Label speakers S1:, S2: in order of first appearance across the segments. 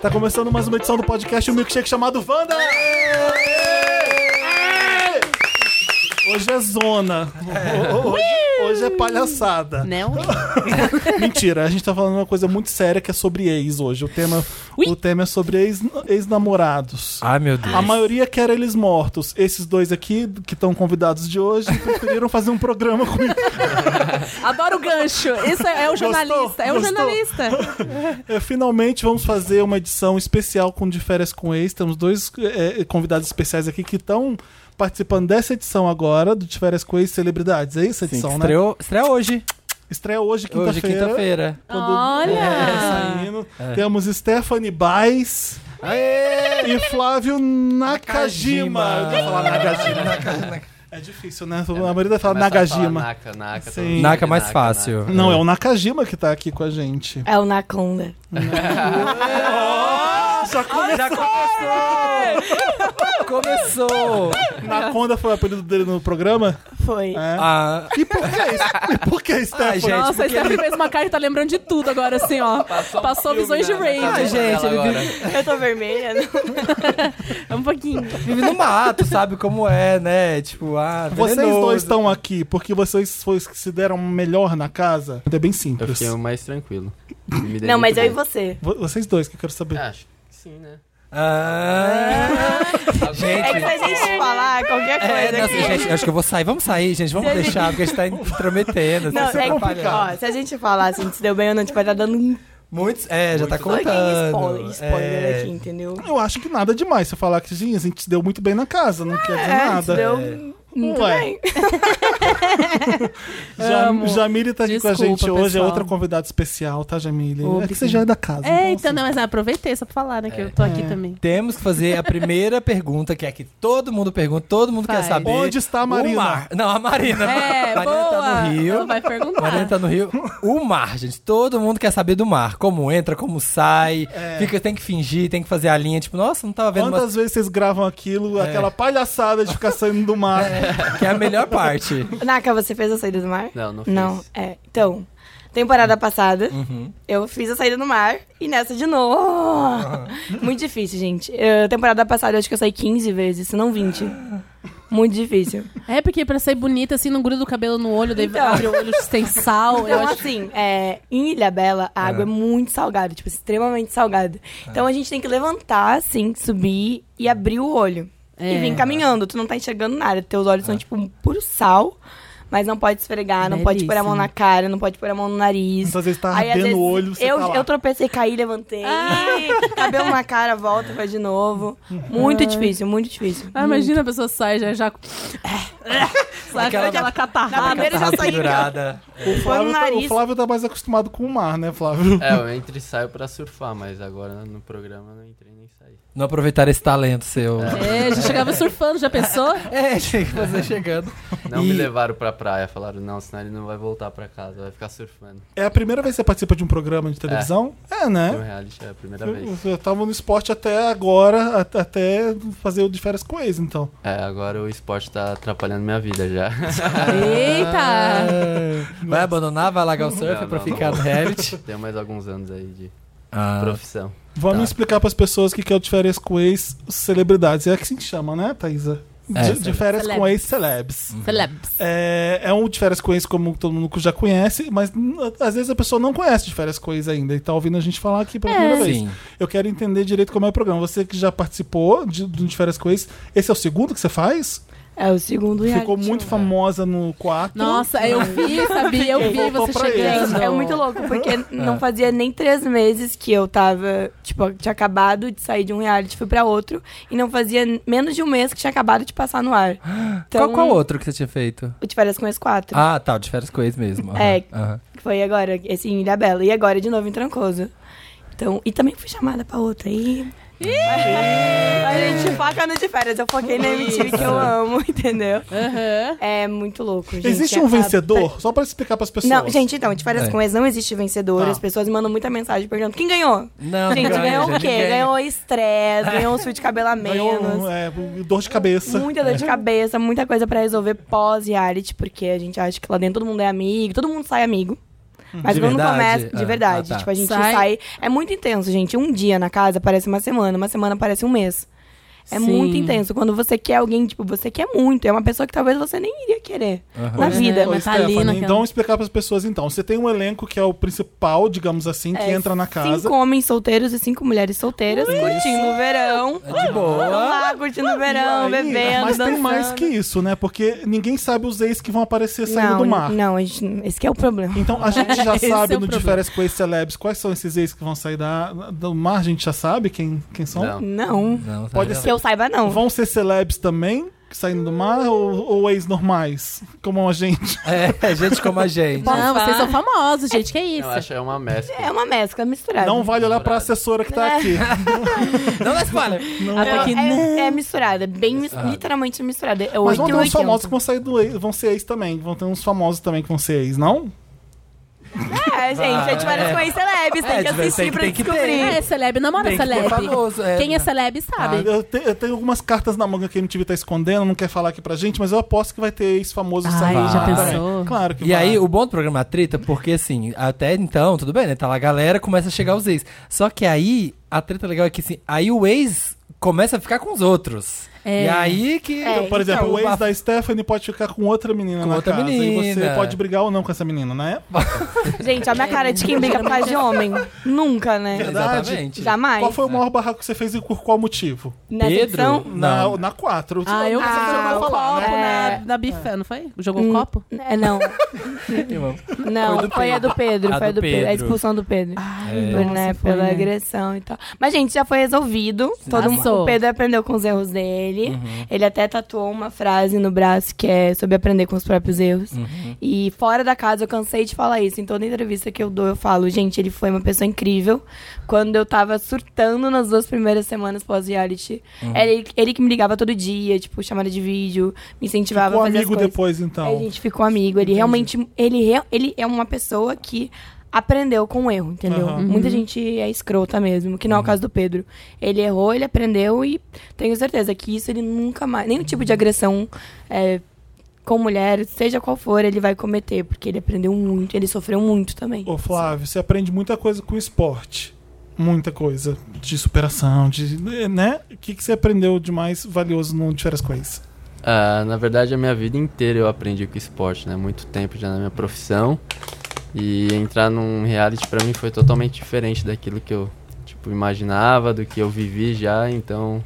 S1: Tá começando mais uma edição do podcast, um milkshake chamado Wanda! Hoje é zona. Ho- ho- Hoje, hoje é palhaçada.
S2: Não?
S1: Mentira, a gente tá falando uma coisa muito séria que é sobre ex hoje. O tema,
S2: Ui.
S1: o tema é sobre ex- ex-namorados.
S3: Ai, meu Deus.
S1: A maioria quer eles mortos. Esses dois aqui, que estão convidados de hoje, preferiram fazer um programa comigo.
S2: Adoro o gancho. Isso é, é o jornalista. é o
S1: Gostou?
S2: jornalista.
S1: É, Finalmente vamos fazer uma edição especial com de férias com ex. Temos dois é, convidados especiais aqui que estão participando dessa edição agora do de férias com ex celebridades. É isso a edição,
S3: Sim,
S1: né?
S3: estreou, estreia hoje.
S1: Estreia hoje, quinta-feira.
S3: Hoje, quinta-feira. Ah.
S1: Quando
S2: Olha!
S1: É, saindo. Temos Stephanie Baez e Flávio Nakajima. Eu ia falar Nakajima. É difícil, né? A maioria fala Nagajima.
S4: Naka, Naka.
S1: Sim.
S4: todo mundo
S3: Naka
S4: de
S3: mais fácil.
S1: Não, é o Nakajima que tá aqui com a gente.
S5: É o Naconda.
S1: Já começou.
S3: Já começou! começou!
S1: Naconda foi o apelido dele no programa?
S5: Foi.
S1: É.
S3: Ah,
S1: E por que isso? E por É, que Stephanie?
S3: gente.
S2: Nossa, a
S3: porque-
S2: Stephanie fez uma cara e tá lembrando de tudo agora, assim, ó. Passou,
S4: um
S2: visões de
S4: Rain.
S2: Ranger.
S3: gente, ele
S5: Eu tô vermelha, não?
S2: É um pouquinho.
S3: vive no mato, sabe como é, né? Tipo, ah,
S1: Vocês
S3: venenoso.
S1: dois estão aqui porque vocês foi os que se deram melhor na casa? É bem
S4: Eu
S1: simples.
S4: fiquei um- mais tranquilo. Me dei
S5: Não, mas
S4: muito
S5: eu e
S4: bem.
S5: você.
S1: Vo- Vocês dois que eu quero saber.
S4: Acho que sim, né?
S3: Ah,
S5: É que se
S3: gente.
S5: a gente falar qualquer
S3: É,
S5: coisa
S3: nossa,
S5: aqui...
S3: gente, acho que eu vou sair. Vamos sair, gente. Vamos
S5: Se a gente-
S3: deixar, porque a gente tá intrometendo.
S5: Não,
S3: tá se
S5: é
S3: atrapalhando.
S5: Ó, se a gente falar assim, se deu bem ou não, tipo, vai tá dando um
S3: Muitos. É, já tá
S5: fucking
S3: contando.
S5: spoiler, spoiler
S3: é.
S5: aqui, entendeu?
S1: Eu acho que nada demais. Você falar que sim, a gente se deu muito bem na casa, não quer dizer
S5: É, se
S1: nada.
S5: deu muito
S1: Ué.
S5: bem.
S1: Ja,
S2: Amo.
S1: Jamile tá aqui com a
S2: Desculpa,
S1: gente hoje, é
S2: pessoal.
S1: outra convidada especial, tá, Jamile? é que
S2: Obrigada.
S1: você já é da casa.
S2: É, então,
S1: assim,
S2: não, mas ah, aproveitei só pra falar, né, que eu tô aqui também.
S3: Temos que fazer a primeira pergunta, que é que todo mundo pergunta, todo mundo
S2: Faz.
S3: quer saber.
S1: Onde está a Marina?
S3: O mar. Não, a Marina.
S2: É,
S3: a Marina
S2: boa.
S3: tá no Rio.
S2: Ela vai
S3: A Marina
S2: perguntar.
S3: tá no Rio. O mar, gente. Todo mundo quer saber do mar. Como entra, como sai. Fica, tem que fingir, tem que fazer a linha. Tipo, nossa, não tava vendo. É.
S1: Quantas
S3: Mas...
S1: vezes vocês gravam aquilo, aquela palhaçada de ficar saindo do mar?
S3: Que é a melhor parte.
S5: Naka, você fez a saída do mar?
S4: Não, não fiz.
S5: Não, é. Então, temporada passada,
S3: Uhum.
S5: eu fiz a saída no mar e nessa de novo. Muito difícil, gente. Eh, temporada passada, eu acho que eu saí 15 vezes, se não 20. Muito difícil.
S2: É, porque pra ser bonita, assim, não gruda o cabelo no olho, daí
S5: Então.
S2: abre o olho tem sal. Oh, eu
S5: Então,
S2: acho...
S5: assim, é, em Ilha Bela, a água é. muito salgada, tipo, extremamente salgada. Então a gente tem que levantar, assim, subir e abrir o olho.
S2: É.
S5: E vir caminhando. Tu não tá enxergando nada. Teus olhos são, tipo, um puro sal. Mas não pode esfregar, não pode pôr a mão
S2: Belíssimo.
S5: na cara, não pode pôr a mão no nariz.
S1: Então, às vezes tá ardendo o olho, você
S5: eu,
S1: tá lá.
S5: eu tropecei, caí, levantei. Cabelo na cara, volta, faz de novo. Muito difícil, muito difícil.
S2: Ah, imagina a pessoa sai já. já... Sabe aquela,
S3: Aquela-
S5: Na
S2: catarrada.
S5: primeira já saí.
S3: Pendurada.
S1: O Flávio, tá, o
S5: nariz.
S1: Flávio tá mais acostumado com o mar, né, Flávio?
S4: É, eu entro e saio pra surfar, mas agora no programa eu não entrei nem saí.
S3: Não aproveitar esse talento seu.
S2: É, já chegava surfando, já pensou?
S3: É, tinha que fazer chegando.
S4: Não
S3: E-
S4: me levaram pra praia, falaram, não, senão ele não vai voltar pra casa, vai ficar surfando.
S1: É a primeira vez que você participa de um programa de televisão? É, né?
S4: No reality é a primeira vez.
S1: Eu tava no esporte até agora, at- até fazer o de férias com ex, então.
S4: É, agora o esporte tá atrapalhando minha vida já.
S2: Eita!
S3: Ah, Vai abandonar, vai largar o surf
S4: Não,
S3: pra
S4: não,
S3: ficar
S4: não.
S3: no reality.
S4: Tenho mais alguns anos aí de
S3: Ah,
S4: profissão.
S1: Vamos
S3: Tá.
S1: explicar pras pessoas o que que é o de férias com ex celebridades. É assim que se chama, né, Thaisa?
S3: É,
S1: De, de
S3: celebs.
S1: férias com
S2: Celebs.
S1: ex celebs.
S2: Celebs.
S1: É, é um de férias com ex como todo mundo já conhece, mas hum, às vezes a pessoa não conhece de férias com ex ainda e tá ouvindo a gente falar aqui pela primeira vez.
S3: Sim.
S1: Eu quero entender direito como é o programa. Você que já participou de, do de férias com ex, esse é o segundo que você faz?
S5: É o segundo reality
S1: Ficou muito
S5: show.
S1: famosa no 4.
S2: Nossa, eu vi, sabia? Eu vi
S1: Voltou
S2: você
S1: pra
S2: chegando.
S1: né?
S5: Gente, é muito louco, porque
S1: É.
S5: não fazia nem três meses que eu tava, tipo, eu tinha acabado de sair de um reality, fui pra outro, e não fazia menos de um mês que tinha acabado de passar no ar. Então,
S3: Qual, qual outro que você tinha feito?
S5: O de férias com as quatro,
S3: Ah, tá, o de férias coisas mesmo. Aham,
S5: É.
S3: aham.
S5: que foi agora, esse em Ilha Bela, e agora de novo em Trancoso. Então, e também fui chamada pra outra, e... A gente foca no de férias, eu foquei na mentira que eu amo, entendeu?
S2: Aham.
S5: É muito louco, gente.
S1: Existe um
S5: acaba-
S1: vencedor? Só pra explicar pras pessoas.
S5: Não, gente, então, de férias
S3: É.
S5: com eles não existe vencedor.
S1: Tá.
S5: As pessoas mandam muita mensagem perguntando quem ganhou.
S3: Não,
S5: Gente,
S3: não
S5: ganhou o
S3: gente,
S5: quê?
S3: ninguém.
S5: Ganhou estresse, ganhou um fio de cabelo a
S1: Ganhou,
S5: menos.
S1: é, dor de cabeça.
S5: Muita dor de cabeça, muita coisa pra resolver pós-reality, porque a gente acha que lá dentro todo mundo é amigo, todo mundo sai amigo. Mas
S3: De
S5: quando
S3: verdade?
S5: começa. De
S3: Ah,
S5: verdade.
S3: ah, tá.
S5: Tipo, a gente sai.
S2: Sai.
S5: É muito intenso, gente. Um dia na casa parece uma semana, uma semana parece um mês. É
S2: Sim.
S5: muito intenso. Quando você quer alguém, tipo, você quer muito. É uma pessoa que talvez você nem iria querer na
S2: Pois é.
S5: vida.
S1: Ô,
S2: mas tá ali
S1: Stephanie,
S2: naquela-
S1: então vamos explicar para as pessoas então. Você tem um elenco que é o principal, digamos assim, que
S5: É,
S1: entra na casa.
S5: Cinco homens solteiros e cinco mulheres solteiras curtindo o verão.
S3: De
S5: Vamos
S3: boa.
S5: lá, curtindo o verão,
S1: E aí-
S5: bebendo,
S1: Mas
S5: dançando.
S1: tem mais que isso, né? Porque ninguém sabe os ex que vão aparecer saindo
S5: não,
S1: do mar.
S5: Não, a gente- esse que é o problema.
S1: Então a gente já
S2: Esse
S1: sabe
S2: é o
S1: no De
S2: problema.
S1: Férias com ex-celebs quais são esses ex que vão sair da, do mar, a gente já sabe quem, quem são?
S4: Não.
S5: Não.
S3: Não, tá
S1: Pode
S3: legal.
S5: Que eu saiba, não.
S1: Vão ser celebs também, saindo do mar, ou, ou ex normais, como a gente?
S3: É, gente como a gente.
S2: Não, vocês são famosos, gente. Que
S4: Eu
S2: isso?
S4: acho que é uma mescla.
S5: É uma mescla misturada.
S1: Não vale olhar pra assessora que
S5: Né?
S1: tá aqui.
S3: Não dá spoiler.
S2: Até que não.
S5: É, é misturada, bem mis-
S3: Ah.
S5: literalmente misturada.
S1: Mas
S5: É
S1: vão
S5: 8 e
S1: ter uns
S5: 80.
S1: famosos que vão sair do ex, vão ser ex também. Vão ter uns famosos também que vão ser ex, não?
S5: É, gente, é de várias
S3: É.
S5: coisas celebres, tem
S3: É,
S5: que
S3: tipo,
S5: assistir
S3: tem-
S5: pra
S3: tem que ter.
S5: descobrir.
S2: É, celeb namora
S3: Tem que ter
S2: celeb.
S3: famoso, é.
S2: Quem é celeb sabe.
S1: Ah, Eu, te- eu tenho algumas cartas na manga que a MTV tá escondendo, não quer falar aqui pra gente, mas eu aposto que vai ter ex famoso
S2: Ai,
S1: saindo.
S3: já
S1: também.
S2: pensou?
S1: Claro que
S3: E
S1: vai.
S3: aí, o bom do programa Treta, porque assim, até então, tudo bem, né? Tá lá a galera, começa a chegar os ex. Só que aí, a treta legal é que assim, aí o ex começa a ficar com os outros.
S2: É.
S3: E aí que.
S5: É,
S1: Por exemplo,
S3: então,
S1: o ex
S3: a-
S1: da Stephanie pode ficar com outra menina
S3: Com
S1: na
S3: outra
S1: casa. E você
S3: menina.
S1: pode brigar ou não com essa menina, né?
S5: Gente, a minha cara de quem briga por causa de homem. Nunca, né?
S1: verdade.
S3: Exatamente.
S2: Tá
S5: Jamais.
S1: Qual foi o maior barraco que você fez e por qual motivo?
S5: Nessa
S3: Pedro?
S5: edição?
S1: Na,
S3: Não.
S1: na 4.
S2: Ah, eu
S1: Você
S2: ah,
S1: já vai
S2: jogou o
S1: falar,
S2: copo
S1: né?
S5: né?
S2: na, na bife, não foi? Jogou o
S5: Hum.
S2: copo?
S5: É, não.
S3: Eu amo.
S5: Não,
S3: Foi
S5: foi,
S3: do
S5: a do Pedro.
S3: A
S5: foi a
S3: do
S5: do Pedro. A
S3: Pedro.
S5: expulsão do Pedro.
S3: É.
S5: Por, né,
S2: Nossa, foi,
S5: pela
S2: né?
S5: agressão e tal. Mas, gente, já foi resolvido. Todo mundo,
S2: Passou.
S5: o Pedro aprendeu com os erros dele.
S3: Uhum.
S5: Ele até tatuou uma frase no braço que é sobre aprender com os próprios erros.
S3: Uhum.
S5: E fora da casa, eu cansei de falar isso. Em toda entrevista que eu dou, eu falo, gente, ele foi uma pessoa incrível. Quando eu tava surtando nas duas primeiras semanas pós-reality,
S3: Uhum.
S5: era ele, ele que me ligava todo dia, tipo, chamada de vídeo, me incentivava
S1: Ficou
S5: a fazer as
S1: Tipo, um amigo
S5: coisas.
S1: depois,
S5: Aí
S2: É
S5: a
S1: então.
S5: gente ficou amigo. Ele realmente. Ele, re- ele é uma pessoa que aprendeu com o erro, entendeu?
S1: Aham. Uhum.
S5: Muita gente é escrota mesmo, que não é o caso do Pedro. Ele errou, ele aprendeu e tenho certeza que isso ele nunca mais. Nenhum tipo de agressão é, com mulher, seja qual for, ele vai cometer, porque ele aprendeu muito, ele sofreu muito também.
S1: Ô, Flávio, você aprende muita coisa com esporte. Muita coisa. De superação, de. né? O que, que você aprendeu de mais valioso no De Férias Coisas?
S4: Ah, na verdade, a minha vida inteira eu aprendi com esporte, né? Muito tempo já na minha profissão. E entrar num reality pra mim foi totalmente diferente daquilo que eu, tipo, imaginava, do que eu vivi já, então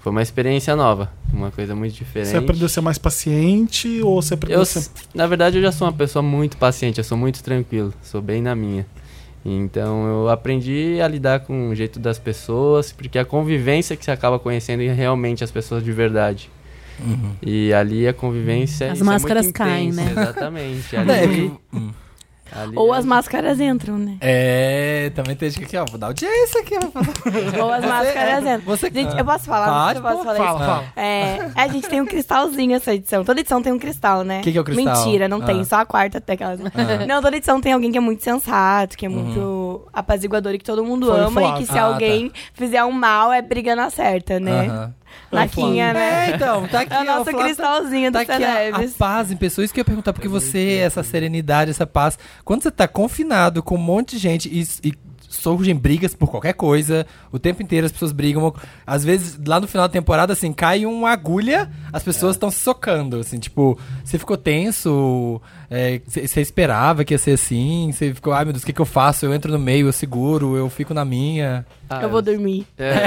S4: foi uma experiência nova, uma coisa muito diferente.
S1: Você aprendeu a ser mais paciente ou você aprendeu
S4: Eu,
S1: a ser.
S4: na verdade, eu já sou uma pessoa muito paciente, eu sou muito tranquilo, sou bem na minha. Então, eu aprendi a lidar com o jeito das pessoas, porque é a convivência que você acaba conhecendo é realmente as pessoas de verdade.
S3: Uhum.
S4: E ali a convivência.
S2: As
S4: isso é muito
S2: máscaras caem,
S4: intenso,
S2: né?
S4: Exatamente.
S3: É,
S4: Ali,
S3: que- hum.
S4: ali
S5: Ou
S4: é-
S5: as máscaras entram, né?
S3: É, também tem gente aqui, ó. Vou dar audiência aqui. Vou falar.
S5: Ou as máscaras entram.
S3: Você
S5: Gente, eu posso falar?
S3: Pode,
S5: eu posso
S3: pô,
S5: falar isso?
S1: Fala, fala.
S5: É, a gente tem um cristalzinho essa edição. Toda edição tem um cristal, né?
S3: Que que é o cristal?
S5: Mentira, não tem.
S3: Ah.
S5: Só a quarta até aquelas. né? Não, toda edição tem alguém que é muito sensato, que é
S3: Uhum.
S5: muito apaziguador e que todo mundo
S1: Foi o
S5: ama. E
S1: Flávio.
S5: que se
S3: Ah, tá.
S5: alguém fizer um mal, é briga na certa, né?
S3: Aham.
S5: Laquinha, né?
S3: É, então, tá aqui,
S5: É o
S3: ó,
S5: nosso
S3: Flá-
S5: cristalzinho
S3: Tá
S5: do
S3: aqui a, a
S5: Celebes.
S3: paz em pessoa. Isso que eu ia perguntar, porque você, essa serenidade, essa paz, quando você tá confinado com um monte de gente e, e surgem brigas por qualquer coisa, o tempo inteiro as pessoas brigam. Às vezes, lá no final da temporada, assim, cai uma agulha, as pessoas estão se socando, assim, tipo, você ficou tenso, é, você você esperava que ia ser assim, você ficou, ai meu Deus, o que, que eu faço? Eu entro no meio, eu seguro, eu fico na minha.
S4: Ah,
S5: Eu vou dormir.
S4: É,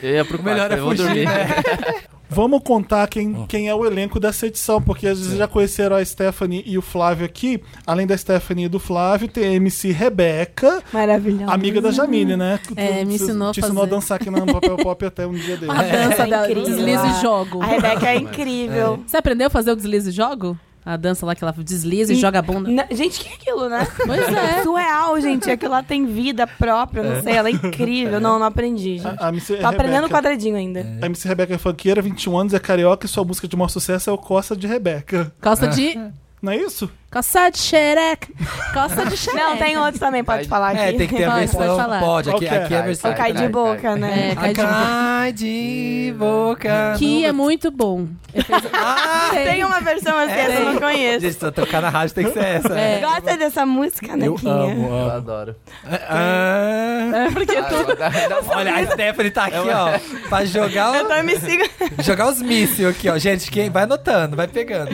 S4: eu, eu ia pro
S3: O melhor
S4: quarto,
S3: é
S4: eu vou
S3: fugir,
S4: dormir.
S3: né?
S1: Vamos contar quem, quem é o elenco dessa edição, porque às
S4: É.
S1: vezes já conheceram a Stephanie e o Flávio aqui. Além da Stephanie e do Flávio, tem a MC Rebeca,
S5: Maravilhoso.
S1: amiga da Jamile, né?
S2: Ah, hum. É, me ensinou a
S1: Te ensinou a
S2: fazer.
S1: dançar aqui na Papel Pop até um dia dele.
S2: A dança da
S5: incrível.
S2: desliza e jogo.
S5: A Rebeca é incrível.
S2: Você aprendeu a fazer o deslize e jogo? A dança lá que ela desliza e joga a bunda.
S5: Na- gente, que é aquilo, né?
S2: Pois é.
S5: Surreal, gente. Aquilo lá tem vida própria, não sei. Ela é incrível. Não, não aprendi, gente.
S1: A, a MC
S2: Tá
S5: Tô aprendendo
S1: Rebeca,
S5: quadradinho ainda.
S1: a MC Rebeca é funkeira, 21 anos, é carioca e sua música de maior sucesso é o Costa de Rebeca.
S2: Costa de
S1: Não é isso?
S2: Coça de xereca. Coça de xereca.
S5: Não, tem outros também, pode falar aqui.
S3: É, tem que ter a
S2: Pode, pode
S3: versão.
S2: falar.
S3: Pode, aqui,
S1: Qualquer.
S3: aqui é a versão.
S5: Ou cai de boca, né?
S2: É,
S3: Ai,
S2: cai de
S3: Cai de
S5: um
S3: boca.
S2: Que
S3: no-
S2: é muito bom. Eu fiz-
S3: Ah!
S5: Tem uma versão assim,
S3: É,
S5: essa eu não
S3: tem.
S5: conheço.
S3: Gente, pra tocar na rádio tem que ser essa. né?
S2: É.
S5: Gosta dessa música,
S3: Eu
S5: Nequinha? é
S3: amo,
S4: Eu
S3: amo.
S4: adoro.
S3: Ah,
S2: Porque
S4: Ah, eu adoro.
S3: Olha, a Stephanie tá
S1: É
S3: aqui, ó, pra jogar,
S5: Eu
S3: o-
S5: tô me sigo.
S3: jogar os mísseis aqui, ó. Gente, quem vai anotando, vai pegando.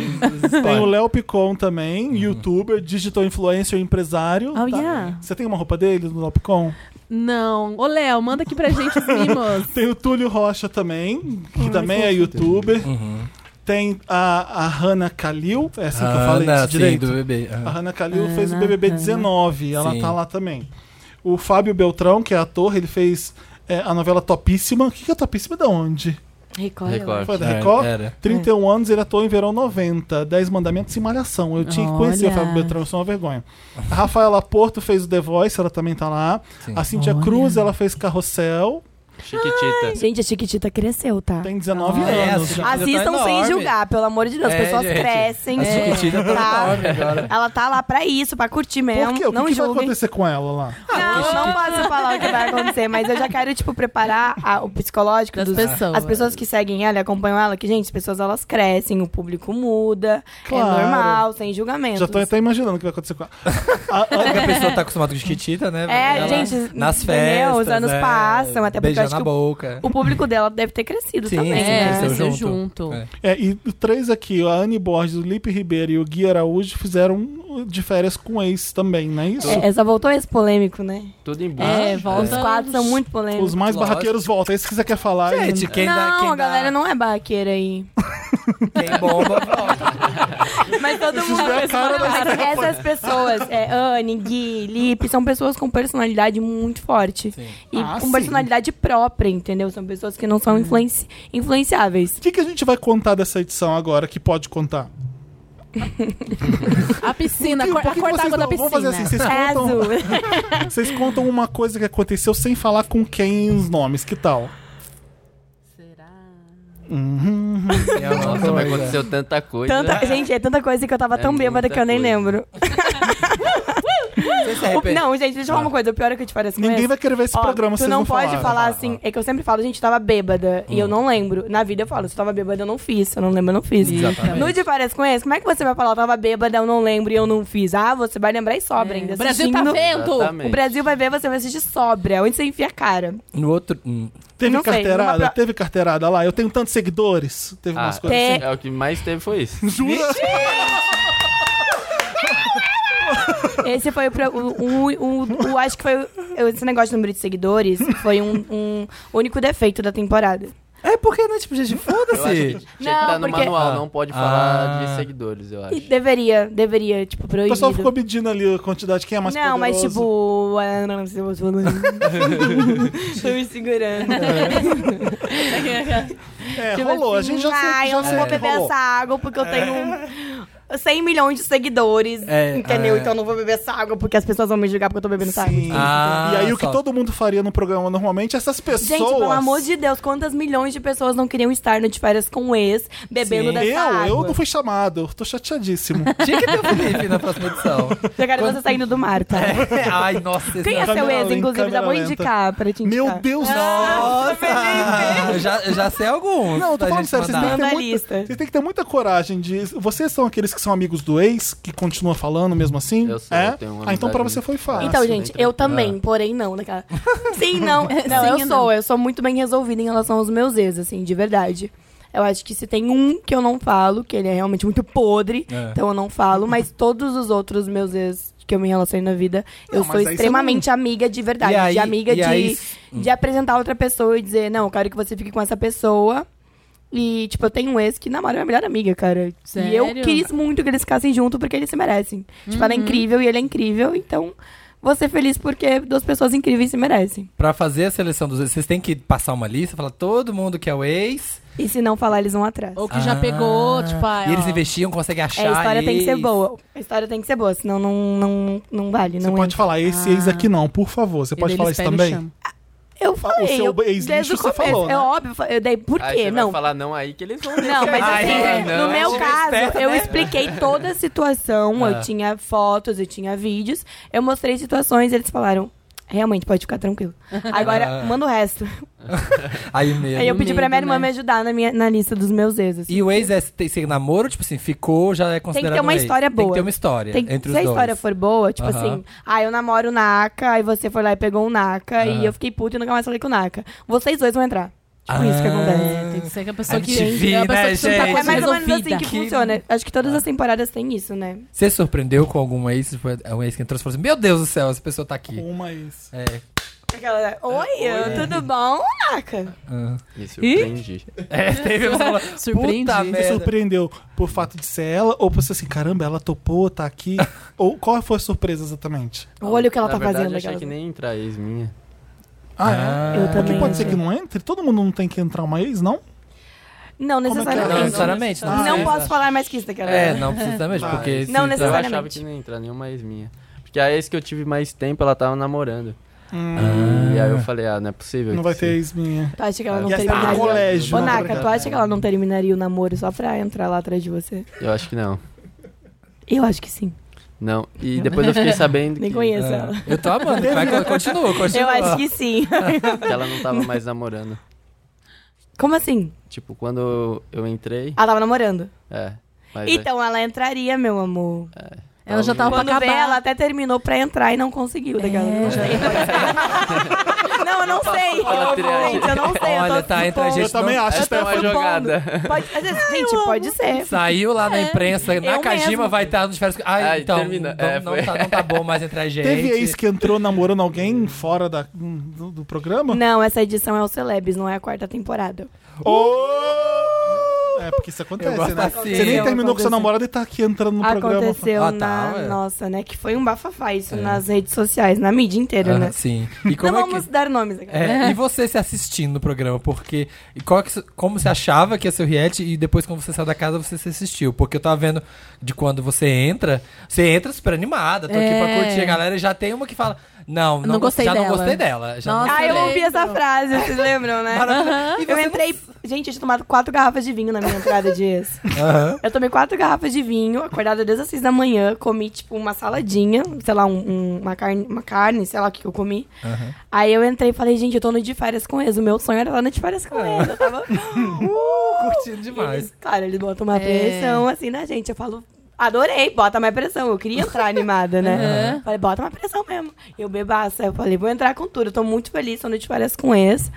S1: Tem um o Léo Picon
S3: Uhum.
S1: também, youtuber, digital influencer, empresário. Tá.
S2: Oh, yeah.
S1: Você tem uma roupa dele do Léo Picon?
S2: Não. Ô, Léo, manda aqui pra gente os mimos.
S1: Tem o Túlio Rocha também, que também é youtuber.
S3: Uhum.
S1: Tem a, a Hannah Kalil, é assim que eu falei
S3: Ana,
S1: isso
S3: Ah, sim,
S1: direito?
S3: do bebê.
S1: A
S3: Ah.
S1: Hannah Kalil fez o
S2: Hannah,
S1: BBB
S2: Hannah.
S1: 19, ela
S3: Sim.
S1: tá lá também. O Fábio Beltrão, que é ator, ele fez é, a novela Topíssima. O que que é Topíssima de onde?
S5: Record.
S4: Record.
S1: Foi da
S3: É,
S1: Record?
S3: era.
S1: 31 anos, ele atuou em Verão 90, 10 Mandamentos e Malhação. Eu tinha que conhecer
S2: Olha.
S1: o Fábio Beltrão, eu sou uma vergonha. A Rafaela Porto fez o The Voice, ela também tá lá.
S3: Sim.
S1: A Cintia Cruz, ela fez Carrossel,
S4: Chiquitita.
S5: Gente, a Chiquitita cresceu, tá?
S1: tem 19
S3: Ah, é,
S1: anos.
S3: a
S1: já.
S3: Chiquitita
S5: Assistam
S3: tá
S5: sem
S3: enorme.
S5: julgar, pelo amor de Deus. As
S3: É,
S5: pessoas
S3: gente,
S5: crescem.
S3: a
S5: é,
S3: Chiquitita tá enorme agora.
S5: Ela tá lá pra isso, pra curtir mesmo.
S1: Por quê? O
S5: é um não
S1: que, que vai
S5: julguem. É
S1: acontecer com ela lá?
S5: Não, não posso falar o que vai acontecer, mas eu já quero, tipo, preparar a- o psicológico
S2: Das
S5: dos-
S2: pessoas.
S5: As pessoas que seguem ela e acompanham ela, que, gente, as pessoas elas crescem, o público muda,
S1: Claro.
S5: é normal, sem julgamento.
S1: Já tô até imaginando o que vai acontecer com ela. A- a-
S3: Porque a pessoa tá acostumada com chiquitita, né?
S5: É,
S3: Ela-
S5: gente,
S3: nas
S5: entendeu?
S3: festas.
S5: Os anos
S3: é,
S5: passam, até porque eu
S3: Beijando
S5: acho
S3: na
S5: que o-
S3: boca.
S5: O público dela deve ter crescido
S3: Sim,
S5: também,
S3: sim,
S5: né?
S2: É,
S3: cresceu
S2: cresceu
S3: junto.
S2: junto.
S3: É.
S1: É, e três aqui, ó, a Anne Borges, o Lipe Ribeiro e o Gui Araújo fizeram de férias com o ex também, não é isso?
S5: É, Essa voltou esse polêmico, né?
S4: Tudo em busca.
S2: É,
S5: Os
S2: volta.
S5: quatro são muito polêmicos.
S1: Os mais
S3: Lógico.
S1: barraqueiros voltam. Esse que você quer falar.
S3: Gente, quem
S5: não,
S3: dá, quem
S5: a galera
S3: dá,
S5: não é barraqueira aí.
S3: Quem bomba, volta.
S5: Mas todo mundo.
S1: é a cara da
S5: Mas essas pessoas, é, Anne, Gui, Lipe, são pessoas com personalidade muito forte. E
S1: Ah,
S5: com
S1: sim.
S5: personalidade própria, entendeu? São pessoas que não são influenci- influenciáveis.
S1: O que, que a gente vai contar dessa edição agora que pode contar?
S2: A piscina,
S1: Por
S2: cor-
S1: que
S2: a
S1: que
S2: cor da
S1: vocês
S2: água da
S1: não-
S2: piscina.
S1: Vamos fazer assim, vocês
S5: É azul.
S1: contam, vocês contam uma coisa que aconteceu sem falar com quem os nomes, que tal? Uhum.
S3: É uma
S4: Nossa, mas
S3: coisa.
S4: aconteceu tanta coisa.
S5: Tanta, gente, é tanta coisa que eu tava
S4: É
S5: tão bêbada
S4: muita
S5: que eu nem
S4: coisa.
S5: lembro.
S3: Você se
S1: é
S5: O-
S3: arrepende?
S5: não, gente, deixa eu falar uma coisa. O pior é que eu te parece
S1: Ninguém vai querer ver esse
S5: Ó,
S1: programa se
S5: tu
S1: vocês
S5: não,
S1: não
S5: pode
S1: falaram. Hum.
S5: falar assim. É que eu sempre falo, gente, tava bêbada e eu não lembro. Na vida eu falo, se eu tava bêbada, eu não fiz. Se eu não lembro, eu não fiz.
S3: Exatamente.
S5: No de parece com esse, como é que você vai falar, eu tava bêbada, eu não lembro e eu não fiz? Ah, você vai lembrar e sobra ainda.
S2: O Brasil tá
S5: assistindo.
S2: vendo.
S4: Exatamente.
S5: O Brasil vai ver, você vai assistir sobra. Onde você enfia a cara?
S3: No outro. hum,
S1: Teve
S5: Não sei,
S1: carteirada?
S5: numa pra-
S1: Teve carteirada lá? Eu tenho tantos seguidores. Teve
S4: Ah,
S1: umas coisas
S5: tem.
S1: assim.
S5: assim.
S4: é o que mais teve foi isso.
S1: Jura?
S5: Esse foi o, pro- o, o, o- o- Acho que foi. o- Esse negócio do número de seguidores foi um, um único defeito da temporada.
S3: É porque, né? Tipo, gente,
S4: Eu acho que
S3: foda-se.
S4: tinha que
S5: Não,
S4: tá no
S5: porque-
S4: manual,
S3: Ah.
S4: não pode
S3: Ah.
S4: falar de seguidores, eu acho.
S5: E deveria, deveria, tipo,
S1: O
S5: proibido.
S1: pessoal ficou medindo ali a quantidade, quem é mais
S5: não, mas
S1: poderoso.
S5: tipo. ah, Não, não sei o que eu tô falando. Tô me segurando.
S1: É,
S5: Tipo
S1: rolou. a
S5: assim,
S1: gente já, já
S5: ah,
S1: É.
S5: eu não vou
S1: sabe que
S5: beber
S1: rolou.
S5: essa água porque eu tenho 100 milhões de seguidores,
S3: É,
S5: entendeu?
S3: é.
S5: Então eu não vou beber essa água porque as pessoas vão me julgar porque eu tô bebendo essa água. tá?
S1: Sim.
S3: Ah,
S1: e aí, o que
S3: só.
S1: todo mundo faria no programa normalmente, essas pessoas.
S5: Gente, pelo amor de Deus, quantas milhões de pessoas não queriam estar no de férias com o ex, bebendo
S3: Sim.
S5: dessa
S1: Eu,
S5: água?
S1: eu não fui chamado, eu tô chateadíssimo.
S3: Tinha que ter o Felipe na próxima edição.
S5: Eu quero você saindo do mar, tá?
S1: É,
S3: Ai, nossa.
S5: Quem é
S3: esse-
S1: Câmera
S5: seu ex,
S1: lenta,
S5: inclusive? Já vou
S1: câmera
S5: indicar pra te indicar.
S1: Meu Deus
S2: Ah,
S3: Nossa! Eu já, eu já sei alguns.
S1: Não, eu tô
S3: pra
S1: falando
S3: gente
S1: sério, vocês têm, que
S3: mandar.
S5: Manda
S1: ter
S5: a
S1: muita,
S5: lista.
S1: vocês têm que ter muita coragem de. Vocês são aqueles que são amigos do ex, que continua falando mesmo assim?
S4: Eu sou,
S1: é?
S4: eu tenho uma
S1: ah, então pra
S4: amizade
S1: você foi
S4: muito-
S1: fácil.
S5: Então,
S4: Fácil,
S5: gente,
S4: bem
S5: eu também, porém não, naquela. Sim, não. Não,
S2: Sim
S5: eu
S2: e
S5: sou,
S2: não.
S5: eu sou muito bem resolvida em relação aos meus ex, assim, de verdade. Eu acho que se tem um que eu não falo, que ele é realmente muito podre,
S3: É.
S5: então eu não falo, mas todos os outros meus ex que eu me relaciono na vida,
S1: Não,
S5: eu
S1: mas
S5: sou
S1: aí você
S5: extremamente amiga de verdade,
S3: E aí-
S5: de amiga
S3: e
S5: de,
S3: aí-
S5: de apresentar outra pessoa e dizer, não, eu quero que você fique com essa pessoa. E, tipo, eu tenho um ex que namora minha melhor amiga, cara. E eu
S2: Sério?
S5: quis muito que eles ficassem junto porque eles se merecem. Tipo, ela é incrível e ele é incrível, então vou ser feliz porque duas pessoas incríveis se merecem.
S3: Pra fazer a seleção dos ex, vocês têm que passar uma lista, falar todo mundo que é o ex.
S5: E se não falar, eles vão atrás.
S2: Ou que já pegou,
S3: Ah,
S2: tipo... ah,
S3: E eles
S2: ó.
S3: investiam, conseguem achar.
S5: É, a história tem que ser
S3: ex.
S5: boa. A história tem que ser boa, senão não, não, não vale.
S1: Você
S5: não é-
S1: pode
S5: entra.
S1: falar, esse ex aqui não, por favor. Você
S2: E
S1: pode
S2: daí
S1: falar
S2: eles
S1: isso
S2: pegam e
S1: também?
S2: chamam.
S5: Eu falei.
S1: seu
S5: eu,
S1: ex-lixo
S5: desde o
S1: você
S5: começo.
S1: falou, né?
S5: É óbvio, eu dei por
S4: Aí
S5: quê?
S4: você
S5: Não.
S4: vai falar não aí que eles vão
S5: Não, mas
S4: deixar.
S5: assim,
S4: Ah,
S5: no
S4: não.
S5: meu caso,
S3: esperta,
S5: eu
S3: né? Ah.
S5: expliquei toda a situação. Eu tinha fotos, eu tinha vídeos. Eu mostrei situações, eles falaram. Realmente, pode ficar tranquilo. Agora,
S3: Ah.
S5: manda o resto.
S3: Aí mesmo.
S5: Aí eu pedi pra minha
S2: medo,
S5: irmã
S2: né?
S5: me ajudar na, minha, na lista dos meus exes.
S3: E o ex é tem ser namoro, tipo assim, ficou, já é considerado.
S5: uma
S3: um ex.
S5: história
S3: Tem que
S5: boa.
S3: ter uma história.
S5: Tem,
S3: entre os
S5: se a
S3: dois.
S5: história for boa, tipo
S3: Aham.
S5: assim, ah, eu namoro o Naka, aí você foi lá e pegou o Naka,
S3: Aham.
S5: e eu fiquei puta e nunca mais falei com o Naka. Vocês dois vão entrar. Tipo,
S3: Ah.
S5: isso que acontece.
S2: É, tem que ser que a pessoa
S3: A
S2: que,
S3: MTV,
S2: é a
S3: né,
S2: pessoa que não tá
S3: gente?
S2: com
S5: É
S2: a
S3: coisa
S5: mais ou menos
S2: resolvida.
S5: assim que,
S3: Que-
S5: funciona. Acho que
S3: Ah.
S5: todas as temporadas têm isso, né?
S3: Você se surpreendeu com algum ex? Tipo, é um ex que entrou e falou assim: Meu Deus do céu, essa pessoa tá aqui.
S1: Uma isso.
S3: É.
S5: Aquela, oi, tudo bom, Naka?
S3: ah.
S4: Me surpreendi.
S3: É, teve uma pessoa que falou,
S2: Surpreendi.
S3: Puta
S1: Você
S3: merda.
S1: surpreendeu por fato de ser ela ou por ser assim, caramba, ela topou, tá aqui? ou qual foi a surpresa exatamente?
S5: Olha o que ela
S4: Na
S5: tá
S4: verdade,
S5: fazendo.
S4: achei
S5: aquela-
S4: que nem entrar ex minha. Então,
S1: Ah, é?
S5: Eu
S1: Porque
S5: também né?
S1: pode ser
S5: achei.
S1: que não entre? Todo mundo não tem que entrar uma ex, não?
S5: Não
S1: Como é que
S5: necessariamente.
S3: Não
S1: Não,
S3: necessariamente.
S5: Não,
S1: não
S3: precisa.
S5: posso falar mais que isso daquela.
S3: É, não precisamente,
S1: Vai.
S3: porque. se tá-
S5: Não
S3: entrar-
S4: Eu
S5: Exatamente.
S4: achava que não ia entrar nenhuma ex minha. Porque a ex que eu tive mais tempo, ela tava namorando. E aí eu falei, ah, não é possível.
S1: Hum, Não
S4: que
S1: vai
S4: se-
S1: ter ex minha.
S5: Tu acha que ela não
S1: E essa tá no
S4: verdade.
S5: terminaria?
S1: colégio.
S5: Ô,
S1: né?
S5: Naka, tu acha que ela não terminaria o namoro só pra entrar lá atrás de você?
S4: Eu acho que não.
S5: Eu acho que sim.
S4: Não. E depois eu fiquei sabendo
S5: Nem
S4: que,
S5: conheço
S3: É.
S5: ela.
S3: Eu tô amando, vai, continua, continua.
S5: Eu acho que sim.
S4: que ela não tava mais namorando.
S5: Como assim?
S4: Tipo, quando eu entrei.
S5: Ela tava namorando.
S4: É. Mas
S5: Então ela entraria, meu amor.
S3: É.
S2: Ela já tava pra
S5: Quando vê,
S2: acabar.
S5: ela até terminou pra entrar e não conseguiu. Daquela. Não, sei. não, eu não sei.
S4: Ela teria-
S5: Gente, eu não sei. eu
S3: Olha,
S5: tô
S3: tá entre a
S5: supondo.
S1: Eu
S3: gente.
S1: também
S3: não-
S1: acho,
S4: Essa é
S1: Stefano.
S4: uma jogada.
S5: Pode, às vezes, gente, pode ser.
S3: Saiu lá na imprensa, Nakajima
S5: É. mesmo.
S3: vai estar nos férias. Ai,
S4: Ai,
S3: então,
S4: termina.
S3: não,
S4: É,
S3: não
S4: foi.
S3: tá, não tá bom mais entre a gente.
S1: Teve ex que entrou namorando alguém fora da, hum, do, do programa?
S5: Não, essa edição é o Celebs, não é a quarta temporada.
S1: Oh! É, porque isso
S3: Eu
S1: acontece,
S3: gosto
S1: né?
S3: assim.
S1: Você nem terminou com
S5: Aconteceu.
S1: seu namorado e tá aqui entrando no programa.
S5: Aconteceu
S3: Ah, tá,
S5: na.
S3: ué.
S5: Nossa, né? Que foi um bafafá isso nas redes sociais, na mídia inteira,
S3: Ah,
S5: né?
S3: Sim. E
S5: Não
S3: como é
S5: vamos
S3: que.
S5: dar nomes agora.
S3: é, e você se assistindo no programa, porque. E qual que, como você achava que ia ser o reality e depois quando você saiu da casa você se assistiu? Porque eu tava vendo de quando você entra, você entra super animada, tô aqui pra
S2: É.
S3: curtir a galera e já tem uma que fala: Não, não,
S2: Não gostei
S3: já não
S2: dela."
S3: gostei dela. Já
S2: Nossa,
S3: não
S5: Ah, eu
S2: Lembro.
S5: ouvi essa frase, vocês lembram, né?
S3: Maravilhoso. E
S5: Eu
S3: você
S5: entrei. Gente, eu tinha tomado quatro garrafas de vinho na minha entrada de ex.
S3: Aham.
S5: Eu tomei quatro garrafas de vinho, acordada desde as seis da manhã, comi, tipo, uma saladinha, sei lá, um- um- uma, carne, uma carne, sei lá o que, que eu comi. Aí eu entrei e falei, gente, eu tô no de férias com ex. O meu sonho era estar no de férias com ex. Eu tava. Uh!
S3: curtindo demais.
S5: Eles, claro, eles botam uma
S2: É.
S5: pressão assim na gente. Eu falo, adorei, bota mais pressão. Eu queria entrar animada, né? Falei, bota mais pressão mesmo. Eu bebaça. Eu falei, vou entrar com tudo. Eu tô muito feliz quando eu te parece com esse.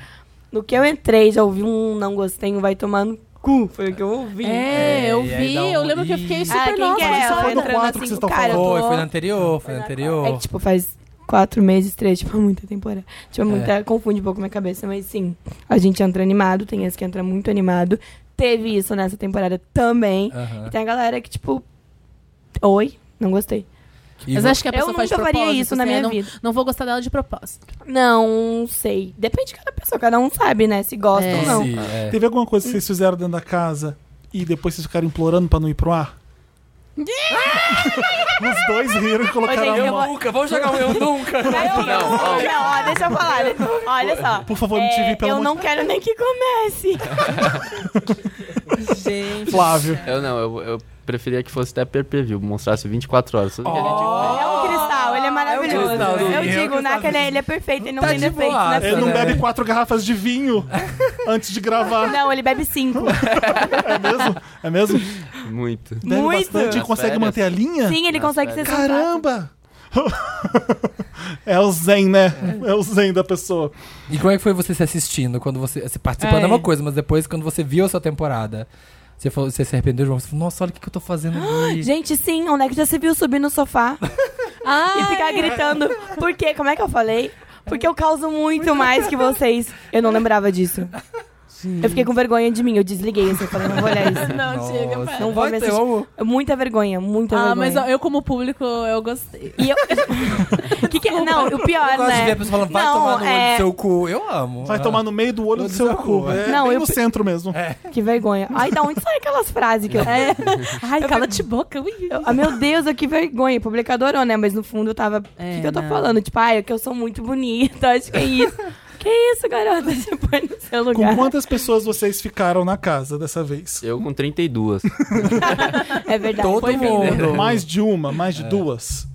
S5: No que eu entrei, já ouvi um não gostei, um vai tomar no cu. Foi o que eu ouvi.
S2: É, eu
S3: E aí
S2: vi,
S3: dá um-
S2: eu lembro que eu fiquei
S3: Ih.
S2: super
S5: ah, quem
S2: nova.
S5: que é
S2: mas
S5: ela?
S2: só-
S1: foi no
S5: entrando
S1: quatro que
S5: assim
S1: vocês
S5: com
S1: tão
S5: cara, eu
S1: falando.
S3: Foi,
S5: tô-
S3: foi na anterior, foi na anterior.
S5: É que, tipo, faz quatro meses, três, tipo, muita temporada. Tipo, muita, confunde um pouco minha cabeça, mas sim. A gente entra animado, tem esse que entra muito animado. Teve isso nessa temporada também.
S3: Aham.
S1: É.
S5: E tem a galera que, tipo, oi, não gostei.
S3: E
S2: tipo, Mas
S3: vo-
S2: acho que a
S5: Eu
S2: pessoa faz de
S5: nunca faria
S2: propósito.
S5: isso na
S2: assim,
S5: minha
S2: é, não-
S5: vida.
S2: Não vou gostar dela de propósito.
S5: Não sei. Depende de cada pessoa, cada um sabe, né? Se gosta
S2: É.
S5: ou não.
S3: Sim, é.
S1: Teve alguma coisa que vocês fizeram dentro da casa e depois vocês ficaram implorando pra não ir pro ar? Os dois riram e colocaram
S5: Ô, gente,
S1: a
S5: eu
S1: mão.
S5: vou-
S3: Nunca, vamos jogar um eu nunca.
S5: Não,
S4: Não, ó.
S5: ó, deixa eu falar. né? Olha só. É,
S1: Por favor, MTV, pelo
S5: Eu
S1: amor
S5: não quero nem que comece.
S2: Gente.
S1: Flávio.
S4: Eu não, eu, eu preferia que fosse até pay-per-view, mostrasse 24 horas. Tudo que a gente fez.
S5: É um cristal, ele é maravilhoso.
S3: cristalzinho, é um
S5: eu digo, o Naka, né, ele é perfeito, ele não
S3: Tá
S5: tem
S3: de
S5: defeito.
S3: boaça,
S5: né?
S1: Ele não
S3: né?
S1: bebe quatro garrafas de vinho antes de gravar.
S5: Não, ele bebe cinco.
S1: É mesmo? É mesmo?
S4: Oh. Muito.
S1: Bebe
S5: Muito.
S1: bastante e
S4: Nas
S1: consegue
S4: férias.
S1: manter a linha?
S5: Sim, ele consegue ser
S1: Caramba! é o zen, né? É o zen da pessoa.
S3: E como é que foi você se assistindo? Quando você. Se participando é.
S2: É.
S3: uma coisa, mas depois quando você viu a sua temporada, você, falou, você se arrependeu de uma coisa, você falou, nossa, olha o que, que eu tô fazendo ali.
S5: Ah, Gente, sim, onde é que já se viu subir no sofá
S2: Ah,
S5: e ficar gritando? Por quê? Como é que eu falei? Porque eu causo muito mais que vocês. Eu não lembrava disso. Eu fiquei com vergonha de mim, eu desliguei assim, eu falei, não vou olhar isso.
S2: Não,
S3: Nossa.
S2: chega, para.
S5: Não vou
S3: Ai, é
S5: me
S3: eu
S5: assistir.
S3: amo.
S5: Muita vergonha, muita
S2: Ah, mas
S5: vergonha.
S2: eu, como público, eu gostei.
S5: E eu... que que... é? Não, o pior,
S3: Eu gosto de ver
S5: né?
S3: a pessoa falando, vai
S5: Não,
S3: tomar no olho
S5: é-
S3: do seu cu. Eu amo.
S1: Vai tomar no meio do olho do seu cu. É
S5: Não,
S1: bem
S5: eu
S1: no
S5: pe-
S1: centro mesmo.
S3: É.
S5: Que vergonha. Ai, da onde saem aquelas frases que eu...
S2: Ai,
S5: Eu
S2: cala-te boca. ui.
S5: Eu- ah, meu Deus, eu que vergonha. Publicadorou, né? Mas no fundo eu tava. O
S2: É,
S5: que, que eu tô
S2: não.
S5: falando? Tipo, ah, é que eu sou muito bonita, acho que é isso. Que isso, garota? Você põe no seu lugar.
S1: Com quantas pessoas vocês ficaram na casa dessa vez?
S4: Eu com 32.
S5: É verdade.
S3: Todo
S5: foi
S3: mundo.
S5: vindo.
S3: Eu-
S1: Mais de uma, mais
S5: É.
S1: de duas.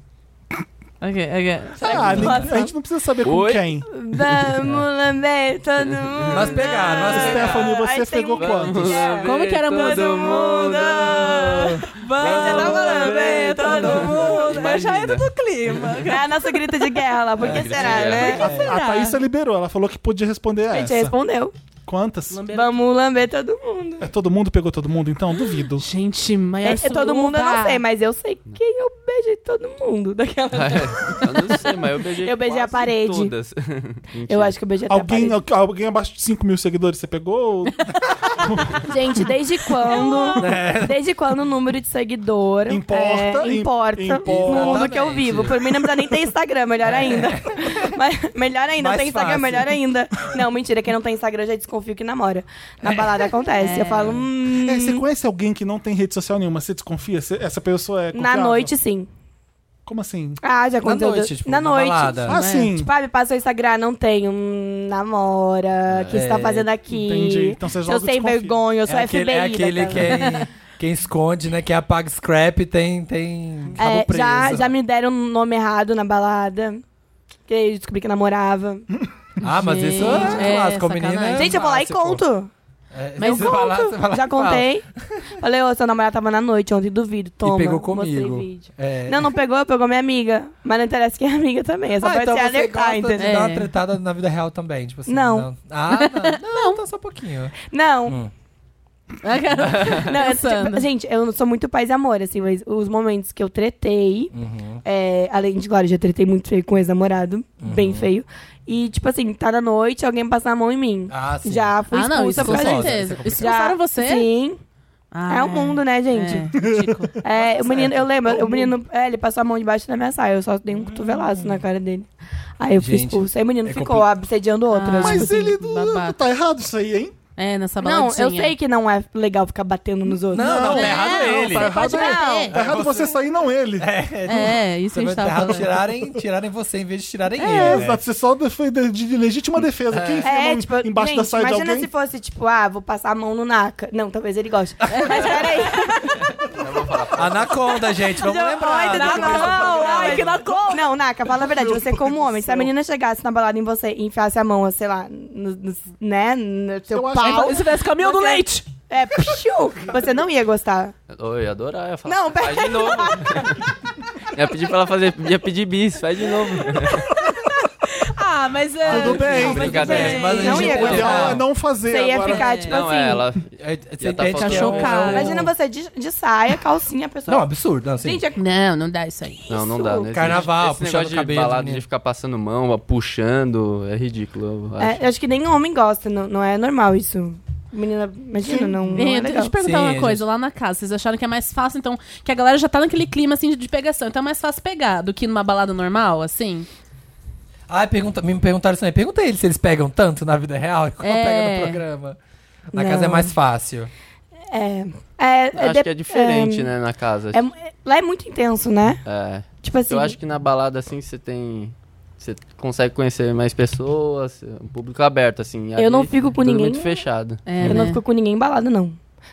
S2: Ok, ok.
S1: Ah, a, gente, a gente não precisa saber com
S4: Oi?
S1: quem.
S5: Vamos lamber todo mundo.
S3: Nós pegaram, nós pegaram.
S1: Stephanie, você
S5: Aí tem
S1: pegou
S5: um-
S1: quantos?
S2: Como que era a
S4: Todo
S2: música?
S4: mundo.
S2: Vamos
S5: né?
S2: lamber todo mundo. Eu já
S4: Imagina.
S2: entro no clima.
S5: É a nossa grita de guerra lá. Por que será, né?
S1: É, A, a Thaís liberou, ela falou que podia responder
S5: A
S1: a
S5: gente
S1: essa.
S5: respondeu.
S1: Quantas?
S5: Vamos lamber todo mundo.
S1: É, todo mundo pegou todo mundo, então? Duvido.
S2: Gente, mas
S5: É, todo mundo eu não sei, mas eu sei quem eu beijei todo mundo. Daquela.
S4: eu não sei, mas eu beijei
S5: Eu beijei a
S4: quase
S5: parede.
S4: Todas.
S5: Eu acho que eu beijei até
S1: Alguém,
S5: a
S1: al- alguém abaixo de 5 mil seguidores você pegou?
S5: parede. Gente, desde quando?
S3: É.
S5: desde quando o número de seguidor
S1: Importa,
S5: é,
S1: im-
S5: importa
S1: importa.
S5: no mundo que eu
S3: Exatamente. É.
S5: vivo? Por mim não precisa nem ter Instagram, melhor ainda. Mas- melhor ainda,
S3: Mais
S5: tem Instagram,
S3: fácil.
S5: melhor ainda. Não, mentira, quem não tem Instagram eu já desconfio que namora. Na balada
S3: É.
S5: acontece. Eu falo, hum,
S1: É, você conhece alguém que não tem rede social nenhuma? Você desconfia? Você- essa pessoa é.
S5: na
S1: confiável?
S5: noite sim.
S1: Como assim?
S5: Ah, já aconteceu.
S3: noite, tipo,
S5: na
S3: na
S5: noite.
S3: balada.
S1: Ah, sim.
S5: Tipo, ah, me passa o Instagram, não tenho. Hum, namora, o que você tá
S3: É,
S5: fazendo aqui?
S1: entendi. Então você já
S5: Eu
S1: usa o
S5: sem
S1: desconfio.
S5: vergonha, eu sou
S3: é
S5: FBI.
S3: aquele, é aquele
S5: daquela.
S3: quem, quem esconde, né? Quem apaga scrap tem. tem
S5: É,
S3: cabo preso.
S5: já, já me deram um nome errado na balada. Que eu descobri que namorava.
S3: Ah, mas isso é,
S2: Gente, é,
S3: clássico, a
S2: sacanagem.
S3: menina. é
S5: Gente, eu vou lá e
S3: clássico.
S5: conto.
S3: É,
S5: Eu
S3: você vai lá,
S5: conto.
S3: você vai lá
S5: Já
S3: e fala.
S5: contei. Falei, ô, seu namorado tava na noite ontem, duvido. Toma.
S3: pegou
S5: mostrei
S3: comigo.
S5: vídeo.
S3: É.
S5: Não, não pegou, pegou minha amiga. Mas não interessa quem é amiga também. É só pra te
S3: Ah, então você
S5: alertar,
S3: gosta né?
S5: entendeu?
S3: de dar uma
S2: É.
S3: tretada na vida real também, tipo assim.
S5: Não.
S3: Ah, não. Não, então só um pouquinho.
S5: Não.
S3: É.
S5: Não, eu,
S2: Pensando.
S5: tipo, gente, eu sou muito paz e amor, assim, mas os momentos que eu tretei, é, além de, claro, já tretei muito feio com um ex-namorado,
S3: Uhum.
S5: bem feio. E, tipo assim, tá na noite, alguém passar a mão em mim.
S3: Ah, sim.
S5: Já fui
S2: Ah,
S5: expulsa
S2: não, isso
S5: por
S2: com
S5: causa
S3: Gostosa,
S5: disso.
S2: certeza.
S3: isso é
S2: Isso
S5: Já-
S2: passaram você?
S5: Sim.
S2: Ah,
S5: é o mundo, né, gente?
S2: É, ridículo.
S5: É, o menino, eu lembro,
S3: É o
S5: o menino, é, ele passou a mão debaixo da minha saia, eu só dei um cotovelaço na cara dele. Aí eu fui
S3: Gente,
S5: expulsa. Aí o menino
S3: é
S5: ficou
S3: compli-
S5: obsediando outro.
S2: Ah,
S5: eu,
S1: Mas
S5: tipo,
S2: assim,
S1: ele.
S2: babaca.
S1: Tá errado isso aí, hein?
S2: É, nessa
S5: não,
S2: baladinha.
S5: eu sei que não é legal ficar batendo nos outros.
S3: Não, não,
S1: Não,
S3: tá errado ele.
S1: Tá errado,
S5: pode É, bater.
S1: tá errado você sair, não ele.
S2: É, isso a
S3: Você
S2: gente
S3: vai tá
S2: tava
S3: errado
S2: falando.
S3: tirarem, tirarem você em vez de tirarem
S1: É,
S3: ele. né?
S1: exato. Você só de- foi de, de legítima defesa. Quem enfia a mão embaixo da
S5: É, tipo, gente,
S1: saia de
S5: imagina
S1: alguém?
S5: se fosse, tipo, ah, vou passar a mão no Naka. Não, talvez ele goste. Mas peraí.
S3: Anaconda, gente, vamos lembrar.
S5: Ai,
S3: Depois-
S5: que na Não, Naka, fala a verdade. Você, como homem, se a menina chegasse na balada em você e enfiasse a mão, sei lá, no, no- né, no seu
S1: Eu acho é
S5: pau...
S2: Se tivesse caminhão do
S5: Você-
S2: leite.
S5: É, piu, você não ia gostar.
S4: Eu ia adorar. Eu ia falar,
S5: Não,
S4: Tá, faz de novo. ia pedir pra ela fazer. Ia pedir bis, faz de novo.
S2: Ah, mas é...
S1: Tudo bem.
S4: Brincadeira.
S3: mas a gente
S5: Não ia
S1: O ideal
S5: gostar.
S1: é não fazer
S5: um Você ia
S1: agora.
S5: ficar, tipo
S4: não,
S5: assim...
S4: é, ela.
S3: É, Você
S4: Já tá
S3: entende que é um-
S2: chocada.
S3: é um-
S5: Imagina você de, de saia, calcinha, a pessoa...
S3: Não, absurdo. Não, assim,
S5: Gente, é
S2: Não, não dá isso aí.
S4: Não, não dá. Não existe.
S3: Carnaval,
S4: Esse
S3: puxando
S4: negócio
S3: o cabelo
S4: de
S3: do
S4: balada,
S3: menino.
S4: de ficar passando mão, puxando, é ridículo. Eu acho.
S5: É, eu acho que nem homem gosta, não, não é normal isso. Menina, imagina, não, não
S2: Ei,
S5: é
S2: deixa eu
S5: legal.
S2: te perguntar
S3: Sim,
S2: uma
S3: gente.
S2: coisa, lá na casa, vocês acharam que é mais fácil, então, que a galera já tá naquele clima, assim, de- de pegação, então é mais fácil pegar do que numa balada normal, assim?
S3: Ah, pergunta, me perguntaram isso também. Pergunta eles se eles pegam tanto na vida real e como
S2: É.
S3: pega no programa. Na
S5: Não.
S3: casa é mais fácil.
S5: É, é,
S4: acho
S5: de-
S4: que é diferente,
S5: é,
S4: né, na casa.
S5: é mu- é- lá é muito intenso, né?
S4: É.
S5: Tipo assim,
S4: Eu acho que na balada, assim, você tem. Você consegue conhecer mais pessoas, um público aberto, assim.
S5: Eu não fico com
S4: tudo
S5: ninguém.
S4: muito fechado.
S2: É,
S3: Uhum.
S5: eu
S2: né?
S5: não fico com ninguém embalado, não.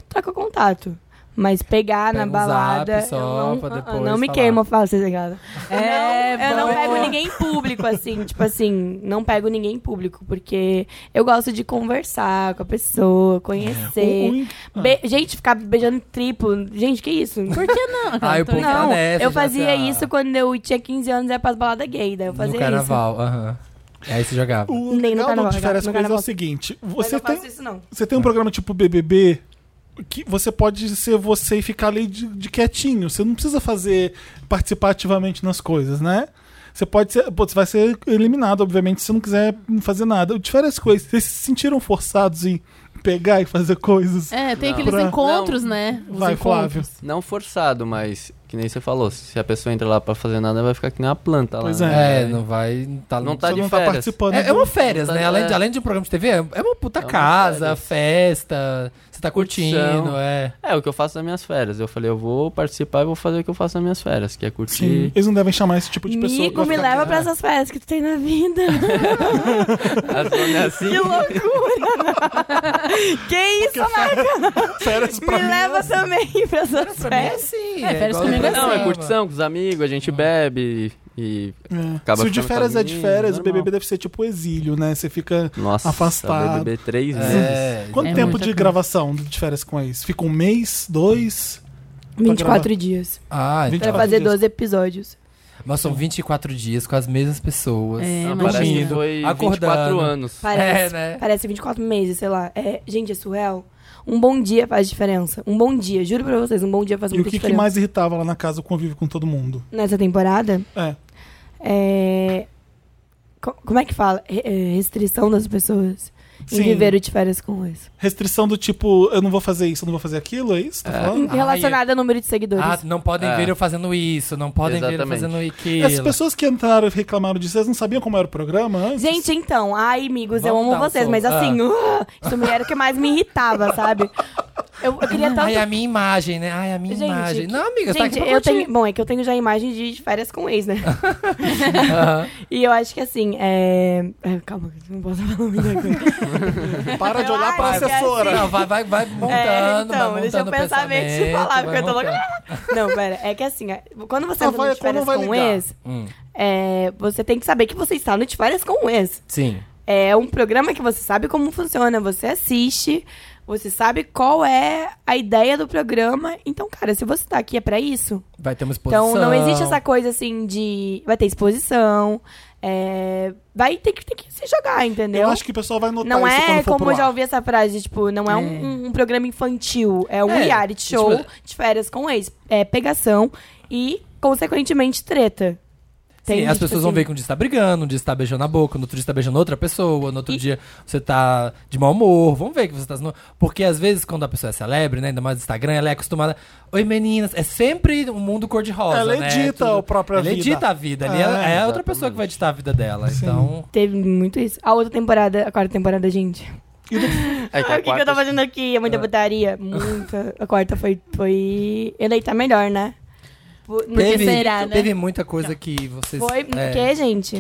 S5: Troca contato. Mas pegar
S3: Pega
S5: na
S3: um
S5: balada.
S3: zap só
S5: eu não,
S3: pra
S5: ah, ah,
S3: depois
S5: não me
S3: falar.
S5: queima, eu falo, vocês ligado?
S2: É,
S5: eu não
S2: bom.
S5: pego ninguém em público, assim. Tipo assim, não pego ninguém em público, porque eu gosto de conversar com a pessoa,
S1: O- o
S5: conhecer.
S1: in-
S5: Be- gente, ficar beijando triplo. Gente, que isso?
S2: Por que não?
S3: Ah, eu
S2: Então,
S3: pulei.
S5: Não,
S3: nessa,
S5: eu
S3: já
S5: fazia
S3: tá.
S5: isso quando eu tinha 15 anos, ia pras baladas gay, daí eu
S3: No
S5: fazia
S3: carnaval, aham. Aí você jogava.
S4: Uh,
S1: O
S5: Nem no
S1: legal
S5: carnaval,
S1: de várias coisas
S5: no
S1: é o
S5: carnaval.
S1: seguinte:
S5: isso.
S1: você
S5: Mas não
S1: tem,
S5: faço isso, não.
S1: você tem um programa tipo BBB que você pode ser você e ficar ali de, de quietinho. Você não precisa fazer participar ativamente nas coisas, né? Você pode ser. pô, Você vai ser eliminado, obviamente, se você não quiser fazer nada. De várias coisas. Vocês se sentiram forçados em pegar e fazer coisas.
S2: É, tem
S4: Não.
S2: aqueles
S1: Pra-
S2: encontros, né? Os
S1: Vai,
S2: encontros.
S1: Flávio.
S4: Não forçado, mas que nem você falou, se a pessoa entra lá pra fazer nada, vai ficar que nem uma planta lá.
S1: Pois
S4: né?
S3: É, não vai. Não tá,
S4: Não tá
S1: Você
S4: de
S1: não tá
S4: férias.
S1: participando.
S3: É, é
S1: do-
S3: uma férias,
S4: Não tá-
S3: né? Além, de,
S4: é.
S3: além de um programa de TV, é é uma puta
S4: É uma
S3: casa,
S4: férias.
S3: festa. Você tá curtindo,
S4: Curtição.
S3: é.
S4: É, o que eu faço nas minhas férias. Eu falei, eu vou participar e vou fazer o que eu faço nas minhas férias, que é
S1: Sim.
S4: curtir.
S1: Eles não devem chamar esse tipo de pessoa.
S5: Amigo,
S1: pra
S5: me
S1: ficar-
S5: leva pra essas férias que tu tem na vida.
S4: A zona é assim.
S5: que loucura! que isso, Marcos?
S1: Férias pra
S5: Me
S1: mim.
S5: leva também pra essas
S3: Pra mim é
S5: férias.
S3: assim.
S2: É, férias
S3: igual
S2: comigo é
S3: ao
S4: Não, é
S3: programa.
S4: curtição com os amigos, a gente bebe e.
S1: É.
S4: Acaba
S1: Se o de
S4: ficando com a
S1: férias é de
S4: menina,
S1: férias, o
S4: normal.
S1: BBB deve ser tipo exílio, né? Você fica.
S4: Nossa,
S1: Afastado.
S4: beber três vezes.
S3: É,
S1: Quanto
S2: É
S1: tempo
S2: muita
S1: de
S2: coisa.
S1: gravação de férias com ex? Fica um mês? Dois?
S5: 24 dias.
S3: Ah, então.
S5: Pra fazer 12 episódios.
S3: Mas são 24 dias com as mesmas pessoas.
S2: É,
S4: Não,
S2: mas-
S4: Ah, parece que
S3: Dormindo,
S4: foi
S3: acordando.
S4: 24 anos.
S5: Parece.
S3: É, né?
S5: Parece 24 meses, sei lá. É, gente, é surreal. Um bom dia faz diferença. Um bom dia, juro pra vocês, um bom dia faz
S1: E o
S5: muita
S1: que, que
S5: diferença.
S1: mais irritava lá na casa o convívio com todo mundo?
S5: Nessa temporada,
S1: É.
S5: é. co- Como é que fala? Re- é, Restrição das pessoas em
S1: Sim.
S5: viver o de férias com ex.
S1: Restrição do tipo, eu não vou fazer isso, eu não vou fazer aquilo, é isso? que Tá falando?
S5: Relacionada ao Hum, número de seguidores.
S3: Ah, não podem
S4: É.
S3: ver eu fazendo isso, não podem ver eu
S4: Exatamente.
S3: fazendo
S1: Essas
S3: aquilo.
S1: pessoas que entraram e reclamaram disso, vocês não sabiam como era o programa antes?
S5: Gente, então, ai, amigos, eu
S3: Vamos
S5: amo
S3: dar um
S5: vocês,
S3: soco.
S5: mas assim, uh, isso me era o que mais me irritava, sabe? Eu, eu queria tanto.
S3: Ai, a minha imagem, né? Ai, a minha
S5: Gente,
S3: imagem. Não, amiga, você tá aqui
S5: Gente,
S3: pra
S5: eu
S3: curtir.
S5: tenho. Bom, é que eu tenho já a imagem de férias com ex, né?
S3: Aham.
S5: E eu acho que assim, é. é, Calma, que eu não posso falar muita coisa.
S1: Para de olhar pra
S5: Eu acho que é
S1: assessora.
S5: assim.
S3: Não, vai, vai, vai montando,
S5: É,
S3: vai
S5: então,
S3: montando
S5: deixa eu
S3: o
S5: pensar bem antes de
S3: pensamento,
S5: falar, porque
S3: vai
S5: eu tô louca.
S3: montando.
S5: Não, pera, é que assim, é, quando você
S1: Ah,
S5: entra
S1: vai,
S5: no de férias
S1: como vai
S5: com
S1: ligar?
S5: ex,
S3: Hum,
S5: é, você tem que saber que você está no de férias com ex.
S3: sim.
S5: É um programa que você sabe como funciona, você assiste, você sabe qual é a ideia do programa. Então, cara, se você tá aqui é pra isso.
S3: Vai ter uma exposição.
S5: Então, não existe essa coisa assim de. Vai ter exposição, é, vai ter que, ter que se jogar, entendeu?
S1: Eu acho que o pessoal vai notar
S5: Não
S1: isso
S5: é
S1: quando for
S5: como
S1: pro
S5: eu já
S1: ar.
S5: ouvi essa frase, tipo, não é, Um, um- um programa infantil, é um
S3: É,
S5: reality show
S3: tipo-
S5: de férias com ex, é pegação e, consequentemente, treta.
S3: Sim,
S5: Entende?
S3: as
S5: Tipo
S3: pessoas vão
S5: assim,
S3: ver que um dia você tá brigando, um dia você tá beijando a boca, no outro dia você tá beijando outra pessoa, no outro dia você tá de mau humor. Vamos ver que você tá. no- Porque às vezes, quando a pessoa é celebre, né? Ainda mais no Instagram, ela é acostumada. Oi, meninas, é sempre um mundo cor-de-rosa.
S1: Ela
S3: né?
S1: edita
S3: Tudo-
S1: a própria
S3: Ela
S1: vida.
S3: edita a vida ali.
S1: É,
S3: ela- é outra
S4: exatamente.
S3: pessoa que vai editar a vida dela. Então.
S5: Teve muito isso. A outra temporada, a quarta temporada, gente.
S4: É que
S5: Ah,
S4: a
S5: o que, que eu tô
S4: quarta-
S5: fazendo aqui? É
S3: Ah.
S5: muita putaria. Muita. A quarta foi. foi... Eu tá melhor, né? Por- no que
S3: Teve,
S5: será, né?
S3: teve muita coisa que vocês.
S5: Foi. O
S3: é.
S5: que, gente?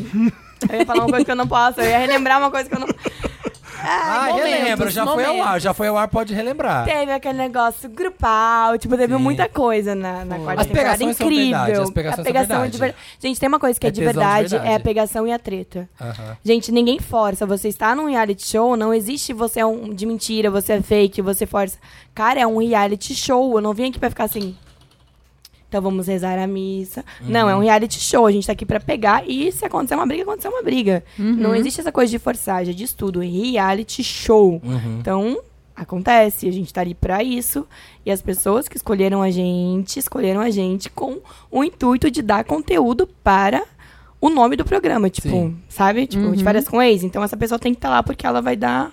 S5: Eu ia falar uma coisa que eu não posso. Eu ia relembrar uma coisa que eu não.
S3: Ah,
S2: momentos,
S3: relembra, já foi ao
S2: momentos.
S3: ar, já foi ao ar, pode relembrar.
S5: Teve aquele negócio grupal, tipo, teve
S3: Sim.
S5: muita coisa na, na quarta
S3: As
S5: temporada.
S3: pegações são
S5: Incrível.
S3: verdade, as pegações
S5: a
S3: são
S5: pegação
S3: verdade.
S5: de verdade. Gente, tem uma coisa que é,
S3: É
S5: de,
S3: tesão de
S5: verdade, é a
S3: verdade.
S5: pegação e a treta.
S3: Aham.
S5: Gente, ninguém força. Você está num reality show, não existe você é um de mentira, você é fake, você força. Cara, é um reality show. Eu não vim aqui pra ficar assim. Então vamos rezar a missa. Não,
S3: Uhum.
S5: é um reality show. A gente tá aqui pra pegar e se acontecer uma briga, acontecer uma briga.
S3: Uhum.
S5: Não existe essa coisa de forçar, já diz tudo. Reality show.
S3: Uhum.
S5: Então, acontece. A gente tá ali pra isso. E as pessoas que escolheram a gente, escolheram a gente com o intuito de dar conteúdo para o nome do programa. Tipo,
S3: Sim.
S5: sabe? Tipo, de férias com ex. Então essa pessoa tem que estar lá porque ela vai dar.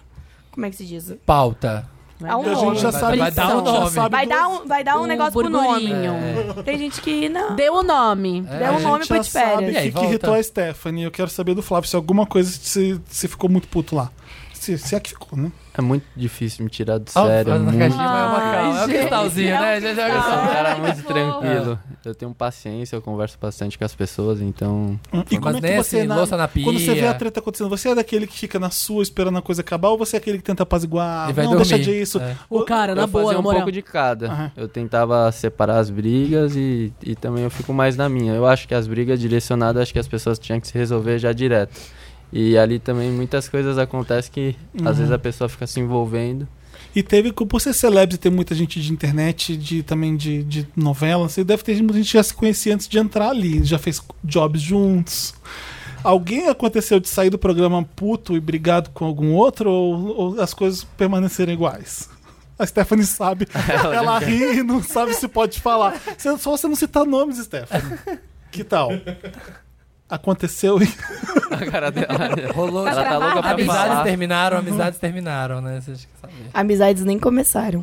S5: Como é que se diz?
S3: Pauta.
S5: Dá um
S1: E a gente já
S5: nome.
S3: Vai-
S1: sabe
S3: vai dar um
S1: já
S3: nome.
S1: sabe
S5: Vai
S1: do-
S5: dar um, vai dar um
S2: Um
S5: negócio pro nome.
S2: burburinho.
S5: Tem gente que não.
S2: Deu o nome.
S3: É.
S5: Deu
S1: A
S5: um
S1: gente
S5: nome
S1: já
S5: pra de
S1: sabe
S5: férias.
S3: E aí,
S1: que, que
S3: volta.
S1: irritou a Stephanie. Eu quero saber do Flávio se alguma coisa se, se ficou muito puto lá. Se, se é que ficou, né?
S4: É muito difícil me tirar do
S3: Ó,
S4: sério. é
S3: na
S4: muito...
S3: caixinha, mas é uma calma. É o
S2: Ai, gente,
S3: cristalzinho,
S2: é um
S3: né? Gente, é o
S4: Eu sou um
S2: Ah,
S4: cara
S2: que
S4: muito
S2: fofo.
S4: tranquilo. Eu tenho paciência, eu converso bastante com as pessoas, então.
S1: E como
S3: Hum, Mas
S1: é que
S3: nesse,
S1: você.
S3: louça na pia.
S1: Quando você vê a treta acontecendo, você é daquele que fica na sua esperando a coisa acabar ou você é aquele que tenta apaziguar?
S3: E vai
S1: não,
S3: dormir.
S1: deixa disso.
S3: É.
S2: O cara, na
S4: eu
S2: boa,
S4: fazia
S2: na
S4: um
S2: moral.
S4: pouco de cada.
S1: Aham.
S4: Eu tentava separar as brigas e, e também eu fico mais na minha. Eu acho que as brigas direcionadas, acho que as pessoas tinham que se resolver já direto. E ali também muitas coisas acontecem que às vezes a pessoa fica se envolvendo.
S1: E teve, por ser celebre e ter muita gente de internet, de também de, de novela, você deve ter muita gente que já se conhecia antes de entrar ali, já fez jobs juntos. Alguém aconteceu de sair do programa puto e brigado com algum outro ou, ou as coisas permaneceram iguais? A Stephanie sabe, ela ri e não sabe se pode falar. Você- Só você não citar nomes, Stephanie. Que tal? Aconteceu e
S4: A cara dela.
S3: Rolou.
S4: Ela tá louca pra
S3: Amizades
S4: falar.
S3: terminaram, amizades terminaram, né? Vocês têm que saber.
S5: Amizades nem começaram.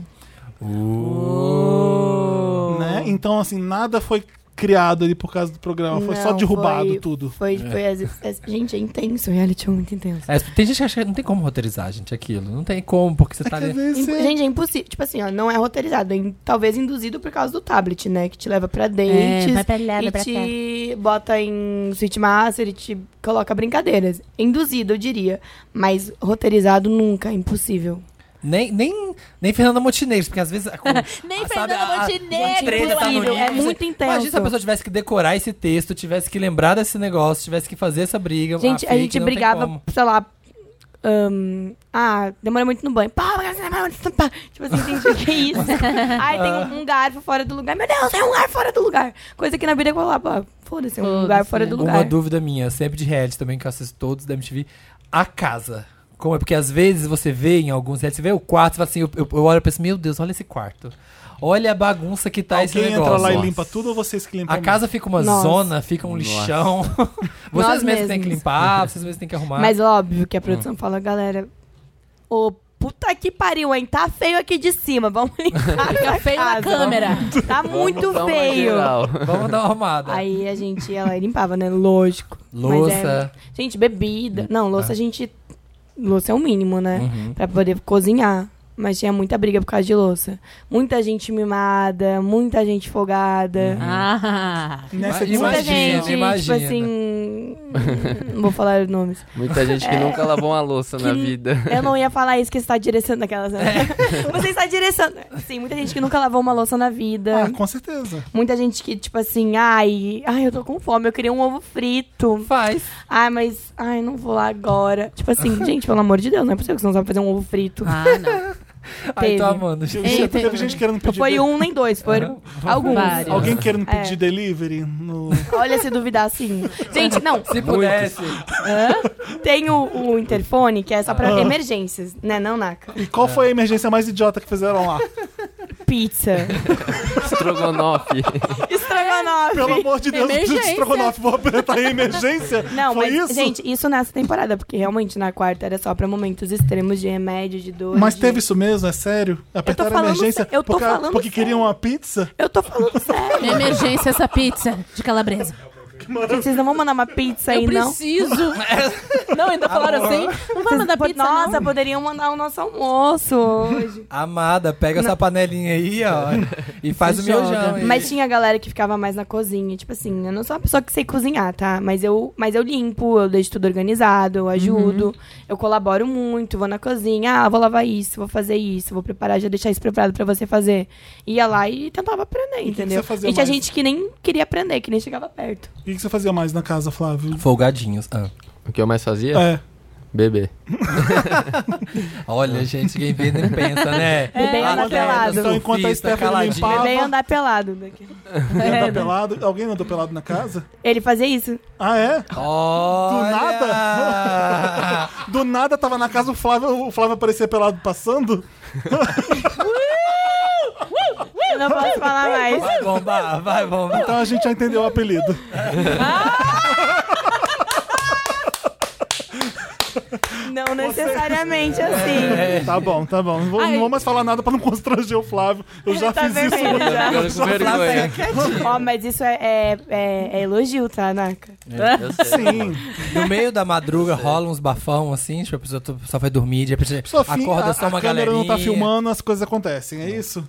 S1: né? Então, assim, nada foi criado ali por causa do programa. Foi só
S5: Não,
S1: derrubado
S5: foi-
S1: tudo.
S5: Foi, foi as, as- gente, é intenso, o reality show é muito intenso.
S3: É, tem gente que acha que não tem como roteirizar, gente, aquilo. Não tem como, porque você tá
S1: Às
S3: ali.
S1: vezes
S5: Imp-
S1: você-
S5: Gente, é impossível. Tipo assim, ó, não é roteirizado. é in- talvez induzido por causa do tablet, né? Que te leva pra dates.
S2: É, vai pra lá, vai
S5: e
S2: pra
S5: te bota em Switch Master e te coloca brincadeiras. Induzido, eu diria. Mas roteirizado nunca, é impossível.
S3: Nem, nem, nem Fernanda Montenegro, porque às vezes. a-
S2: Nem
S3: a-
S2: Fernanda
S3: a- a-
S2: Montenegro,
S3: a treta tá no
S5: impossível,
S3: nível,
S5: é muito
S3: você-
S5: intenso.
S3: Imagina se a pessoa tivesse que decorar esse texto, tivesse que lembrar desse negócio, tivesse que fazer essa briga.
S5: Gente, a
S3: fake,
S5: gente
S3: não tem
S5: brigava,
S3: como.
S5: sei lá. hum, ah, demora muito no banho. Pá, pá, pá, pá, pá. Tipo assim, gente, o que é isso? Aí tem um, um garfo fora do lugar. Meu Deus, tem um garfo fora do lugar. Coisa que na vida eu colava. Foda-se, é um
S2: Foda-se,
S5: lugar fora
S2: né?
S5: do
S3: Uma
S5: lugar.
S3: dúvida minha, sempre de reality também, que eu assisto todos da MTV. A casa. Como é? Porque às vezes você vê em alguns realities, você vê o quarto, você fala assim, eu, eu- eu olho e penso, meu Deus, olha esse quarto. Olha a bagunça que tá esse
S1: Alguém
S3: negócio.
S1: entra lá e
S4: Nossa.
S1: limpa tudo ou vocês que limpam?
S3: A casa fica uma
S5: Nossa.
S3: zona, fica um
S4: Nossa.
S3: lixão. vocês
S5: Nós
S3: mesmos têm que
S5: mesmos.
S3: limpar, vocês mesmos têm que arrumar.
S5: Mas óbvio
S3: Ah.
S5: que a produção fala, galera. Ô, puta que pariu, hein? Tá feio aqui de cima. Vamos limpar.
S2: Fica
S5: essa
S2: feio na
S5: casa.
S2: câmera.
S5: Tá muito
S4: Vamos dar uma
S5: feio.
S4: geral.
S3: Vamos dar uma arrumada.
S5: Aí a gente ia lá e limpava, né? Lógico.
S3: Louça.
S5: Gente, bebida. Não, louça
S3: Ah.
S5: a gente. Louça é o mínimo, né?
S3: Uhum.
S5: Pra poder cozinhar. Mas tinha muita briga por causa de louça. Muita gente mimada, muita gente folgada.
S2: Ah.
S1: Nessa edição-
S3: Ima-
S5: Muita
S3: Uhum. imagina,
S5: gente,
S3: imagina.
S5: tipo assim. não vou falar os nomes.
S4: Muita gente que nunca lavou uma louça na
S5: É. Que-
S4: vida.
S5: Eu não ia falar isso que você está direcionando aquelas.
S1: É.
S5: Você está direcionando. Sim, muita gente que nunca lavou uma louça na vida.
S1: Ah, com certeza.
S5: Muita gente que, tipo assim, ai, ai, eu tô com fome, eu queria um ovo frito.
S3: Faz.
S5: Ai, mas, ai, não vou lá agora. Tipo assim, gente, pelo amor de Deus, não é possível que você não sabe fazer um ovo frito.
S2: Ah, não.
S3: Ai,
S5: Teve.
S3: tô amando.
S1: Teve,
S2: Ei,
S1: gente-
S2: tem-
S1: teve gente querendo
S5: Não
S1: pedir.
S5: foi
S1: então, de-
S5: um nem dois, foram alguns.
S2: Vários.
S1: Alguém querendo
S5: É.
S1: pedir delivery no.
S5: Olha, se duvidar, assim. Gente, não,
S3: Se pudesse.
S5: tem o, o interfone, que é só pra
S1: Ah.
S5: emergências, né, não, Naka?
S1: E qual foi a emergência mais idiota que fizeram lá?
S5: Pizza.
S4: Estrogonofe.
S5: Estrogonofe.
S1: Pelo amor de Deus,
S2: Emergência.
S1: o estrogonofe vou apresentar em emergência?
S5: Não,
S1: foi
S5: mas,
S1: isso?
S5: gente, isso nessa temporada, porque realmente na quarta era só pra momentos extremos de remédio, de dor.
S1: mas
S5: de-
S1: teve isso mesmo? É sério? Apertaram a
S5: falando
S1: emergência
S5: sé- eu tô
S1: porque,
S5: falando
S1: porque
S5: sério.
S1: queriam uma pizza?
S5: Eu tô falando sério.
S2: É Emergência essa pizza de calabresa.
S5: Gente, Vocês não vão mandar uma pizza aí,
S2: eu
S5: não?
S2: preciso. Não, ainda falaram assim. Não vai mandar
S5: Pô,
S2: pizza,
S5: Nossa,
S2: não.
S5: poderiam mandar o nosso almoço hoje.
S3: Amada, pega essa panelinha aí, ó. E faz o
S5: Joga.
S3: miojão. aí.
S5: Mas tinha a galera que ficava mais na cozinha. Tipo assim, eu não sou uma pessoa que sei cozinhar, tá? Mas eu, mas eu limpo, eu deixo tudo organizado, eu
S1: Uhum.
S5: ajudo, eu colaboro muito, vou na cozinha, ah, vou lavar isso, vou fazer isso, vou preparar, já deixar isso preparado pra você fazer. Ia lá e tentava aprender,
S1: que que
S5: entendeu?
S1: você fazia
S5: e tinha
S1: mais?
S5: gente que nem queria aprender, que nem chegava perto.
S1: O que que você fazia mais na casa, Flávio?
S3: Folgadinhos. Ah.
S4: O que eu mais fazia?
S1: É.
S4: Beber.
S1: Ah.
S3: Olha, gente, quem vê nem pensa, né?
S5: É, bem
S3: Atleta,
S5: atropelado.
S1: Então, enquanto a
S3: surfista,
S1: Stephanie
S3: caladinho.
S1: limpava-
S5: Veio andar pelado daqui.
S1: Alguém
S5: É.
S1: andou pelado? Alguém andou pelado na casa?
S5: Ele fazia isso.
S1: Ah, é?
S3: Olha!
S1: nada? Do nada tava na casa, o Flávio, o Flávio aparecia pelado passando.
S5: Eu não posso falar mais.
S3: Vai bombar, vai bombar.
S1: Então a gente já entendeu o apelido.
S5: Não necessariamente assim.
S3: É.
S1: Tá bom, tá bom. Não vou, não
S5: Ai.
S1: vou mais falar nada pra não constranger o Flávio. Eu já
S5: Tá
S1: fiz isso.
S5: vermelho já.
S4: Agora com
S3: Lá
S4: vergonha.
S3: pega quietinho.
S5: Ó, mas isso é, é, é- é elogio, tá, Naka?
S4: Eu sei.
S1: Sim.
S3: No meio da madruga rola uns bafão assim, tipo, a pessoa tu- só vai dormir, de repente
S1: Só fi-
S3: acorda
S1: a,
S3: só uma
S1: a câmera não tá
S3: galerinha.
S1: filmando, as coisas acontecem, é isso?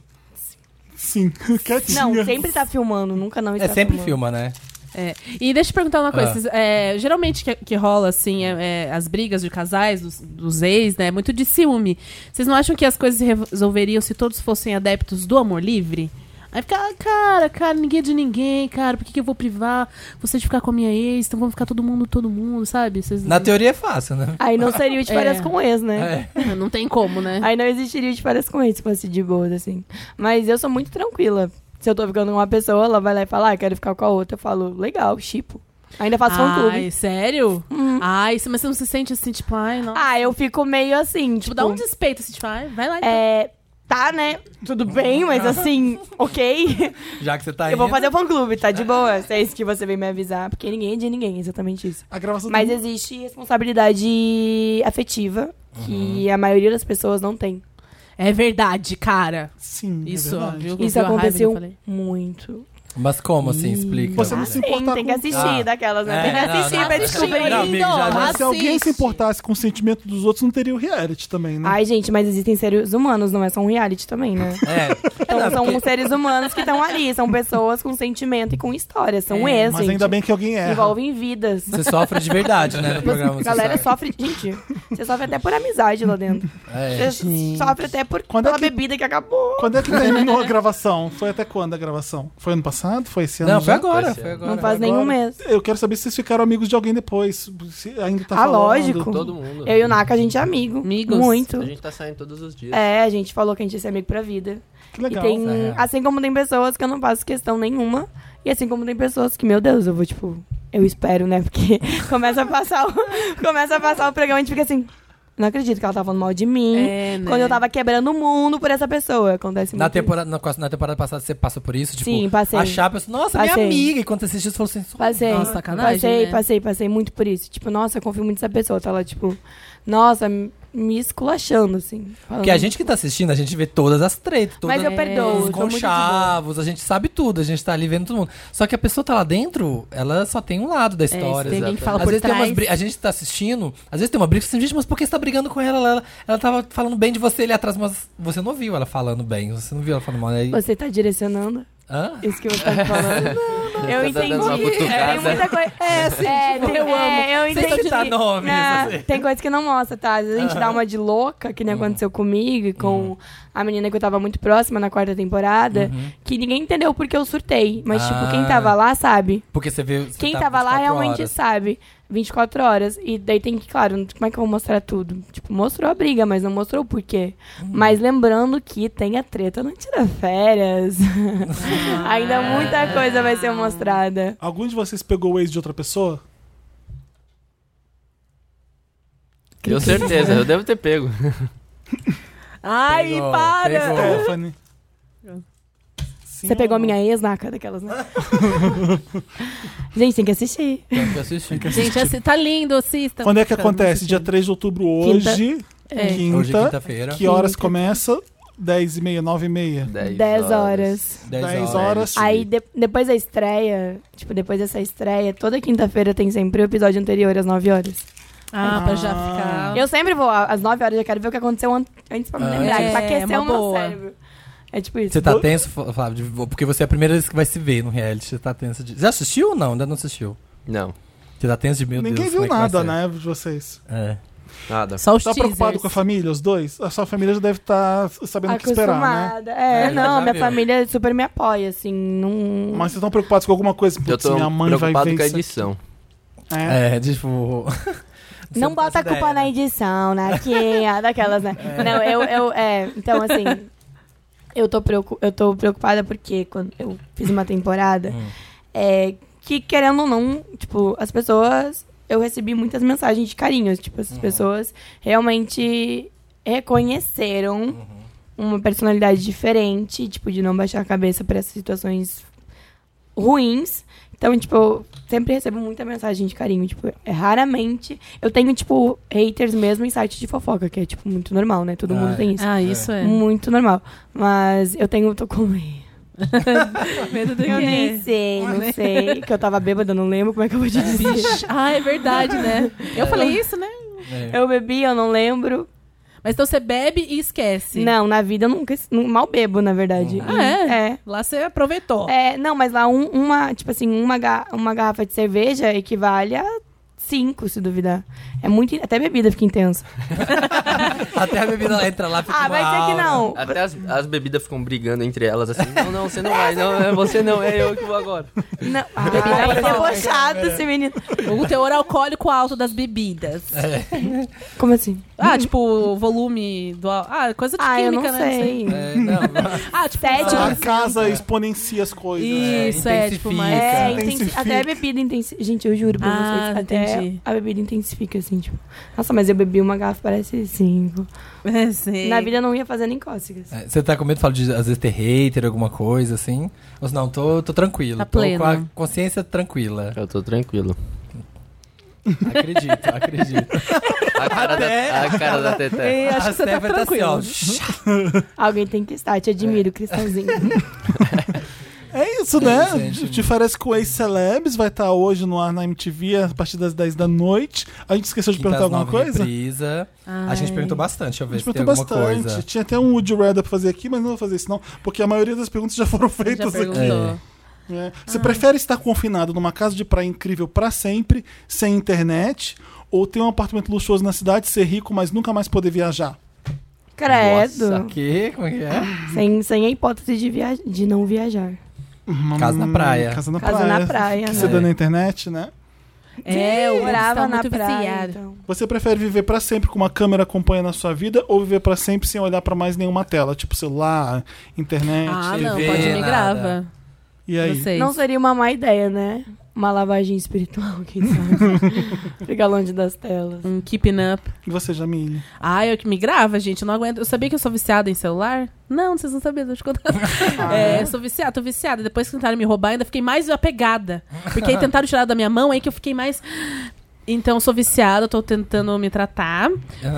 S1: Sim. Quietinha.
S5: Não, sempre tá filmando, nunca não está
S3: É sempre
S5: filmando.
S3: filma, né?
S2: É. E deixa eu te perguntar uma coisa.
S3: Ah.
S2: Vocês, é, geralmente que, que rola, assim, é, é, as brigas de casais, dos, dos ex, né? Muito de ciúme. Vocês não acham que as coisas se resolveriam se todos fossem adeptos do amor livre? Aí fica, ah, cara, cara, ninguém é de ninguém, cara. Por que, que eu vou privar você de ficar com a minha ex? Então vamos ficar todo mundo, todo mundo, sabe? Vocês...
S3: Na teoria é fácil, né?
S5: Aí não seria o de férias
S2: É.
S5: com ex, né?
S3: É.
S2: Não tem como, né?
S5: Aí não existiria o de férias com ex se fosse de boa, assim. Mas eu sou muito tranquila. Se eu tô ficando com uma pessoa, ela vai lá e fala, ah, quero ficar com a outra. Eu falo, legal, chipo. Ainda faço
S2: Ai,
S5: fã-clube.
S2: sério? Ai, se- mas você não se sente assim, tipo, ai, não.
S5: Ah, eu fico meio assim, tipo...
S2: tipo, dá um despeito, assim, tipo, ai, vai lá. Então.
S5: é, tá, né? Tudo bem, mas assim, ok.
S3: Já que você tá
S5: Eu vou
S3: indo.
S5: fazer o fã-clube, tá de boa. Se é isso que você veio me avisar. Porque ninguém é de ninguém, exatamente isso.
S1: A gravação tá
S5: Mas
S3: Uhum.
S1: do-
S3: Uhum.
S5: existe responsabilidade afetiva que a maioria das pessoas não tem.
S2: É verdade, cara.
S1: Sim, é
S2: Isso, ó,
S1: verdade.
S2: viu?
S5: Isso
S2: Viu a raiva que eu
S5: aconteceu
S2: falei?
S5: muito.
S3: Mas como assim? Ih. Explica.
S1: Você não
S3: Vanessa.
S1: se importar
S5: Sim, tem que
S1: com-
S5: assistir
S3: Ah.
S5: daquelas, né?
S3: É,
S5: tem que
S3: não,
S5: assistir
S3: não,
S5: pra
S3: não,
S5: descobrir.
S3: não, amigo, já- já-
S1: Mas
S5: Ah,
S1: se alguém se
S2: Assiste.
S1: importasse com o sentimento dos outros, não teria o reality também, né?
S5: Ai, gente, mas existem seres humanos, não é só um reality também, né?
S3: É.
S5: Então,
S3: Não,
S5: são
S3: porque-
S5: seres humanos que estão ali, são pessoas com sentimento e com história, são
S2: É,
S5: ex,
S1: Mas
S5: gente.
S1: ainda bem que alguém
S3: é.
S1: erra.
S5: Envolvem vidas.
S3: Você sofre de verdade, né? No programa.
S5: Tipo assim, A
S3: você
S5: galera
S3: sabe.
S5: sofre, gente, você sofre até por amizade lá dentro.
S3: É.
S5: Você sofre até por
S1: Quando é
S5: pela
S1: que-
S5: bebida que acabou.
S1: Quando é que terminou a gravação? Foi até quando a gravação? Foi ano passado? Foi esse ano?
S3: Não, foi
S1: já?
S3: agora.
S4: Vai ser.
S3: Foi agora.
S5: Não faz nenhum mês.
S1: Eu quero saber se vocês ficaram amigos de alguém depois. Se ainda tá
S5: Ah,
S1: falando.
S5: lógico.
S4: Todo mundo.
S5: Eu e o Naka, a gente é amigo.
S2: Amigos.
S5: Muito.
S4: A gente tá saindo todos os dias.
S5: É, a gente falou que a gente ia ser amigo pra vida.
S1: Que legal.
S5: E tem.
S3: É.
S5: Assim como tem pessoas que eu não faço questão nenhuma. E assim como tem pessoas que, meu Deus, eu vou, tipo, eu espero, né? Porque começa a passar o, começa a passar o programa e a gente fica assim. Não acredito que ela tá falando mal de mim.
S2: É, né?
S5: Quando eu tava quebrando o mundo por essa pessoa. Acontece
S3: Na
S5: muito.
S3: temporada, na, na temporada passada você passou por isso? Tipo,
S5: Sim, passei.
S3: achar a pessoa, nossa, minha
S5: Passei.
S3: amiga. E quando você assistiu, você falou assim,
S5: Passei.
S2: Nossa, sacanagem,
S5: Passei,
S2: né?
S5: passei, passei muito por isso. Tipo, nossa, eu confio muito nessa pessoa. Tá lá, tipo, nossa, me- me esculachando, assim.
S3: Porque a gente que tá assistindo, a gente vê todas as tretas, todas
S5: Mas eu
S2: É,
S5: perdoo.
S3: os
S5: eu sou muito de boa.
S3: conchavos, a gente sabe tudo, a gente tá ali vendo todo mundo. Só que a pessoa tá lá dentro, ela só tem um lado da
S2: É,
S3: história.
S2: se tem alguém
S4: exatamente.
S2: que fala
S3: às
S2: por
S3: vezes tem
S2: trás.
S3: umas brigas, a gente tá assistindo, às vezes tem uma briga, você diz, gente, mas por que você tá brigando com ela? Ela, ela, ela tava falando bem de você ali atrás, mas você não viu ela falando bem, você não viu ela falando mal. Aí,
S5: Você tá direcionando
S3: Hã?
S5: isso que você tá falando? eu
S4: Tá
S5: entendi.
S4: dando uma cutucada.
S5: tem muita coisa. É,
S3: É, sim,
S5: é,
S3: tipo,
S5: tem-
S3: eu amo.
S5: é, eu
S3: Sem
S5: entendi.
S3: citar nomes,
S5: Ah,
S3: assim.
S5: Tem coisa que não mostra, tá? Às vezes a gente dá uma de louca, que nem aconteceu comigo e com a menina que eu tava muito próxima na quarta temporada, que ninguém entendeu porque eu surtei. Mas, tipo, quem
S3: Ah.
S5: tava lá sabe.
S3: Porque você viu. você
S5: Quem
S3: tá
S5: tava lá
S3: 24
S5: realmente
S3: horas.
S5: sabe. 24 horas. E daí tem que, claro, como é que eu vou mostrar tudo? Tipo, mostrou a briga, mas não mostrou o porquê.
S3: Uhum.
S5: Mas lembrando que tem a treta, não tira férias. Ainda muita coisa vai ser mostrada.
S1: Algum de vocês pegou o ex de outra pessoa?
S4: Eu certeza, eu devo ter pego.
S5: Ai,
S3: Pegou,
S5: para!
S3: pegou.
S1: É, Fanny.
S5: Você pegou a minha ex na cara daquelas, né? Gente, tem que assistir.
S3: Tem que assistir.
S2: Gente, assim, tá lindo, assista.
S1: Quando é que
S2: Tá, vamos
S1: acontece?
S2: assistir.
S1: Dia 3 de outubro hoje.
S2: É.
S1: Quinta.
S3: Hoje é quinta-feira.
S1: Que horas
S5: Quinta.
S1: começa? 10 e meia, 9 e meia.
S4: 10,
S5: 10 horas.
S3: dez
S1: 10
S3: horas.
S1: horas.
S5: Aí de- depois da estreia, tipo, depois dessa estreia, toda quinta-feira tem sempre o episódio anterior às 9 horas.
S2: Ah, pra já
S1: Ah.
S2: ficar.
S5: Eu sempre vou a- às 9 horas, eu quero ver o que aconteceu an- antes pra me
S3: Ah,
S5: lembrar,
S2: é,
S5: pra aquecer
S2: é
S5: o
S2: uma
S5: meu
S2: boa.
S5: cérebro. É tipo isso.
S3: Você tá tenso, Fá- Flávio? de- Porque você é a primeira vez que vai se ver no reality. Você tá tenso de. Já assistiu ou não? Ainda não assistiu.
S4: Não,
S3: Você tá tenso de meu
S1: Ninguém
S3: Deus.
S1: viu
S3: como é que
S1: nada,
S3: vai
S1: né, de vocês.
S3: ser? É.
S4: nada.
S2: Só os
S1: Tá preocupado
S2: teasers.
S1: com a família, os dois? A sua família já deve estar sabendo o que esperar, né?
S5: Acostumada. É,
S3: É,
S5: não,
S3: já
S5: minha
S3: viu.
S5: família super me apoia, assim, não...
S1: Mas vocês estão preocupados com alguma coisa?
S4: Eu
S1: Putz,
S4: tô
S1: minha mãe vai
S4: preocupado
S1: ver
S4: com a
S1: isso.
S4: edição.
S1: aqui. É.
S3: É, tipo. você
S5: Não bota a
S3: faz ideia,
S5: culpa na
S3: né?
S5: edição, na Kinha, daquelas, né? Não, eu, eu, é, então assim, eu tô, preocu- eu tô preocupada porque quando eu fiz uma temporada,
S3: Hum.
S5: é, que querendo ou não, tipo, as pessoas, eu recebi muitas mensagens de carinho, tipo, as pessoas realmente reconheceram uma personalidade diferente, tipo, de não baixar a cabeça pra essas situações ruins. Então, tipo, eu sempre recebo muita mensagem de carinho, tipo, é raramente. Eu tenho, tipo, haters mesmo em site de fofoca, que é, tipo, muito normal, né? Todo
S3: Ah,
S5: mundo tem isso.
S2: Ah, isso é.
S5: Muito normal. Mas eu tenho, tô com
S2: Medo do
S5: Eu nem sei, não sei. Que eu tava bêbada, não lembro como é que eu vou te dizer.
S2: Ah, é verdade, né? Eu falei isso, né?
S3: É.
S5: Eu bebi, eu não lembro.
S2: Mas então você bebe e esquece.
S5: Não, na vida eu nunca. nu- Mal bebo, na verdade.
S2: Ah, é?
S5: É.
S2: Lá você aproveitou.
S5: É, não, mas lá um- uma, tipo assim, uma, ga- uma garrafa de cerveja equivale a cinco, se duvidar. É muito. Até a bebida fica intensa.
S3: Até a bebida lá entra lá, fica
S5: Ah,
S3: uma
S5: vai dizer que
S3: aura.
S5: não.
S4: Até as, as bebidas ficam brigando entre elas assim. Não, não, você não vai, não, é você não, é eu que vou agora.
S5: Não.
S2: Bebida
S5: Ah, é
S2: alcoólica.
S5: debochado esse menino.
S2: O teor alcoólico alto das bebidas.
S5: Como assim?
S2: Ah, tipo, o volume do. al- Ah, coisa de
S5: Ah, eu
S2: química,
S5: não
S2: né?
S5: sei.
S3: É, não.
S2: Ah, tipo,
S5: Sede.
S1: A casa exponencia as coisas.
S2: Isso, é, tipo, mais.
S5: É,
S1: Intensifica.
S5: intensi- até a bebida intensifica. Gente, eu juro pra
S2: Ah,
S5: vocês. Até
S2: entendi.
S5: a bebida intensifica, assim, tipo. Nossa, mas eu bebi uma garrafa, parece cinco.
S2: É, sei.
S5: Na vida eu não ia fazer nem cócegas.
S3: É, Você tá com medo, fala de às vezes ter hater, alguma coisa assim? Ou se não, tô, tô tranquilo.
S2: Tá
S3: tô
S2: pleno.
S3: com a consciência tranquila.
S4: Eu tô tranquilo.
S3: Acredito, acredito.
S4: A cara, da, a cara da Teté.
S2: Eu acho que você tá
S3: Stephanie assim, ó,
S2: tranquilo.
S5: Alguém tem que estar, te admiro, cristãozinho.
S1: É isso, né?
S3: É, gente.
S1: Diferença com Ace Celebs vai estar hoje no ar na MTV a partir das 10 da noite. A gente esqueceu de
S3: Quinta às
S1: perguntar alguma
S3: nove,
S1: coisa?
S3: reprisa.
S2: Ah,
S3: A gente perguntou bastante, deixa eu
S1: A
S3: ver
S1: gente
S3: se tem
S1: perguntou
S3: alguma
S1: bastante.
S3: coisa.
S5: tipo,
S1: Tinha até um Wood Rider pra fazer aqui, mas não vou fazer isso não, porque a maioria das perguntas já foram
S2: Ele Já
S1: feitas aqui.
S2: perguntou.
S1: né? Você prefere estar confinado numa casa de praia incrível pra sempre, sem internet, ou ter um apartamento luxuoso na cidade, ser rico, mas nunca mais poder viajar?
S5: Credo.
S3: Nossa, que? Como é que
S5: Ah,
S3: é?
S5: Sem, sem a hipótese de, via... de não viajar.
S3: Casa na praia.
S1: Hum, Casa na
S5: Casa
S1: praia.
S5: na praia,
S1: Que
S5: né?
S1: Você dá na internet, né?
S2: É, o
S5: morava
S2: Brava
S5: na
S2: muito
S5: praia.
S2: viciado.
S5: então.
S1: Você prefere viver pra sempre com uma câmera acompanhando a sua vida ou viver pra sempre sem olhar pra mais nenhuma tela, tipo celular, internet?
S2: Ah,
S3: TV,
S2: não, pode me
S3: nada.
S2: grava.
S1: e aí?
S2: Vocês.
S5: Não seria uma má ideia, né? Uma lavagem espiritual, quem sabe? Ficar longe das telas.
S2: Um keeping up.
S1: E você, Jamile?
S2: Ah, eu que me grava, gente. Eu não aguento. Eu sabia que eu sou viciada em celular? Não, vocês não sabiam, eu te contando. é, eu sou viciada, tô viciada. Depois que tentaram me roubar, ainda fiquei mais apegada. Porque aí tentaram tirar da minha mão, aí que eu fiquei mais. Então, eu sou viciada, tô tentando me tratar.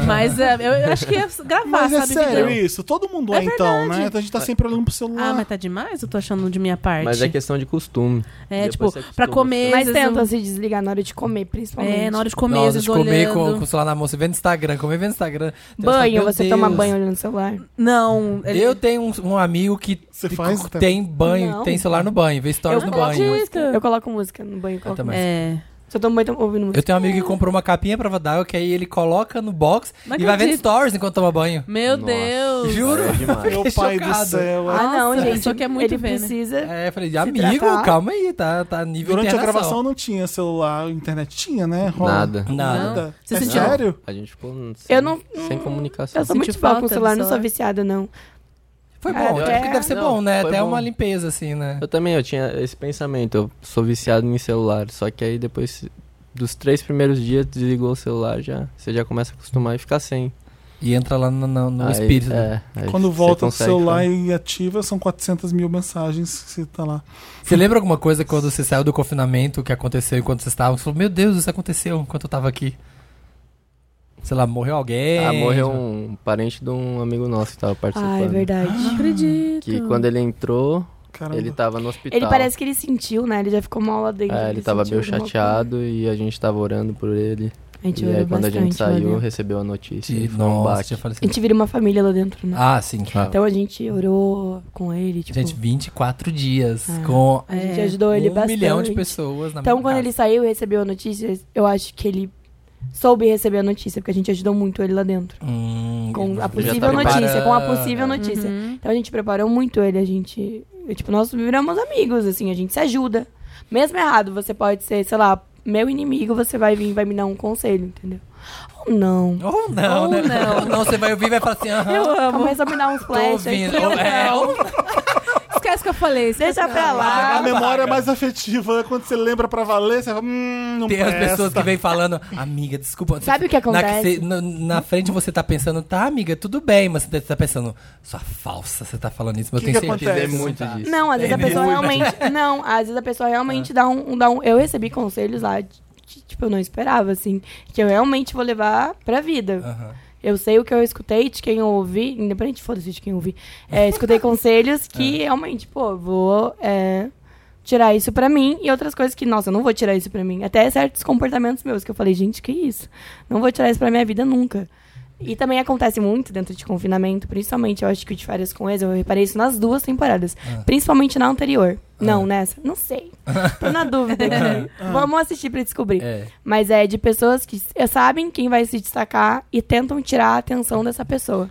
S2: Mas é, eu, eu acho que é gravar,
S1: Mas é
S2: sabe?
S1: sério
S2: vídeo?
S1: isso, todo mundo é,
S2: É
S1: então, né?
S2: verdade.
S1: A gente tá sempre olhando pro
S2: Ah,
S1: celular.
S2: mas tá demais, eu tô achando de minha parte.
S4: Mas é questão de costume.
S2: É,
S4: Depois
S2: tipo,
S4: você acostuma.
S2: pra comer.
S5: Mas
S2: às vezes,
S5: tenta se desligar na hora de comer,
S2: eu-
S5: principalmente.
S2: É, na hora de comer, às
S3: Nossa,
S2: vezes
S3: de comer
S2: olhando.
S3: com, com o celular na mão, você vê no Instagram, comer vendo Instagram. Tem um
S5: Banho,
S3: Instagram,
S5: você
S3: meu
S5: toma
S3: Deus.
S5: banho olhando o celular.
S2: Não, é ele-
S3: Eu tenho um, um amigo que
S1: Você
S3: que
S1: faz,
S3: co-
S1: tá?
S3: tem banho,
S5: Não.
S3: tem celular no banho, vê stories
S5: Eu
S3: no
S5: coloco
S3: banho.
S5: música. Eu coloco música no banho. Coloco...
S3: também.
S2: É.
S5: Se eu tomo banho, tô ouvindo
S3: Eu
S5: música.
S3: tenho um amigo que comprou uma capinha pra d'água que aí ele coloca no box
S2: Não
S3: e vai vendo
S2: acredito.
S3: stories enquanto toma banho.
S2: Meu
S4: Nossa.
S2: Deus.
S3: Juro.
S4: É demais.
S1: Meu pai do
S3: chocado.
S1: céu. é.
S5: Ah, não,
S2: Nossa,
S5: gente.
S2: só que é muito
S5: ele
S2: ver, né?
S5: precisa...
S3: É, eu falei,
S5: Se
S3: amigo,
S5: tratar.
S3: calma aí, tá, tá nível
S1: Durante a
S3: internação.
S1: gravação não tinha celular, internet tinha, né? Rola?
S4: Nada.
S3: Nada.
S1: Nada.
S2: Você
S1: é
S2: sentiu-
S1: sério?
S4: A gente ficou sem,
S5: Eu não-
S4: sem comunicação.
S5: Eu sou
S2: Sente
S5: muito boa com
S2: falta
S5: o
S2: do
S5: celular, não sou
S2: celular?
S5: viciada, não.
S3: Foi
S5: É,
S3: bom, eu acho que
S5: é.
S3: deve ser
S4: Não,
S3: bom, né?
S4: foi
S3: Até
S4: bom.
S3: uma limpeza, assim, né?
S4: Eu também, eu tinha esse pensamento, eu sou viciado em celular, só que aí depois dos três primeiros dias desligou o celular, já você já começa a acostumar e ficar sem.
S3: E entra lá no, no- no
S4: Aí,
S3: espírito.
S4: é, aí
S1: Um né? Quando
S4: você
S1: volta do
S4: consegue né?
S1: celular e ativa, são 400 mil mensagens que você tá lá.
S3: Você lembra alguma coisa quando você saiu do confinamento, que aconteceu enquanto você estava? Você falou, meu Deus, isso aconteceu enquanto eu tava aqui. Sei lá, morreu alguém.
S4: falar. Ah, morreu um parente de um amigo nosso que tava participando.
S5: É. Ah, é verdade.
S2: Não acredito.
S4: Que quando ele entrou,
S1: Caramba.
S4: ele tava no hospital.
S5: Ele parece que ele sentiu, né? Ele já ficou mal lá dentro.
S4: É, ele tava
S5: sentiu
S4: meio
S5: alguma
S4: chateado e a gente tava orando por ele.
S5: coisa. A gente
S4: e aí
S5: orou
S4: quando a gente
S5: bastante lá
S4: saiu,
S5: dentro.
S4: recebeu a notícia.
S3: De,
S4: e foi um
S3: nossa,
S4: baque.
S3: tinha
S5: A
S3: falecido.
S5: gente vira uma família lá dentro, né?
S3: Ah, sim. claro.
S5: Então a gente orou com ele, tipo...
S3: Gente, 24 dias
S5: Ah.
S3: com
S5: a gente
S2: É,
S5: ajudou ele
S3: um
S5: bastante.
S3: milhão de pessoas na
S5: Então,
S3: minha
S5: quando
S3: casa.
S5: ele saiu e recebeu a notícia, eu acho que ele soube receber a notícia, porque a gente ajudou muito ele lá dentro.
S3: Hum,
S5: Com
S3: ele
S5: a
S3: já
S5: possível
S3: tá
S5: notícia, com a
S3: preparando.
S5: possível notícia.
S2: Uhum.
S5: Então a gente preparou muito ele, a gente. eu, tipo, nós viramos amigos, assim, a gente se ajuda. Mesmo errado, você pode ser, sei lá, meu inimigo, você vai vir e vai me dar um conselho, entendeu? Ou não.
S3: Ou não,
S2: Ou
S3: né?
S2: não.
S3: Ou não, você vai ouvir e vai falar assim, aham,
S5: Eu amo. Começa a me dar uns
S3: tô
S5: flash
S3: ouvindo.
S5: aqui.
S3: Ou é, ou
S2: Esquece que eu falei. esquece
S5: Deixa
S2: que eu
S5: pra
S2: falei.
S5: lá.
S1: A memória é mais afetiva, quando você lembra pra valer, você fala, hum, não
S3: Tem as
S1: presta.
S3: pessoas que vêm falando, amiga, desculpa.
S5: Sabe o que
S3: Na,
S5: acontece?
S3: cê- na- na frente você tá pensando, tá, amiga, tudo bem, mas você tá pensando, sua falsa, você tá falando isso, mas
S1: Que
S3: eu
S1: que
S3: tenho certeza.
S1: acontece?
S4: Tem muito
S3: tá.
S4: disso.
S5: Não, às vezes a
S3: Tem
S5: pessoa
S3: muito.
S5: realmente. Não, às vezes a pessoa realmente dá um, um- dá um. Eu recebi conselhos lá, de- de- tipo, eu não esperava, assim. Que eu realmente vou levar pra vida.
S3: Aham.
S5: Eu sei o que eu escutei de quem eu ouvi, independente foda-se de quem eu ouvi. É, escutei conselhos que realmente, pô, vou é, tirar isso pra mim e outras coisas que, nossa, eu não vou tirar isso pra mim. Até certos comportamentos meus que eu falei, gente, que isso? Não vou tirar isso pra minha vida nunca. E também acontece muito dentro de confinamento, principalmente, eu acho que o de férias com ex, eu reparei isso nas duas temporadas. Principalmente na anterior. Não, nessa? Não sei. Tô na dúvida aqui. Vamos assistir pra descobrir.
S3: É.
S5: Mas é de pessoas que s- sabem quem vai se destacar e tentam tirar a atenção dessa pessoa.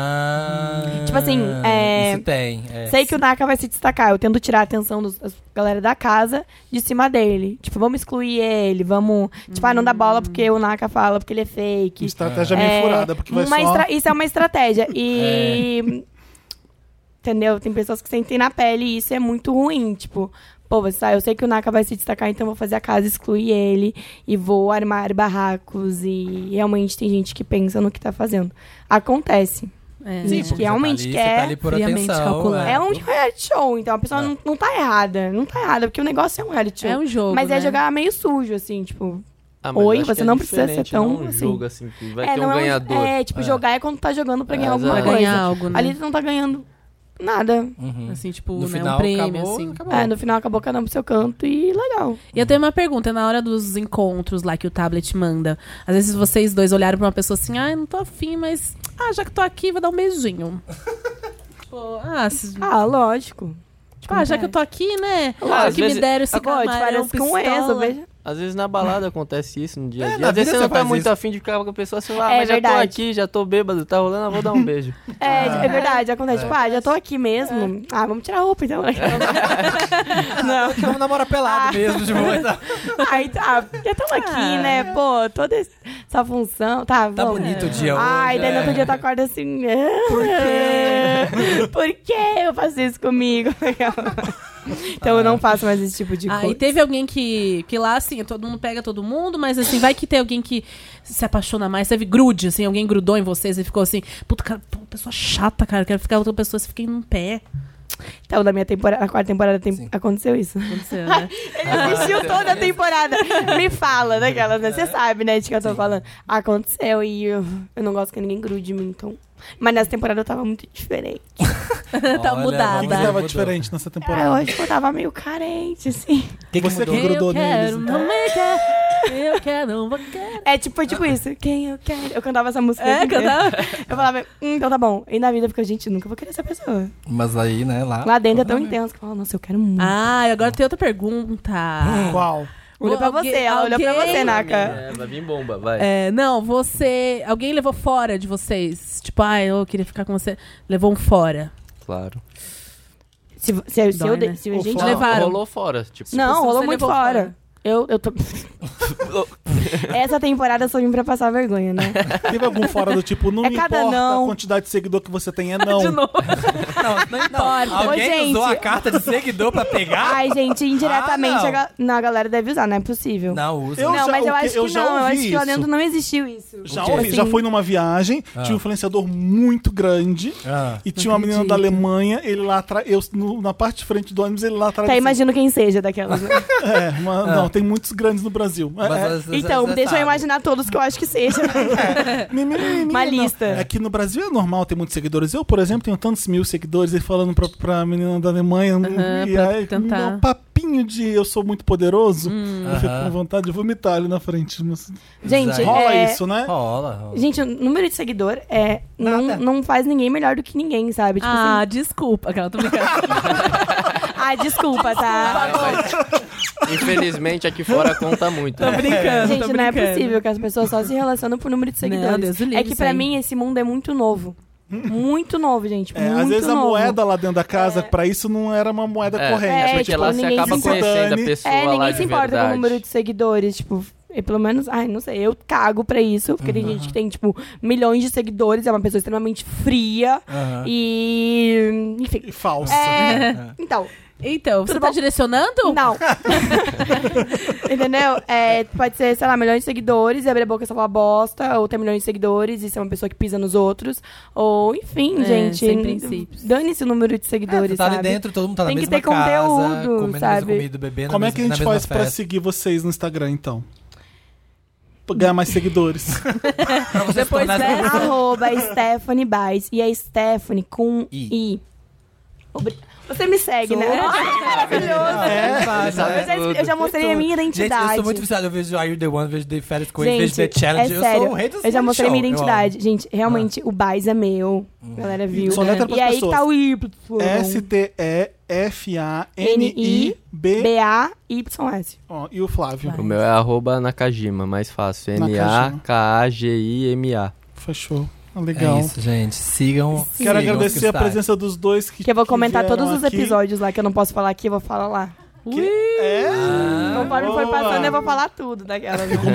S3: Ah.
S5: Tipo assim, é-
S3: Isso tem. é.
S5: Sei que o Naka vai se destacar, eu tento tirar a atenção dos- das galera da casa de cima dele. Tipo, vamos excluir ele, vamos. Tipo, ah, não dá bola porque o Naka fala, porque ele é fake.
S1: Uma estratégia meio
S5: É,
S1: furada, porque vai só...
S5: uma
S1: É.
S5: estra- Isso é uma estratégia. E. Entendeu? Tem pessoas que sentem na pele e isso é muito ruim. Tipo, pô, você sabe, eu sei que o Naka vai se destacar, então eu vou fazer a casa excluir ele e vou armar barracos. E realmente tem gente que pensa no que tá fazendo. Acontece.
S2: É.
S5: Sim,
S3: porque
S5: que realmente
S3: você tá ali,
S5: quer
S3: Você tá ali por
S2: friamente
S3: atenção.
S2: calcular.
S5: É, um reality show, então a pessoa
S3: É.
S5: não, não tá errada. Não tá errada, porque o negócio é um reality show.
S2: É um jogo.
S5: Mas
S2: né?
S5: é jogar meio sujo, assim, tipo.
S4: Ah,
S5: Oi,
S4: eu acho
S5: você
S4: que é
S5: não precisa ser
S4: diferente,
S5: tão,
S4: não é um
S5: assim.
S4: jogo assim que vai
S5: é,
S4: ter
S5: não
S4: um
S5: é
S4: ganhador.
S5: É, tipo,
S3: É.
S5: jogar é quando tá jogando pra ganhar
S4: É,
S5: alguma
S2: Pra
S4: exato.
S5: coisa.
S2: ganhar algo, né?
S5: Ali tu não tá ganhando nada.
S3: Uhum.
S2: Assim, tipo,
S3: No
S2: né,
S3: final,
S2: um prêmio,
S3: acabou,
S2: assim.
S3: acabou.
S5: É, no final acabou cada um pro seu canto e legal.
S2: E eu tenho uma pergunta, na hora dos encontros lá que o tablet manda, às vezes vocês dois olharam pra uma pessoa assim, ah, eu não tô afim, mas, ah, já que tô aqui, vou dar um beijinho. tipo, ah, se-
S5: Ah, lógico.
S2: tipo, ah, já que eu tô aqui, né,
S4: Ah, às
S2: que me
S4: vezes-
S2: deram esse
S5: Agora, te
S2: camarão,
S5: parece com essa,
S2: é pistola.
S5: veja.
S4: Às vezes na balada acontece isso no dia
S3: É,
S4: a
S3: na
S4: dia. Às vezes
S3: vida
S4: você
S3: você
S4: não tá
S3: faz
S4: muito
S3: isso.
S4: afim de ficar com a pessoa assim, ah,
S5: É
S4: mas já tô
S5: verdade.
S4: aqui, já tô bêbado, tá rolando, eu vou dar um beijo.
S5: É, é verdade, acontece. Tipo, ah, já tô aqui mesmo. Ah, vamos tirar a roupa então.
S3: Não, que é um namoro
S5: Ah.
S3: pelado mesmo, de boa.
S5: Ai, tá, já tamo aqui, né? Pô, toda esse- essa função. Tá,
S3: Tá
S5: vamos.
S3: bonito o dia hoje.
S5: Ai, daí no outro
S3: é.
S5: dia tu acorda assim. Por quê? Por que eu faço isso comigo? então eu não faço mais esse tipo de
S2: Ah,
S5: coisa.
S2: e teve alguém que, que lá, assim, todo mundo pega todo mundo, mas assim, vai que tem alguém que se apaixona mais. Teve grude, assim, alguém grudou em vocês e ficou assim, puta, cara, pô, pessoa chata, cara, quero ficar com outra pessoa, se fiquei num um pé.
S5: Então, na minha temporada, na quarta temporada tem- aconteceu isso.
S2: Aconteceu, né?
S5: Ele assistiu toda a temporada. Me fala daquelas, né? Você sabe, né, de que eu tô falando. Aconteceu e eu, eu não gosto que ninguém grude em mim, então. Mas nessa temporada eu tava muito diferente.
S2: Tá mudada.
S1: O que
S2: Tá.
S1: que tava
S3: mudou.
S1: diferente nessa
S5: Ah, eu
S1: temporada?
S5: acho que eu tava meio carente, assim.
S3: Que que
S1: Você
S3: mudou?
S1: que grudou
S2: eu
S1: neles. então.
S2: quero, não me quer, eu quero, não vou querer.
S5: É tipo, foi tipo isso. Quem eu quero. Eu cantava essa música.
S2: É, cantava?
S5: Eu falava, hum, então tá bom. E na vida eu fico, gente, eu nunca vou querer essa pessoa.
S3: Mas aí, né, lá.
S5: Lá dentro é tão intenso que eu falo, nossa, eu quero muito.
S2: Ah, e agora tem outra pergunta.
S1: Qual?
S5: olhou pra
S2: alguém-
S5: você, ela olhou pra
S2: alguém-
S5: você, Naka.
S4: É, vai vir bomba, vai.
S2: É, não, você. Alguém levou fora de vocês? Tipo, ah, eu queria ficar com você. Levou um fora.
S4: Claro.
S5: Se, vo- se, se,
S2: Dói,
S5: eu de-
S2: né?
S5: se a
S1: Ou
S5: gente.
S1: fala.
S2: Levar- Levaram.
S4: Rolou fora, tipo.
S5: Não,
S2: você
S5: rolou muito
S2: levou
S5: fora.
S2: fora.
S5: Eu, eu tô. Essa temporada eu só vim pra passar vergonha, né?
S1: Teve algum fora do tipo, não
S5: É
S1: me
S5: cada
S1: importa
S5: não.
S1: a quantidade de seguidor que você tem, é não.
S2: De novo.
S3: Não, não, não. Alguém
S5: Ô, gente.
S3: usou a carta de seguidor pra pegar?
S5: Ai, gente, indiretamente
S3: Ah,
S5: a, ga- não, a galera deve usar, não é possível.
S3: Não, usa.
S1: Eu
S5: Não,
S1: já-
S5: mas eu
S1: o que-
S5: acho que
S1: eu já
S5: não, eu
S1: ouvi
S5: acho que lá
S1: isso.
S5: dentro não existiu isso.
S1: Já
S3: Ok.
S1: ouvi, já
S5: Assim,
S1: fui numa viagem, tinha um influenciador muito grande
S3: Ah.
S1: e tinha uma menina da Alemanha, ele lá atrás, eu no- na parte de frente do ônibus, ele lá atrás.
S5: Tá,
S1: assim,
S5: imagino quem seja daquelas, né?
S1: É, uma- não, tem muitos grandes no Brasil. É, é,
S3: Ah. Mas você-
S5: Então,
S3: você
S5: deixa eu
S3: sabe.
S5: imaginar todos que eu acho que seja.
S1: Mi, mi, mi, mi,
S5: Uma
S1: não.
S5: lista.
S1: Aqui no Brasil é normal ter muitos seguidores. Eu, por exemplo, tenho tantos mil seguidores e falando pra, pra menina da Alemanha. e
S2: pra
S1: aí,
S2: tentar.
S1: Um papinho de eu sou muito poderoso.
S5: Hum.
S1: eu fico
S3: Aham.
S1: com vontade de vomitar ali na frente. mas
S5: Gente,
S3: Exato.
S1: rola
S5: é...
S1: isso, né?
S3: Rola, rola.
S5: Gente, o número de seguidor é não, não faz ninguém melhor do que ninguém, sabe? Tipo
S2: Ah,
S5: assim,
S2: desculpa, aquela tô brincando.
S5: ah, desculpa, tá?
S4: Infelizmente aqui fora conta muito.
S2: Tô
S4: né?
S2: brincando,
S5: Gente,
S2: tô
S5: não é
S2: brincando.
S5: possível que as pessoas só se relacionam por número de seguidores.
S2: Não, Deus o livre,
S5: é que pra
S2: isso aí.
S5: mim esse mundo é muito novo. Muito novo, gente.
S1: É,
S5: muito
S1: às vezes
S5: novo.
S1: a moeda lá dentro da casa, pra isso, não era uma moeda
S4: É,
S1: corrente.
S4: é
S5: É,
S4: porque
S5: tipo,
S4: lá você
S5: ninguém
S4: acaba
S1: se
S4: conhecendo
S1: dane.
S4: a
S1: É,
S4: pessoa
S5: É,
S4: lá
S5: ninguém
S4: de
S5: se importa
S4: verdade.
S5: com o número de seguidores, tipo, e pelo menos, ai, não sei, eu cago pra isso, porque tem gente que tem, tipo, milhões de seguidores, é uma pessoa extremamente fria
S2: Ah.
S3: Aham.
S5: e. Enfim.
S1: E falsa. né?
S5: É. Então,
S2: Então, você
S5: Tudo
S2: tá
S5: bom?
S2: direcionando?
S5: não. Entendeu? É, pode ser, sei lá, milhões de seguidores e abrir a boca e só falar bosta, ou ter milhões de seguidores e ser uma pessoa que pisa nos outros, ou enfim,
S2: É,
S5: gente.
S2: sem princípios.
S5: Dane-se o número de seguidores,
S3: É, tá ali
S5: sabe?
S3: dentro, todo mundo tá na
S5: Tem que
S3: mesma
S5: ter
S3: casa,
S5: conteúdo,
S3: comendo a
S5: sabe?
S3: mesma comida, bebendo
S1: Como
S3: na
S1: é que a
S3: mesma-
S1: gente
S3: na
S1: faz
S3: mesma
S1: pra
S3: festa.
S1: seguir vocês no Instagram, então? Pra ganhar mais seguidores.
S3: Pra você se
S2: Depois
S3: tornar
S2: dessa-
S3: essa pessoa.
S5: Arroba Stephanie Baez. E é Stephanie com
S3: I.
S5: I. Obri- Você me segue, né? Maravilhoso.
S1: É.
S3: Sabe,
S5: Eu, já, eu já mostrei a minha
S3: Gente,
S5: identidade.
S3: eu sou muito viciado. Eu vejo Are You The One, vejo The Férias Coen,
S5: Gente,
S3: vejo The Challenge.
S5: é
S3: eu
S5: sério,
S3: sou um o rei dos
S5: Eu já mostrei minha
S3: reality show, eu amo. Ah. Uhum.
S5: identidade. Gente, realmente, o Baez é meu. A galera viu.
S1: Só letra pras
S5: E aí
S1: pessoas.
S5: que tá o
S3: É,
S5: Y.
S1: S-T-E-F-A-N-I-B.
S5: B-A-Y-S.
S1: Ó, e o Flávio.
S4: O meu é arroba Nakajima, mais fácil. N-A-K-A-G-I-M-A.
S1: Fechou. Ah,
S3: É
S1: Legal.
S3: isso, gente. Sigam. sigam
S1: Quero
S3: os
S1: agradecer a
S3: Kickstarter.
S1: presença dos dois que
S5: Que eu vou comentar
S1: vieram
S5: todos os
S1: aqui.
S5: episódios lá que eu não posso falar aqui, eu vou falar lá.
S1: Que- É?
S5: Conforme foi
S1: boa.
S5: passando, eu vou falar tudo daquela.
S3: Já foi
S5: Nada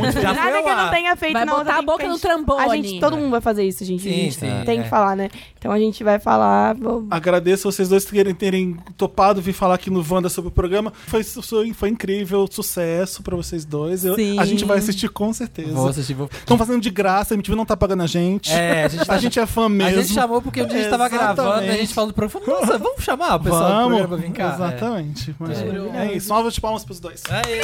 S3: ao
S5: que eu
S3: ar.
S5: não tenha feito
S2: Vai
S5: na outra,
S2: botar a
S5: porque
S2: boca no
S5: gente-
S2: trambone.
S5: A gente, todo mundo vai fazer isso, gente.
S3: Sim,
S5: a gente
S3: sim,
S5: tem
S3: é.
S5: que falar, né? Então a gente vai falar. vou-
S1: Ah, Agradeço vocês dois terem, terem topado vir falar aqui no Wanda sobre o programa. Foi, su- su- foi incrível, sucesso pra vocês dois. Eu-
S2: Sim.
S1: a gente vai assistir com certeza.
S3: Vou assistir, vou-
S1: Estão fazendo de graça, a MTV não tá pagando a gente.
S3: É, a gente tá-
S1: A gente é fã mesmo.
S3: A gente chamou porque o dia a gente tava
S1: Exatamente.
S3: gravando e a gente falou do programa. Nossa, vamos chamar o pessoal do
S1: Vamos. é
S3: É. programa pra vir cá.
S1: Exatamente. Mas, é. isso. Novas palmas pros dois.
S3: É. Aê!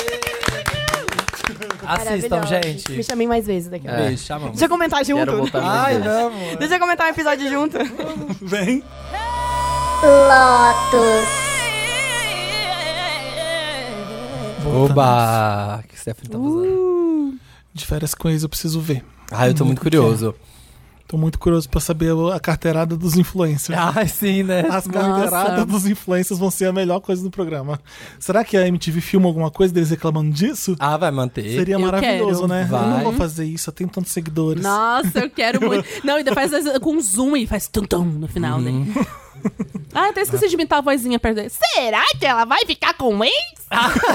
S3: Assistam,
S5: Maravilhosa.
S3: gente.
S5: Me chamem mais vezes daqui a pouco.
S4: É.
S3: Beijo, chamamos.
S5: Deixa eu comentar junto.
S4: Quero voltar mais
S3: Ai,
S4: vezes.
S3: vamos.
S5: Deixa eu comentar um episódio junto.
S1: Vem.
S3: Oba! Que Stephanie tá
S5: Uh!
S3: usando.
S1: De férias com eles eu preciso ver.
S3: Ah, eu tô muito curioso.
S1: Tô muito curioso pra saber a carteirada dos influencers.
S2: Ah,
S3: Ai, sim, né?
S1: As carteiradas dos influencers vão ser a melhor coisa do programa. Será que a MTV filma alguma coisa deles reclamando disso?
S3: Ah, vai manter.
S1: Seria
S2: eu
S1: maravilhoso,
S2: quero.
S1: né? Eu não
S3: Vai.
S1: vou fazer isso, eu tenho tantos seguidores.
S2: Nossa, eu quero muito. Não, ainda faz essa- com zoom e faz tum-tum no final, né? Ah, até esqueci de imitar a vozinha perto dele. Será que ela vai ficar com eles?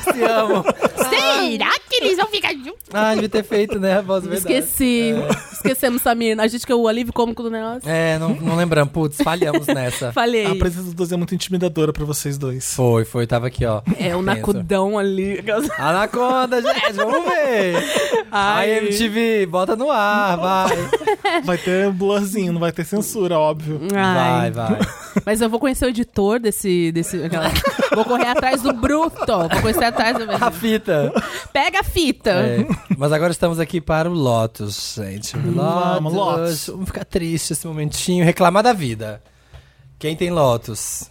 S3: Te amo.
S2: Será que eles vão ficar juntos?
S3: Ah, devia ter feito, né? A voz verdade.
S2: Esqueci. Esquecemos, Samir. A gente que é o alívio cômico do negócio.
S3: É, não, não lembramos. Putz, falhamos nessa.
S2: Falei.
S1: A presença dos dois é muito intimidadora pra vocês dois.
S3: Foi, foi, tava aqui, ó.
S2: É o
S3: Tenso.
S2: nacudão ali.
S3: Anaconda, gente, vamos ver. Ai, MTV, bota no ar, vai.
S1: Vai ter blurzinho, não vai ter censura, óbvio.
S2: Ai.
S3: Vai, vai.
S2: Mas eu vou conhecer o editor desse. desse aquela- Vou correr atrás do bruto. Vou conhecer atrás do.
S3: A fita.
S2: Pega a fita.
S1: Então.
S3: É, mas agora estamos aqui para o Lotus, gente. Lotus.
S1: Vamos, Lotus.
S3: Vamos ficar triste esse momentinho, reclamar da vida. Quem tem Lotus?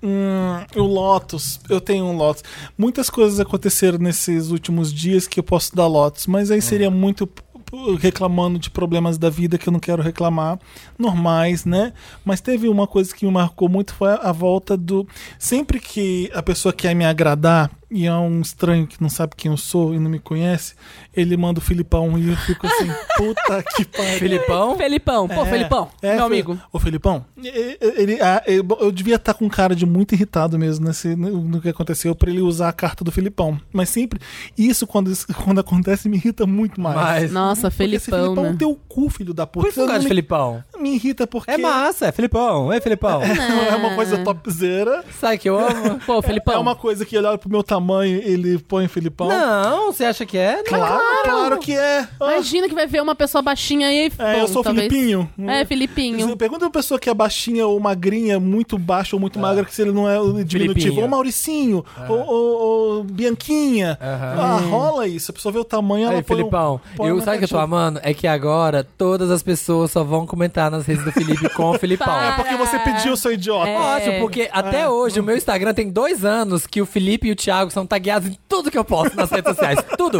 S1: Hum, o Lotus, eu tenho um Lotus. Muitas coisas aconteceram nesses últimos dias que eu posso dar Lotus, mas aí seria muito p- p- reclamando de problemas da vida que eu não quero reclamar, normais, né? Mas teve uma coisa que me marcou muito foi a volta do sempre que a pessoa quer me agradar e é um estranho que não sabe quem eu sou e não me conhece, ele manda o Filipão e eu fico assim, puta que pariu.
S3: Filipão?
S2: Felipão. Pô,
S1: É.
S2: Felipão.
S1: É,
S2: meu
S1: Fe-
S2: amigo.
S1: Ô, Felipão, e- e- ele, ah, eu, eu devia estar com cara de muito irritado mesmo nesse, no, no que aconteceu pra ele usar a carta do Filipão. Mas sempre, isso quando, isso- quando acontece me irrita muito mais.
S3: Mas.
S2: Nossa,
S1: Porque esse
S2: Felipão,
S1: Filipão
S2: né?
S1: teu cu, filho da
S3: Por
S1: puta.
S3: isso eu
S1: Você
S3: gosto de
S1: não
S3: Filipão.
S1: me, me irrita porque
S3: É massa, é Filipão, é Filipão.
S1: é uma coisa topzera.
S3: Sabe que eu amo?
S2: Pô, Felipão.
S1: É uma coisa que ele olha pro meu tamanho ele põe Filipão.
S3: Não, você acha que é? Não.
S1: Claro, claro, que é. Ah,
S2: Imagina que vai ver uma pessoa baixinha aí.
S1: é, eu sou o Filipinho.
S2: É, Felipinho.
S1: Pergunta pra pessoa que é baixinha ou magrinha, muito baixa ou muito magra, que se ele não é o diminutivo.
S3: Ah. Filipinho. Ah.
S1: Ou Mauricinho, ou, ou- ou Bianquinha.
S3: Aham.
S1: Ah, rola isso. A pessoa vê o tamanho, ela
S3: Aí,
S1: põe um-
S3: Filipão,
S1: põe
S3: eu,
S1: uma
S3: sabe o que eu tô
S1: caixinha.
S3: amando? É que agora todas as pessoas só vão comentar nas redes do Felipe com o
S2: Para.
S3: Filipão.
S1: "É Porque você pediu, seu idiota.
S2: É.
S3: Ótimo, porque até hoje o meu Instagram tem dois anos que o Felipe e o Thiago são tagueados em tudo que eu posto nas redes sociais. Tudo!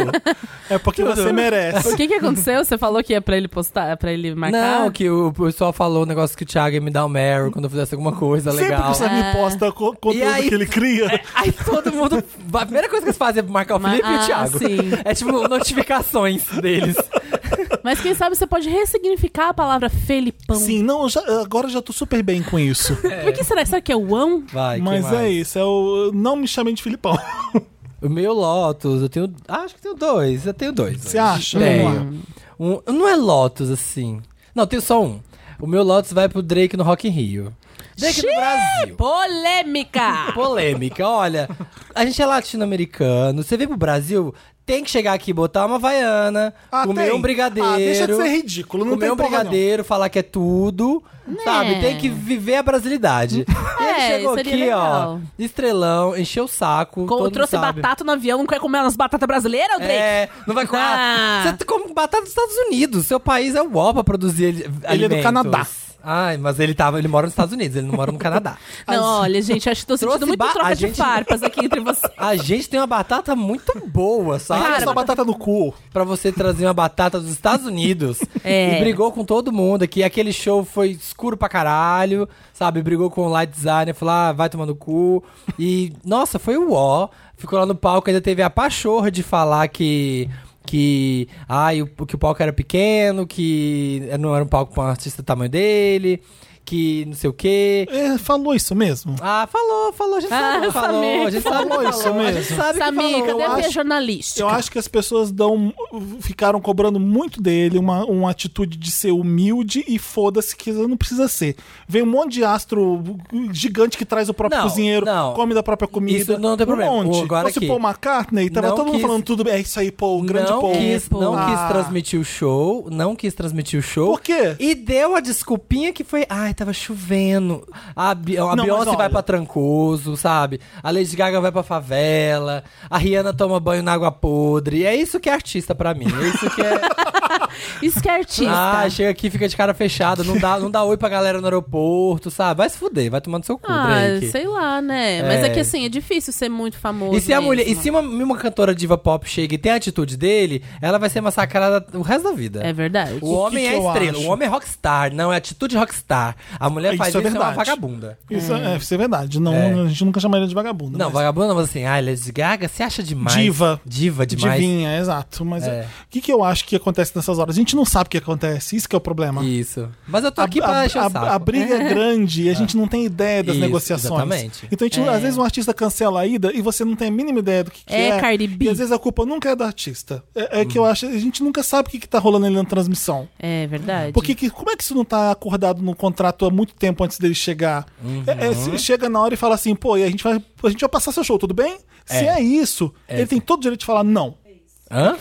S1: É porque você merece.
S2: O que que aconteceu? Você falou que é pra ele postar, pra ele marcar?
S3: Não, que o pessoal falou o negócio que o Thiago ia me dar um Meryl quando eu fizesse alguma coisa
S1: Sempre que
S3: Tá legal. É.
S1: o Samir posta co- conteúdo
S3: aí- É
S1: que ele cria,
S3: Aí todo mundo. A primeira coisa que eles fazem é marcar o
S2: Mas-
S3: Felipe e
S2: ah,
S3: o Thiago.
S2: sim.
S3: É tipo notificações deles.
S2: Mas quem sabe você pode ressignificar a palavra Felipão.
S1: sim, não, eu já, agora eu já tô super bem com isso.
S2: Por que será? Será que é o ão?
S3: Vai, que
S1: Mas
S3: mais?
S1: é isso, é o. Não me chamem de Filipão.
S3: O meu Lotus, eu tenho. ah, Acho que tenho dois. Eu tenho dois.
S1: Você
S3: hoje.
S1: acha? Vamos
S3: Tenho. Um, não é Lotus, assim. Não, tenho só um. O meu Lotus vai pro Drake no Rock in Rio. Drake
S2: Xiii,
S3: no Brasil.
S2: É Polêmica!
S3: Polêmica, olha. A gente é latino-americano. Você vem pro Brasil, tem que chegar aqui e botar uma vaiana,
S1: Ah,
S3: comer
S1: tem.
S3: um brigadeiro.
S1: Ah, deixa de ser ridículo, não
S3: comer
S1: tem
S3: um
S1: porra, não.
S3: brigadeiro, falar que é tudo. Sabe? Tem que viver a brasilidade. e ele
S2: Né. É,
S3: chegou
S2: seria
S3: aqui, ó,
S2: legal.
S3: estrelão, encheu o saco.
S2: Co-
S3: todo mundo
S2: trouxe
S3: sabe.
S2: batata no avião, não quer comer umas batatas brasileiras, Drake?
S3: É, não vai comer.
S2: Ah.
S3: Você come batata dos Estados Unidos. Seu país é o UOL pra produzir ele,
S1: Ele é do
S3: alimentos.
S1: Canadá.
S3: Ai, mas ele, tava, ele mora nos Estados Unidos, ele não mora no Canadá.
S2: Não, olha, gente, acho que tô sentindo
S3: Trouxe
S2: muito
S3: ba-
S2: troca
S3: a
S2: de
S3: gente-
S2: farpas aqui entre vocês.
S3: A gente tem uma batata muito boa, sabe?
S1: Cara,
S2: Cara,
S1: só batata no cu.
S3: Pra você trazer uma batata dos Estados Unidos.
S2: É.
S3: E brigou com todo mundo aqui. Aquele show foi escuro pra caralho, sabe? Brigou com o light designer, falou, ah, vai tomar no cu. E, nossa, foi o ó. Ficou lá no palco, ainda teve a pachorra de falar que... Que, ai, o, que o palco era pequeno, que não era um palco pra um artista do tamanho dele, que não sei o quê.
S1: É, falou isso mesmo.
S3: Ah, falou, falou, a gente sabe que
S2: Ah,
S3: falou,
S2: Samir.
S3: a gente sabe que
S1: Falou isso
S3: falou, a gente
S1: mesmo.
S3: sabe que
S2: Samir,
S3: falou.
S2: cadê
S1: Eu
S2: a minha
S1: acho-
S2: jornalística?
S1: Eu acho que as pessoas dão, ficaram cobrando muito dele uma, uma atitude de ser humilde e foda-se que não precisa ser. Vem um monte de astro gigante que traz o próprio
S3: Não,
S1: cozinheiro,
S3: não.
S1: come da própria comida.
S3: Isso não tem problema.
S1: Um monte.
S3: O- agora
S1: Fosse
S3: aqui.
S1: o Paul McCartney, tava
S3: Não
S1: todo mundo
S3: quis-
S1: falando tudo bem. É isso aí, Paul, grande
S3: não
S1: Paul.
S3: quis, não
S1: Ah.
S3: quis transmitir o show, não quis transmitir o show.
S1: Por quê?
S3: E deu a desculpinha que foi, ai, Ai, tava chovendo. A, Bi- a
S1: Não, mas
S3: Beyoncé
S1: olha-
S3: vai pra Trancoso, sabe? A Lady Gaga vai pra favela. A Rihanna toma banho na água podre. É isso que é artista pra mim. É isso que é.
S2: Isso que é artista.
S3: Ah, chega aqui, fica de cara fechada, não dá, não dá oi pra galera no aeroporto, sabe? Vai se fuder, vai tomando seu cu,
S2: Ah,
S3: Drake.
S2: sei lá, né?
S3: um É.
S2: Mas é que assim, é difícil ser muito famoso.
S3: E se, a mulher, e
S2: mesmo.
S3: se uma, uma cantora diva pop chega e tem a atitude dele, ela vai ser massacrada o resto da vida.
S2: É verdade.
S3: O homem
S1: que
S3: é
S1: eu
S3: estrela,
S1: acho?
S3: o homem é rockstar, não é atitude rockstar. A mulher
S1: Isso
S3: faz
S1: é
S3: isso, é, uma
S1: verdade.
S3: vagabunda.
S1: Isso é, isso é verdade. Não,
S3: Hum. É.
S1: A gente nunca chamaria de vagabunda.
S3: Não,
S1: mas-
S3: vagabunda não, mas assim, ai, Lady Gaga, você acha demais.
S1: Diva.
S3: Diva demais.
S1: Divinha, exato. Mas é,
S3: É.
S1: o que, que eu acho que acontece nessas horas? A gente não sabe o que acontece, isso que é o problema.
S3: Isso. Mas eu tô
S1: A-
S3: aqui
S1: a,
S3: pra encher
S1: a-
S3: o saco.
S1: a briga é grande e a gente não tem ideia das
S3: Isso,
S1: negociações.
S3: exatamente.
S1: Então, a gente, às vezes, um artista cancela a ida e você não tem a mínima ideia do que, que
S2: É,
S1: é.
S2: Cardi B.
S1: E às vezes a culpa nunca é do artista. É, é que eu acho. A gente nunca sabe o que, que tá rolando ali na transmissão.
S2: É verdade.
S1: Porque que- como é que isso não tá acordado no contrato há muito tempo antes dele chegar? É- é, se- chega na hora e fala assim, pô, e a gente vai, a gente vai passar seu show, tudo bem? Se é isso, ele tem todo o direito de falar não.
S3: Hã?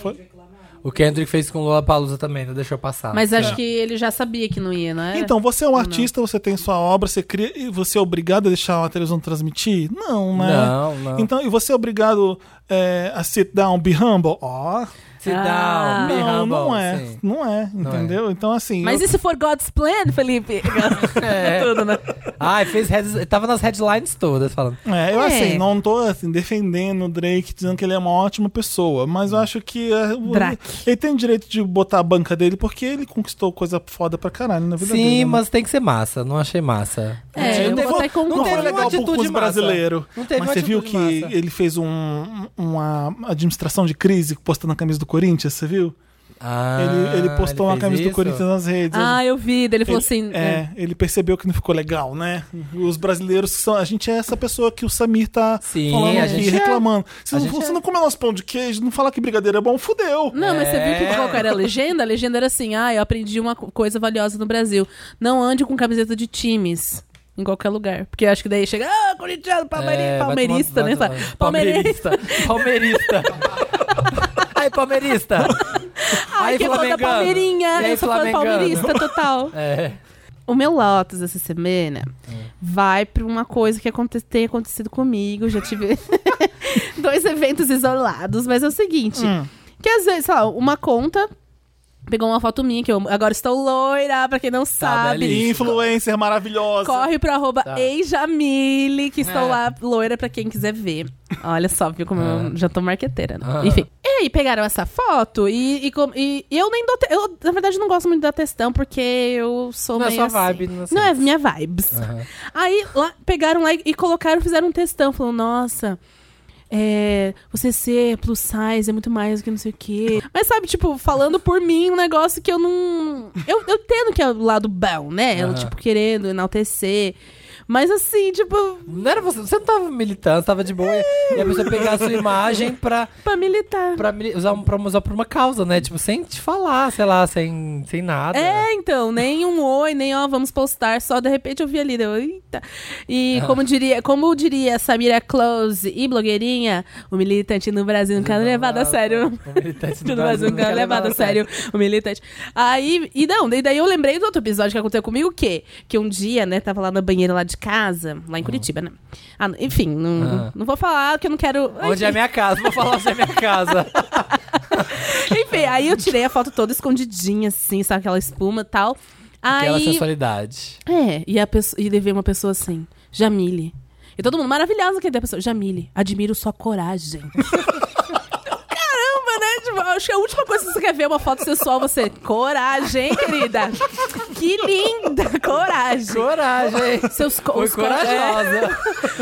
S3: O Kendrick fez com Lola Palusa também, não deixou passar.
S2: Mas acho que ele já sabia que não ia, não é?
S1: Então, você é um artista, você tem sua obra, você cria e você é obrigado a deixar a televisão transmitir? Não, né?
S3: Não, não.
S1: Então, e você é obrigado é, a sit down, be humble? Ó,
S3: Se dá,
S2: Ah.
S3: be
S1: não,
S3: humble,
S1: não é.
S3: sim.
S1: Não é, entendeu? Então, assim.
S2: Mas
S1: eu-
S2: e se for God's plan, Felipe?
S3: É.
S2: Tudo, né?
S3: Ai, fez heads, tava nas headlines todas falando.
S1: É, eu
S2: É.
S1: assim, não tô assim, defendendo o Drake, dizendo que ele é uma ótima pessoa, mas eu
S3: Hum.
S1: acho que é, o-
S2: Drake.
S1: ele tem o direito de botar a banca dele porque ele conquistou coisa foda pra caralho na vida dele.
S3: Sim,
S1: né?
S3: mas tem que ser massa. Não achei massa.
S2: É, eu
S3: teve-
S1: Não
S2: vou até
S3: teve
S1: foi
S2: concordar.
S3: uma
S1: legal pro
S3: atitude
S1: curso
S3: massa.
S1: brasileiro.
S3: Não teve
S1: mas
S3: uma
S1: você viu que
S3: atitude massa.
S1: ele fez um- uma administração de crise postando a camisa do Corinthians, você viu?
S3: Ah,
S1: ele, ele postou uma
S3: ele fez
S1: camisa do
S3: isso?
S1: Corinthians nas
S3: Então,
S1: redes.
S2: Ah, eu vi. Daí Ele falou assim. é.
S1: é, ele percebeu que não ficou legal, né? Os brasileiros são. A gente é essa pessoa que o Samir tá
S3: Sim,
S1: falando
S3: a
S1: aqui,
S3: gente é.
S1: reclamando. Se
S3: A
S1: não,
S3: gente
S1: você
S3: é.
S1: não comer nosso pão de queijo, não falar que brigadeiro é bom, fudeu.
S2: Não, mas você viu
S3: É.
S2: que qual que era a legenda? A legenda era assim: ah, eu aprendi uma co- coisa valiosa no Brasil. Não ande com camiseta de times. Em qualquer lugar. Porque eu acho que daí chega, ah, corintiano, palmeiri-
S3: É, vai
S2: palmeirista,
S3: tomar-
S2: né?
S3: vai
S2: Fala,
S3: tomar-
S2: Palmeirista.
S3: Palmeirista. Ai, palmeirista.
S2: Ai,
S3: Aí,
S2: que falta
S3: flamengano.
S2: palmeirinha.
S3: E aí,
S2: Eu sou fã
S3: flamengano.
S2: palmeirista total.
S3: É.
S2: O meu Lotus essa semana vai pra uma coisa que aconte tem acontecido comigo. Já tive dois eventos isolados, mas é o seguinte:
S1: Hum,
S2: que às vezes, sei lá, uma conta pegou uma foto minha, que eu agora estou loira, pra quem
S3: Tá
S2: não sabe.
S3: belíssima.
S1: Influencer maravilhosa.
S2: Corre pro arroba
S3: Tá.
S2: eijamile, que estou
S3: É.
S2: lá loira pra quem quiser ver. Olha só, viu como eu já tô marqueteira, né?
S3: Ah.
S2: Enfim. E aí, pegaram essa foto e, e com- e- e eu nem dou... te- Eu, na verdade, não gosto muito da testão, porque eu sou
S3: Não é
S2: meio
S3: sua
S2: assim.
S3: vibe, não sei.
S2: Não é minha vibes. Aí lá, pegaram lá e- e colocaram, fizeram um textão, falando, nossa. É, você ser plus size é muito mais do que não sei o quê. Mas sabe, tipo, falando por mim, um negócio que eu não. Eu, eu tendo que é o lado bom, né? Eu,
S3: Aham.
S2: tipo, querendo enaltecer. Mas assim, tipo,
S3: Não era você, você não tava militando, você tava de boa. e a pessoa pegar a sua imagem pra,
S2: pra militar.
S3: pra, mili- usar, um, pra usar pra uma causa, né? Tipo, sem te falar, sei lá, sem, sem nada.
S2: É, então, nem um oi, nem ó, vamos postar, só de repente eu vi ali, deu, eita. E como diria, como diria Samira Close e blogueirinha, o militante no Brasil nunca é levado a sério.
S3: O militante
S2: Tudo mais um cara levado a sério, o militante. Aí, e não, daí daí eu lembrei do outro episódio que aconteceu comigo, o quê? Que um dia, né, tava lá na banheira lá de casa, lá em Curitiba, né? Ah, enfim, não,
S3: Ah.
S2: não vou falar, porque eu não quero...
S3: Onde é a minha casa? Vou falar onde é a minha casa.
S2: Enfim, aí eu tirei a foto toda escondidinha, assim, sabe, aquela espuma e tal.
S3: Aquela
S2: Aí...
S3: sensualidade.
S2: É, e, a pessoa, e levei uma pessoa assim, Jamile. E todo mundo maravilhoso que tem a pessoa. Jamile, admiro sua coragem. Caramba, né? Tipo, acho que a última coisa que você quer ver é uma foto sensual, você. Coragem, hein, querida. Que linda, coragem.
S3: Coragem.
S2: Seus co-
S3: Foi
S2: os co- é,
S3: corajosa.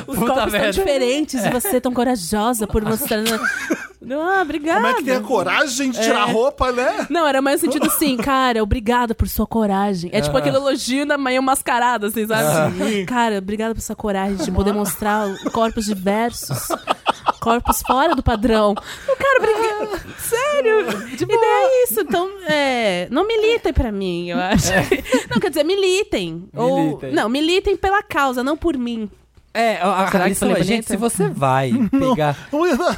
S2: Os
S3: Puta
S2: corpos
S3: merda.
S2: tão diferentes e você é tão corajosa por mostrar. né? Ah, obrigada.
S1: Como é que tem a coragem de tirar a roupa, né?
S2: Não, era mais no sentido assim, cara, obrigada por sua coragem. É tipo aquele elogio na meio mascarada, assim, sabe? Cara, obrigada por sua coragem de poder mostrar corpos diversos. Corpos fora do padrão. Cara, obrigada. Sério? E daí é isso. Então, é, não militem pra mim, eu acho. Não, quer dizer, militem. Ou,
S3: É. Militem.
S2: não, militem pela causa, não por mim.
S3: É, a, a
S2: Será que
S3: Alice
S2: isso
S3: falou,
S2: levanta?
S3: gente, se você vai pegar...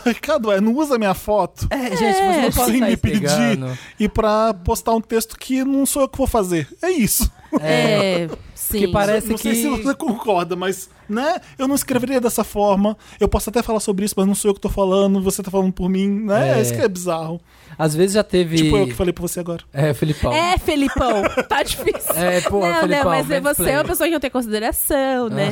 S1: Ricardo, é, não usa minha foto.
S3: É, gente, você não pode
S1: sem
S3: sair
S1: me pedir
S3: pegando.
S1: e pra postar um texto que não sou eu que vou fazer. É isso.
S2: É, sim.
S3: Porque parece
S1: não sei
S3: que-
S1: se você concorda, mas, né? Eu não escreveria dessa forma. Eu posso até falar sobre isso, mas não sou eu que tô falando, você tá falando por mim, né?
S3: É.
S1: Isso que é bizarro.
S3: Às vezes já teve.
S1: Tipo eu que falei pra você agora.
S3: É, Felipão.
S2: É, Felipão, tá difícil.
S3: É, pô,
S2: não,
S3: Felipão,
S2: não, mas é
S3: mansplaining.
S2: você é uma pessoa que não tem consideração, né?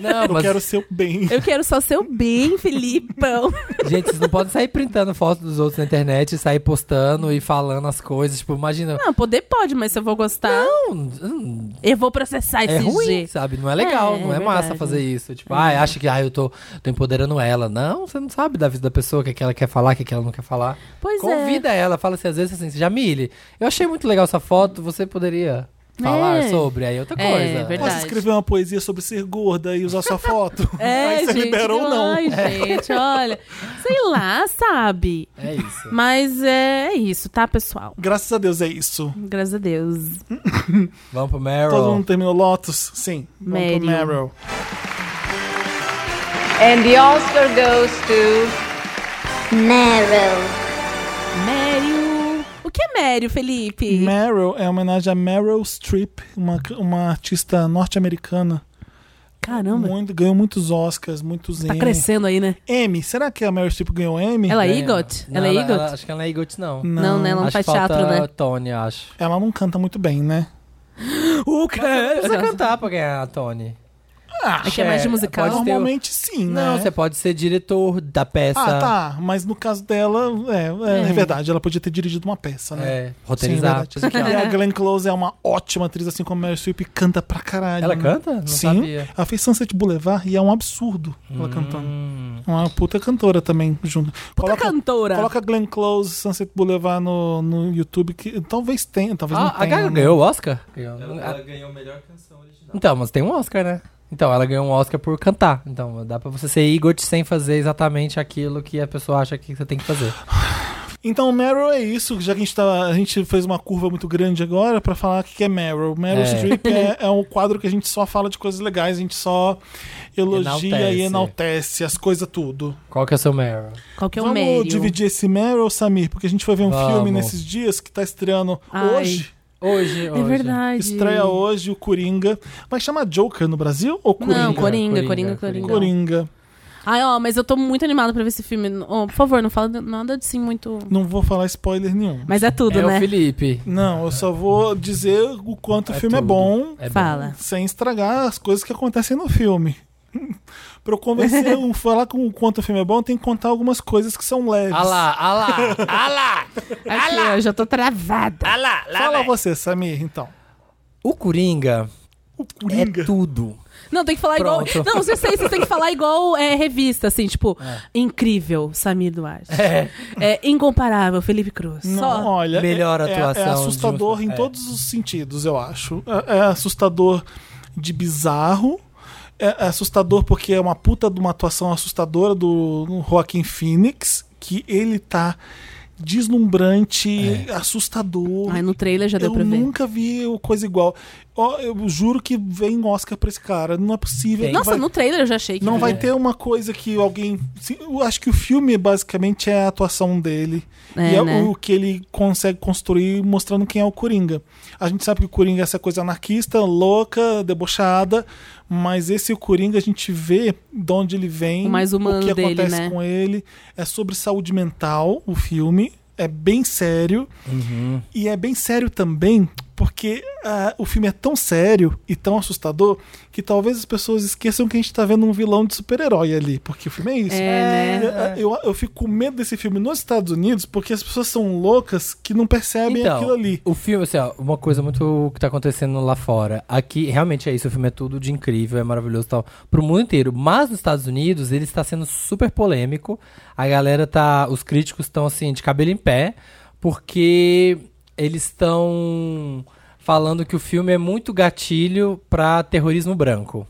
S3: Não,
S1: Eu
S3: mas,
S1: quero ser o bem.
S2: Eu quero só seu bem, Felipão.
S3: gente, vocês não podem sair printando foto dos outros na internet, e sair postando e falando as coisas. Tipo, imagina.
S2: Não, poder pode, mas se eu vou gostar,
S3: Não, hum,
S2: eu vou processar esse
S3: é ruim,
S2: G.
S3: sabe? Não é legal,
S2: É,
S3: não é,
S2: é
S3: massa
S2: verdade. Uhum.
S3: fazer isso. Tipo, ai, acha que ah, eu tô, tô empoderando ela. Não, você não sabe da vida da pessoa, o que, é que ela quer falar, o que, é que ela não quer falar.
S2: Pois é.
S3: Convida ela, fala assim, às vezes assim, Jamile, eu achei muito legal sua foto, você poderia falar
S2: É.
S3: sobre, aí é outra
S2: É,
S3: coisa.
S2: verdade.
S1: Posso escrever uma poesia sobre ser gorda e usar sua foto?
S2: é. É,
S1: Aí você
S2: gente,
S1: liberou ou não. É.
S2: Ai, gente, olha. Sei lá, sabe?
S3: É isso.
S2: Mas é isso, tá, pessoal?
S1: Graças a Deus é isso.
S2: Graças a Deus.
S3: Vamos pro Meryl.
S1: Todo mundo terminou Lotus? Sim. Vamos pro
S2: Meryl.
S1: Meryl.
S6: And the Oscar goes to
S7: Meryl.
S2: Mério. O que é Mério, Felipe?
S1: Meryl é uma homenagem a Meryl Streep, uma, uma artista norte-americana.
S2: Caramba,
S1: Muito- Ganhou muitos Oscars, muitos
S2: tá
S1: Emmy.
S2: crescendo aí, né?
S1: M, será que a Meryl Streep ganhou M?
S2: Ela é
S3: Ganha.
S2: Igot?
S3: Não,
S2: Ela é
S3: ela-
S2: Igot?
S3: Acho que ela não é Igot, não.
S2: Não, né? Ela não
S3: acho
S2: faz
S3: que falta
S2: teatro, né?
S3: Tony, acho.
S1: Ela não canta muito bem, né?
S2: O quê?
S3: Precisa cantar pra ganhar a Tony.
S2: Aqui é mais de
S3: É,
S2: musical.
S3: pode ter
S1: Então, Normalmente sim, um né?
S3: Não, você pode ser diretor da peça.
S1: Ah, tá. Mas no caso dela, é, é,
S2: É.
S1: é verdade. Ela podia ter dirigido uma peça, né?
S3: Uhum. É, roteirizar.
S1: Sim, é verdade. E a Glenn Close é uma ótima atriz, assim como a Meryl Streep canta pra caralho.
S3: ela
S1: né?
S3: canta? Não
S1: Sim.
S3: sabia.
S1: Ela fez Sunset Boulevard e é um absurdo ela cantando.
S3: Hum.
S1: É Uma puta cantora também, junto.
S2: Puta
S1: coloca,
S2: cantora.
S1: coloca Glenn Close, Sunset Boulevard no, no YouTube, que talvez tenha, talvez
S3: Ah,
S1: não
S3: a
S1: tenha. né?
S3: Gaga ganhou o Oscar? Ganhou.
S4: Ela, ela ganhou melhor canção original.
S3: Então, mas tem um Oscar, né? Então, ela ganhou um Oscar por cantar. Então, dá pra você ser Igot sem fazer exatamente aquilo que a pessoa acha que você tem que fazer.
S1: Então, Meryl é isso, já que a gente, tá, a gente fez uma curva muito grande agora pra falar o que que é Meryl. Meryl
S3: É.
S1: Streep é, é um quadro que a gente só fala de coisas legais, a gente só elogia
S3: Enaltece.
S1: e enaltece as coisas tudo.
S3: Qual que é o seu Meryl?
S2: Qual que é o
S1: Vamos
S2: Mério?
S1: dividir esse Meryl, Samir, porque a gente foi ver um
S3: Vamos.
S1: filme nesses dias que tá estreando
S2: Ai.
S1: hoje.
S3: Hoje, hoje.
S2: É verdade.
S1: Estreia hoje o Coringa. Vai chamar Joker no Brasil ou Coringa?
S2: Não, Coringa,
S3: Coringa,
S2: Coringa,
S3: Coringa.
S2: Coringa.
S1: Coringa.
S2: Ai, ó, mas eu tô muito animada pra ver esse filme. Ó, por favor, não fala nada de sim muito.
S1: Não vou falar spoiler nenhum.
S2: Mas é tudo,
S3: é
S2: né?
S3: o Felipe.
S1: Não, eu só vou dizer o quanto o
S3: É
S1: filme
S3: tudo.
S1: é bom,
S3: É bom.
S2: Fala.
S1: sem estragar as coisas que acontecem no filme. pra eu convencer, um- falar com o quanto o filme é bom, tem que contar algumas coisas que são leves.
S3: Ah lá, ah lá, ah lá,
S2: Aqui, ó, eu já tô travada.
S3: ah lá, lá
S1: Fala
S3: vai.
S1: você, Samir, então.
S3: O Coringa,
S1: O Coringa.
S3: é tudo.
S2: Não, tem que falar igual.
S3: Pronto.
S2: Não, vocês, vocês têm que falar igual é, revista, assim, tipo, incrível, Samir Duarte.
S3: É.
S2: É, incomparável, Felipe Cruz.
S1: Não,
S2: Só.
S1: olha,
S3: melhor
S1: é, é-
S3: atuação
S1: É,
S3: de um-
S1: assustador em
S3: é.
S1: todos os sentidos, eu acho. É, é assustador de bizarro. É, é assustador porque é uma puta de uma atuação assustadora do, do Joaquim Phoenix, que ele tá
S3: É.
S1: deslumbrante, assustador.
S2: Ai, no trailer já deu
S1: eu
S2: pra ver.
S1: nunca vi coisa igual. Ó, eu juro que vem Oscar pra esse cara. Não é possível.
S3: Tem.
S1: Não
S2: Nossa,
S1: vai-
S2: no trailer eu já achei que.
S1: não vai ter uma coisa que alguém. sim, Eu acho que o filme basicamente é a atuação dele.
S2: É,
S1: e é
S2: né?
S1: o que ele consegue construir mostrando quem é o Coringa. A gente sabe que o Coringa é essa coisa anarquista, louca, debochada. Mas esse o Coringa a gente vê de onde ele vem,
S2: O mais humano
S1: o que
S2: dele,
S1: acontece
S2: né?
S1: com ele. É sobre saúde mental o filme. É bem sério. E é bem sério também, porque ah, o filme é tão sério e tão assustador que talvez as pessoas esqueçam que a gente tá vendo um vilão de super-herói ali, porque o filme é isso.
S2: É,
S1: Eu- Eu, eu fico com medo desse filme nos Estados Unidos porque as pessoas são loucas que não percebem
S3: Então.
S1: aquilo ali.
S3: O filme, assim, ó, uma coisa muito que tá acontecendo lá fora. Aqui, realmente é isso, o filme é tudo de incrível, é maravilhoso e tal, pro mundo inteiro. Mas nos Estados Unidos, ele está sendo super polêmico. A galera tá. Os críticos estão, assim, de cabelo em pé, porque eles estão falando que o filme é muito gatilho pra terrorismo branco.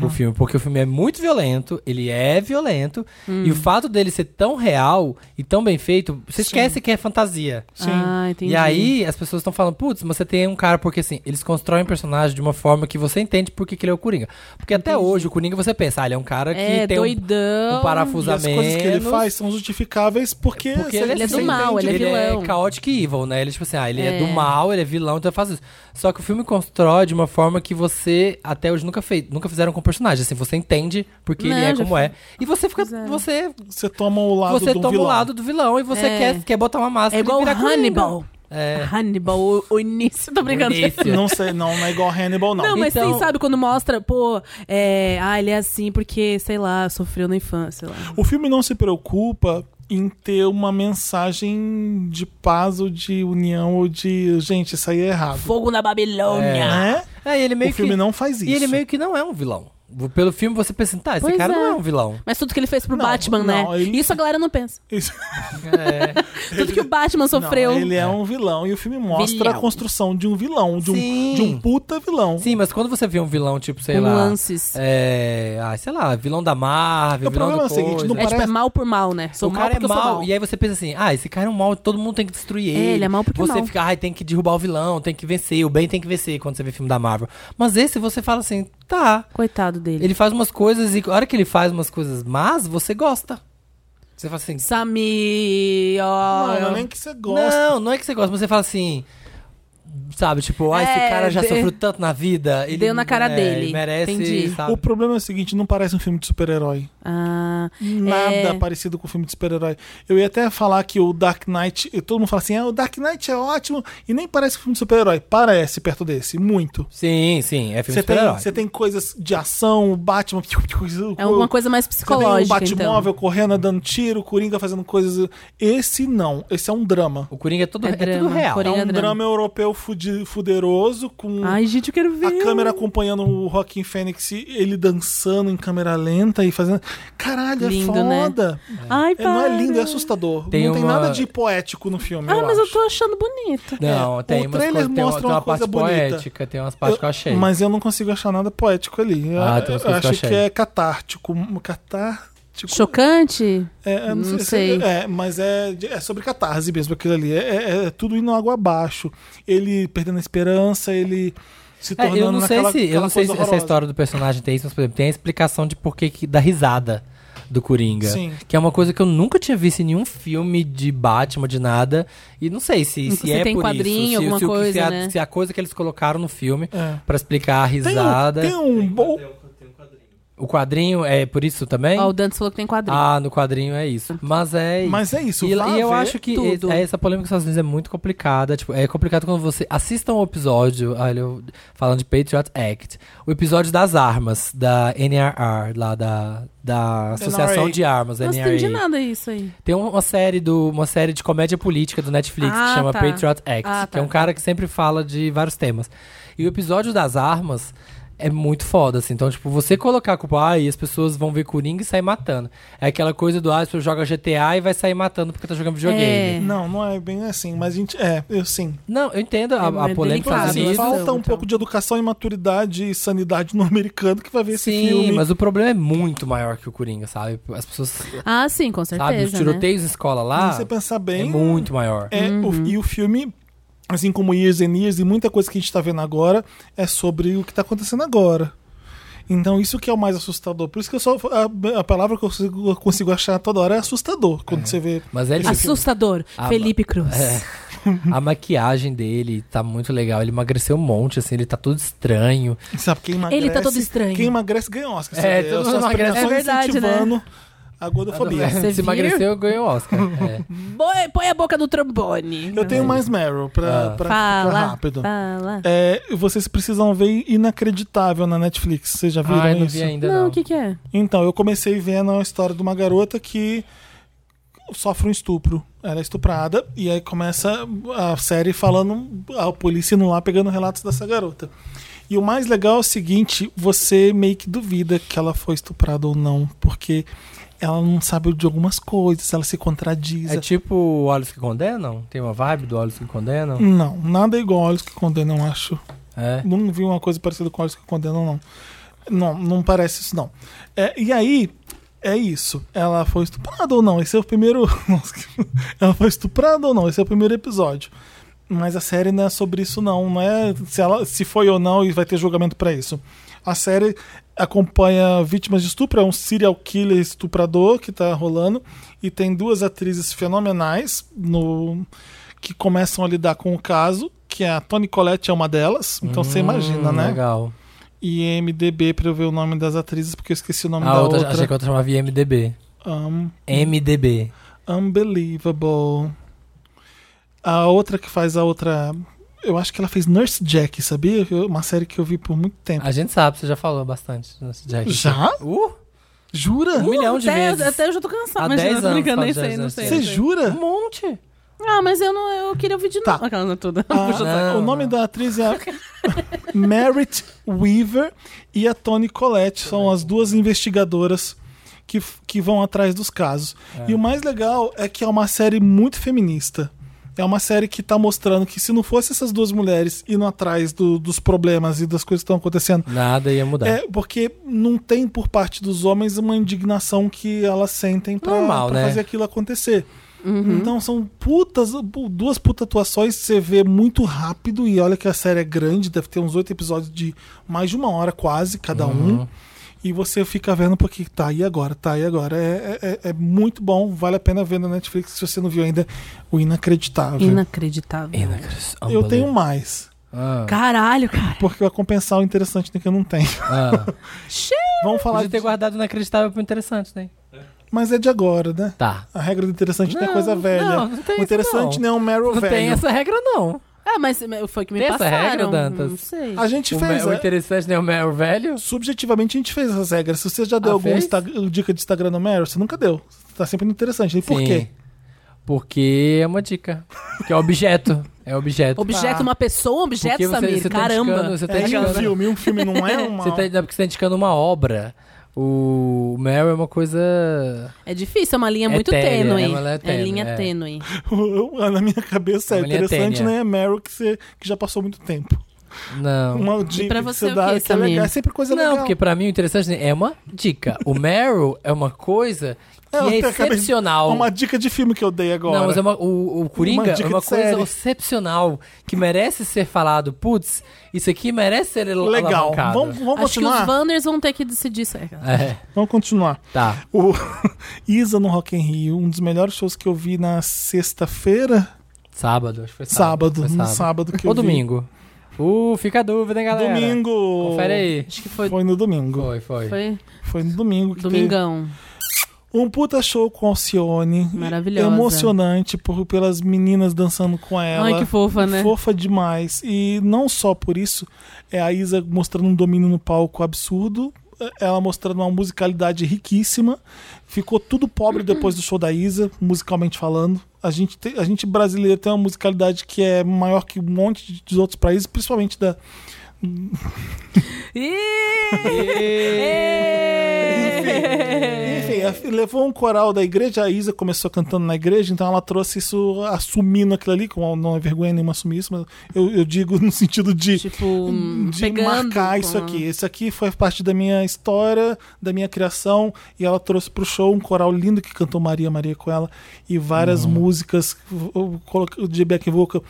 S3: o filme, porque o filme é muito violento, ele é violento, e o fato dele ser tão real e tão bem feito, você esquece que é fantasia.
S1: Sim.
S2: Ah, entendi.
S3: E aí as pessoas estão falando, putz, mas você tem um cara, porque assim, eles constroem um personagem de uma forma que você entende porque que ele é o Coringa. Porque até hoje o Coringa você pensa, ah, ele é um cara que
S2: É,
S3: tem um- um,
S2: doidão.
S1: E as
S3: parafusamento.
S1: coisas que ele faz são justificáveis porque, você-
S3: Porque ele,
S2: ele é
S3: assim,
S2: do
S1: você
S2: mal,
S1: entende.
S2: ele é vilão.
S3: é chaotic evil, né? Ele, tipo assim, ah, ele é.
S2: É.
S3: do mal, ele é vilão, então eu faço isso. Só que o filme constrói de uma forma que você, até hoje, nunca, fez, nunca fizeram com o personagem. Assim, você entende porque
S2: Não,
S3: ele é
S2: já
S3: como é. E você fica.
S2: Fizeram.
S3: Você,
S1: Você toma o lado
S3: você
S1: do
S3: toma
S1: vilão.
S3: o lado do vilão e você
S2: É.
S3: quer, quer botar uma máscara.
S2: É igual
S3: e
S2: o
S3: virar Coringa.
S2: Hannibal.
S3: É.
S2: Hannibal, o, o início, tô brincando.
S3: Início.
S1: Não sei, não, não é igual Hannibal, não.
S2: Não, mas
S3: Então-
S2: vocês sabem quando mostra, pô, é, ah, ele é assim porque, sei lá, sofreu na infância. sei lá.
S1: O filme não se preocupa em ter uma mensagem de paz ou de união ou de gente, isso aí é errado.
S2: Fogo na Babilônia.
S1: Né?
S3: É, e ele meio
S1: O filme
S3: que,
S1: não faz isso.
S3: E ele meio que não é um vilão. Pelo filme você pensa, tá, esse
S2: Pois
S3: cara
S2: é.
S3: não é um vilão.
S2: Mas tudo que ele fez pro
S1: Não,
S2: Batman,
S1: não,
S2: né?
S1: ele-
S2: Isso a galera não pensa.
S1: Isso-
S2: É. Tudo que o Batman sofreu.
S1: Não, ele é um vilão e o filme mostra
S2: Vilão.
S1: a construção de um vilão, de
S3: Sim.
S1: um, de um puta vilão.
S3: Sim, mas quando você vê um vilão, tipo, sei
S2: Com
S3: lá.
S2: lances.
S3: É. Ah, sei lá, vilão da Marvel,
S1: O
S3: vilão
S1: problema é
S3: do
S1: o seguinte,
S3: coisa.
S1: não
S2: É tipo, é
S1: parece-
S2: mal por mal, né? Sou
S3: o
S2: mal
S3: cara é
S2: porque eu sou
S3: mal,
S2: mal.
S3: e aí você pensa assim, ah, esse cara é um mal, todo mundo tem que destruir
S2: É,
S3: ele.
S2: ele é mal porque é
S3: Você
S2: mal.
S3: fica, ai, tem que derrubar o vilão, tem que vencer, o bem tem que vencer quando você vê filme da Marvel. Mas esse você fala assim, tá,
S2: Coitado dele.
S3: ele faz umas coisas e a hora que ele faz umas coisas más, você gosta. Você fala assim,
S2: Sami, ó.
S3: Ah.
S1: Não, não é nem que você gosta.
S3: não, não é que você gosta, mas você fala assim, sabe, tipo, ah, esse
S2: É,
S3: cara já
S2: de-
S3: sofreu tanto na vida. Ele,
S2: Deu na cara
S3: é,
S2: dele.
S3: Ele merece,
S2: Entendi.
S3: sabe?
S1: O problema é o seguinte, não parece um filme de super-herói.
S2: Ah,
S1: Nada
S2: é,
S1: parecido com o filme de super-herói. Eu ia até falar que o Dark Knight, e todo mundo fala assim, ah, o Dark Knight é ótimo e nem parece um filme de super-herói. Parece perto desse, muito.
S3: Sim, sim,
S1: Você
S3: é filme de
S1: tem,
S3: super-herói.
S1: você tem coisas de ação, o Batman.
S2: é uma coisa mais
S1: Você tem
S2: psicológica.
S1: o Batmóvel
S2: então.
S1: correndo, dando tiro, o Coringa fazendo coisas. Esse não, esse é um drama.
S3: O Coringa é, todo,
S2: É
S3: é, tudo
S2: drama,
S3: real.
S1: É
S2: Coringa
S1: um
S2: é drama.
S1: drama, europeu fudi- fuderoso, com
S2: então. Ai, gente, eu quero ver.
S1: a câmera acompanhando o Joaquim Fênix, ele dançando em câmera lenta e fazendo. Caralho,
S2: Lindo,
S1: é
S2: né?
S1: foda.
S2: Ai,
S1: É, não é
S2: para.
S1: lindo, é assustador.
S3: Tem
S1: não tem
S3: uma-
S1: nada de poético no filme.
S2: Ah, mas eu
S1: acho.
S2: tô achando bonito.
S3: Não,
S1: É, o
S3: tem umas
S1: trailer
S3: coisas- tem uma,
S1: mostra
S3: tem
S1: uma
S3: uma parte
S1: coisa bonita.
S3: poética, tem umas partes que eu achei.
S1: Mas eu não consigo achar nada poético ali.
S3: Ah,
S1: eu,
S3: tem umas
S1: eu
S3: coisas que eu
S1: acho que,
S3: achei.
S1: é catártico. Catártico.
S2: Chocante?
S1: É, eu não,
S2: Não
S1: sei.
S2: sei.
S1: É, mas é, de- é sobre catarse mesmo aquilo ali. É, é- é tudo indo água abaixo. Ele perdendo a esperança, ele se
S3: É,
S1: tornando
S3: eu não sei
S1: naquela,
S3: se, eu
S1: aquela
S3: não sei
S1: coisa
S3: se essa
S1: horrorosa.
S3: história do personagem tem isso, mas por exemplo, tem a explicação de por que que da risada do Coringa,
S1: Sim.
S3: que é uma coisa que eu nunca tinha visto em nenhum filme de Batman de nada, e não sei se, se
S2: Inclusive
S3: é
S2: tem
S3: por
S2: quadrinho,
S3: isso, se-
S2: alguma
S3: se, o que- se
S2: coisa,
S3: a,
S2: né?
S3: se a coisa que eles colocaram no filme
S1: É.
S3: pra explicar a
S1: Tem,
S3: risada.
S1: um- tem um bom.
S3: O quadrinho é por isso também?
S2: Ó, o Dantes falou que tem quadrinho.
S3: Ah, no quadrinho é isso. Mas é
S1: Mas é isso.
S3: E, e
S1: vá
S3: eu
S1: ver.
S3: acho que
S2: tudo.
S3: e- essa polêmica dos Estados Unidos é muito complicada. Tipo, é complicado quando você assista um episódio, olha, eu- falando de Patriot Act, o episódio das armas, da NRR, lá da, da Associação de Armas,
S2: não
S3: NRA.
S2: entendi nada isso aí.
S3: Tem um, uma série do uma série de comédia política do Netflix que
S2: Ah,
S3: chama
S2: tá.
S3: Patriot Act,
S2: Ah,
S3: que é
S2: tá.
S3: um cara que sempre fala de vários temas. E o episódio das armas é muito foda, assim. Então, tipo, você colocar a culpa, ah, e as pessoas vão ver Coringa e sair matando. É aquela coisa do, ah, as pessoas jogam GTA e vai sair matando porque tá jogando videogame.
S2: É.
S1: Não, não é bem assim. Mas a gente. É, eu sim.
S3: Não, eu entendo a, a
S2: É
S3: polêmica dos
S2: delicado,
S3: Estados
S1: Assim,
S2: né?
S3: Unidos.
S1: falta um
S2: então.
S1: pouco de educação e maturidade e sanidade no americano que vai ver esse
S3: Sim,
S1: filme.
S3: mas o problema é muito maior que o Coringa, sabe? As pessoas,
S2: Ah, sim, com
S3: sabe, os
S2: certeza. né?
S3: tiroteios em escola lá
S1: Se você pensar
S3: é
S1: bem.
S3: muito maior.
S1: É,
S2: Uhum.
S1: o- e o filme, assim como Years and Years e muita coisa que a gente tá vendo agora, é sobre o que tá acontecendo agora. Então isso que é o mais assustador. Por isso que eu só a, a palavra que eu consigo, eu consigo achar toda hora é assustador quando você vê.
S3: Mas é difícil.
S2: Assustador.
S3: Ah,
S2: Felipe Cruz.
S1: É.
S3: A maquiagem dele tá muito legal. Ele emagreceu um monte, assim, ele tá todo estranho.
S1: Sabe quem emagrece?
S2: Ele tá todo estranho.
S1: Quem emagrece ganha um Oscar.
S3: É,
S1: sabe?
S3: todo
S1: As
S3: mundo emagrece.
S1: premiações
S2: É verdade, né?
S1: incentivando a gordofobia.
S2: Você
S3: Se
S2: viu?
S3: emagreceu, ganhou o Oscar. É.
S2: Põe, põe a boca no trombone.
S1: Eu tenho mais Meryl pra,
S3: Ah.
S1: pra ficar
S2: né? Fala.
S1: rápido.
S2: Fala.
S1: É, vocês precisam ver Inacreditável na Netflix. Vocês já viram
S3: Ai, Ah, não
S1: Tá isso?
S3: vi ainda,
S2: Não,
S3: não.
S2: o que que é?
S1: Então, eu comecei vendo a história de uma garota que sofre um estupro. Ela é estuprada e aí começa a série falando a polícia indo lá pegando relatos dessa garota. E o mais legal é o seguinte, você meio que duvida que ela foi estuprada ou não, porque ela não sabe de algumas coisas, ela se contradiz.
S3: É tipo o Olhos que Condenam? Tem uma vibe do Olhos que Condenam?
S1: Não, nada é igual a Olhos que Condenam, eu acho.
S3: É.
S1: Não vi uma coisa parecida com Olhos que Condenam, não. Não, não parece isso, não. É, e aí, é isso. Ela foi estuprada ou não? Esse é o primeiro. Nossa, que- ela foi estuprada ou não? Esse é o primeiro episódio. Mas a série não é sobre isso, não. Não é se, ela, se foi ou não e vai ter julgamento pra isso. A série acompanha vítimas de estupro, é um serial killer estuprador que tá rolando. E tem duas atrizes fenomenais no que começam a lidar com o caso, que a Toni Collette é uma delas. Então você imagina, né?
S3: Hum, Legal.
S1: E MDB pra eu ver o nome das atrizes, porque eu esqueci o nome
S3: A
S1: da
S3: Ah, outra,
S1: outra.
S3: achei que a outra chamava MDB.
S1: Um,
S3: MDB.
S1: unbelievable. A outra que faz a outra. Eu acho que ela fez Nurse Jack, sabia? Eu- Uma série que eu vi por muito tempo.
S3: A gente sabe, você já falou bastante. nesse Jack.
S1: Já? Uh,
S3: Uh,
S1: Jura?
S3: um milhão de
S2: até,
S3: vezes.
S2: até eu já tô cansada.
S3: Há
S2: Imagina,
S3: 10
S2: eu tô
S3: anos
S2: brincando, nem
S3: faz
S2: sei, não
S3: 10
S2: sei.
S3: anos.
S1: Você jura?
S3: Um monte.
S2: Ah, mas eu não eu queria ouvir de
S1: Tá.
S2: novo. Aquela não é toda.
S1: Ah,
S3: não,
S1: o nome
S3: não.
S1: da atriz é a Merritt Weaver e a Toni Collette. São as duas investigadoras que, f- que vão atrás dos casos. E o mais legal é que é uma série muito feminista. É uma série que tá mostrando que se não fosse essas duas mulheres indo atrás do- dos problemas e das coisas que estão acontecendo,
S3: Nada ia mudar.
S1: é porque não tem por parte dos homens uma indignação que elas sentem pra,
S3: Normal,
S1: pra
S3: né?
S1: fazer aquilo acontecer. Então são putas, pu- duas putas atuações que você vê muito rápido e olha que a série é grande, deve ter uns oito episódios de mais de uma hora quase cada
S3: Uhum.
S1: um. E você fica vendo porque tá aí agora, tá aí agora. É, é- é- é muito bom, vale a pena ver na Netflix se você não viu ainda o Inacreditável.
S2: Inacreditável.
S1: Eu tenho um mais,
S3: Ah,
S2: Caralho, cara.
S1: porque vai compensar o interessante né, que eu não tenho.
S3: ah.
S1: Vamos falar
S3: Podia ter
S1: de...
S3: guardado inacreditável pro interessante, né?
S1: Mas é de agora, né?
S3: Tá.
S1: A regra do interessante não, é coisa velha.
S3: não, não tem
S1: o
S3: isso,
S1: interessante não,
S3: não.
S1: é um Meryl
S3: Não
S1: velho.
S3: tem essa regra, não.
S2: Ah, mas foi que me
S3: Tem essa
S2: passaram.
S3: regra, Dantas?
S2: Não sei.
S1: A gente
S3: O,
S1: fez.
S3: me- o
S1: é,
S3: interessante, né? O Meryl velho.
S1: Subjetivamente a gente fez essas regras. Se você já deu
S3: Ah,
S1: alguma
S3: fez?
S1: dica de Instagram no Meryl, você nunca deu. Tá sempre no interessante. E por
S3: Sim.
S1: quê?
S3: Porque é uma dica. Porque é objeto. É objeto.
S2: Objeto, uma pessoa, um objeto,
S3: Porque você-
S2: Samir.
S3: você tá
S2: Caramba.
S3: indicando- você tá
S1: É e um
S3: indicando-
S1: filme, um filme não é uma.
S3: Você tá, não, porque você tá indicando uma obra. O Meryl é uma coisa.
S2: É difícil, é uma linha muito
S3: Etérea,
S2: tênue.
S3: né? Ela é
S2: É
S3: tênue,
S2: linha
S3: é.
S2: tênue.
S1: Na minha cabeça é
S3: Uma linha
S1: interessante,
S3: tênue,
S1: né? É Meryl que, você, que já passou muito tempo.
S3: Não.
S1: Uma dica
S2: pra
S1: que
S2: você o
S1: dá
S2: quê,
S1: que é
S2: Samir?
S1: legal. É sempre coisa
S3: não,
S1: legal.
S3: porque pra mim o interessante é uma dica. O Meryl é uma coisa que
S1: Eu
S3: é
S1: até acabei-
S3: excepcional.
S1: Uma dica de filme que eu dei agora.
S3: Não, mas é uma- o, o Coringa
S1: Uma dica
S3: é uma
S1: de
S3: coisa
S1: série.
S3: excepcional que merece ser falado. Putz, isso aqui merece ser al-
S1: Legal.
S3: alavancado.
S1: Vamos, vamos
S2: Acho que os
S1: continuar?
S2: Wanders vão ter que decidir isso. É, cara.
S3: É,
S1: Vamos continuar.
S3: tá.
S1: O Isa no Rock in Rio, um dos melhores shows que eu vi na sexta-feira,
S3: Sábado, acho que foi sábado.
S1: sábado,
S3: foi
S1: no sábado que
S3: Ou
S1: eu vi.
S3: domingo. Uh, fica a dúvida, hein, galera?
S1: Domingo.
S3: Confere aí.
S2: Acho que foi,
S1: Foi no domingo.
S3: Foi, foi.
S2: foi
S1: Foi no domingo que
S2: domingão.
S1: teve um puta show com Alcione.
S2: Maravilhosa.
S1: Emocionante por, pelas meninas dançando com ela.
S2: Ai, que fofa, né?
S1: Fofa demais. E não só por isso, é a Isa mostrando um domínio no palco absurdo. Ela mostrando uma musicalidade riquíssima. Ficou tudo pobre depois do show da Isa, musicalmente falando. A gente, tem- a gente brasileiro tem uma musicalidade que é maior que um monte de- dos outros países, principalmente da. Enfim, a- levou um coral da igreja, a Isa começou cantando na igreja, então ela trouxe isso assumindo aquilo ali, com não é vergonha nenhuma assumir isso, mas eu, eu digo no sentido de.
S2: Tipo,
S1: de
S2: pegando
S1: marcar
S2: com
S1: isso
S2: a-
S1: aqui. Isso aqui foi parte da minha história, da minha criação, e ela trouxe pro show um coral lindo que cantou Maria Maria com ela, e
S3: Uhum.
S1: várias músicas eu coloquei de back vocal.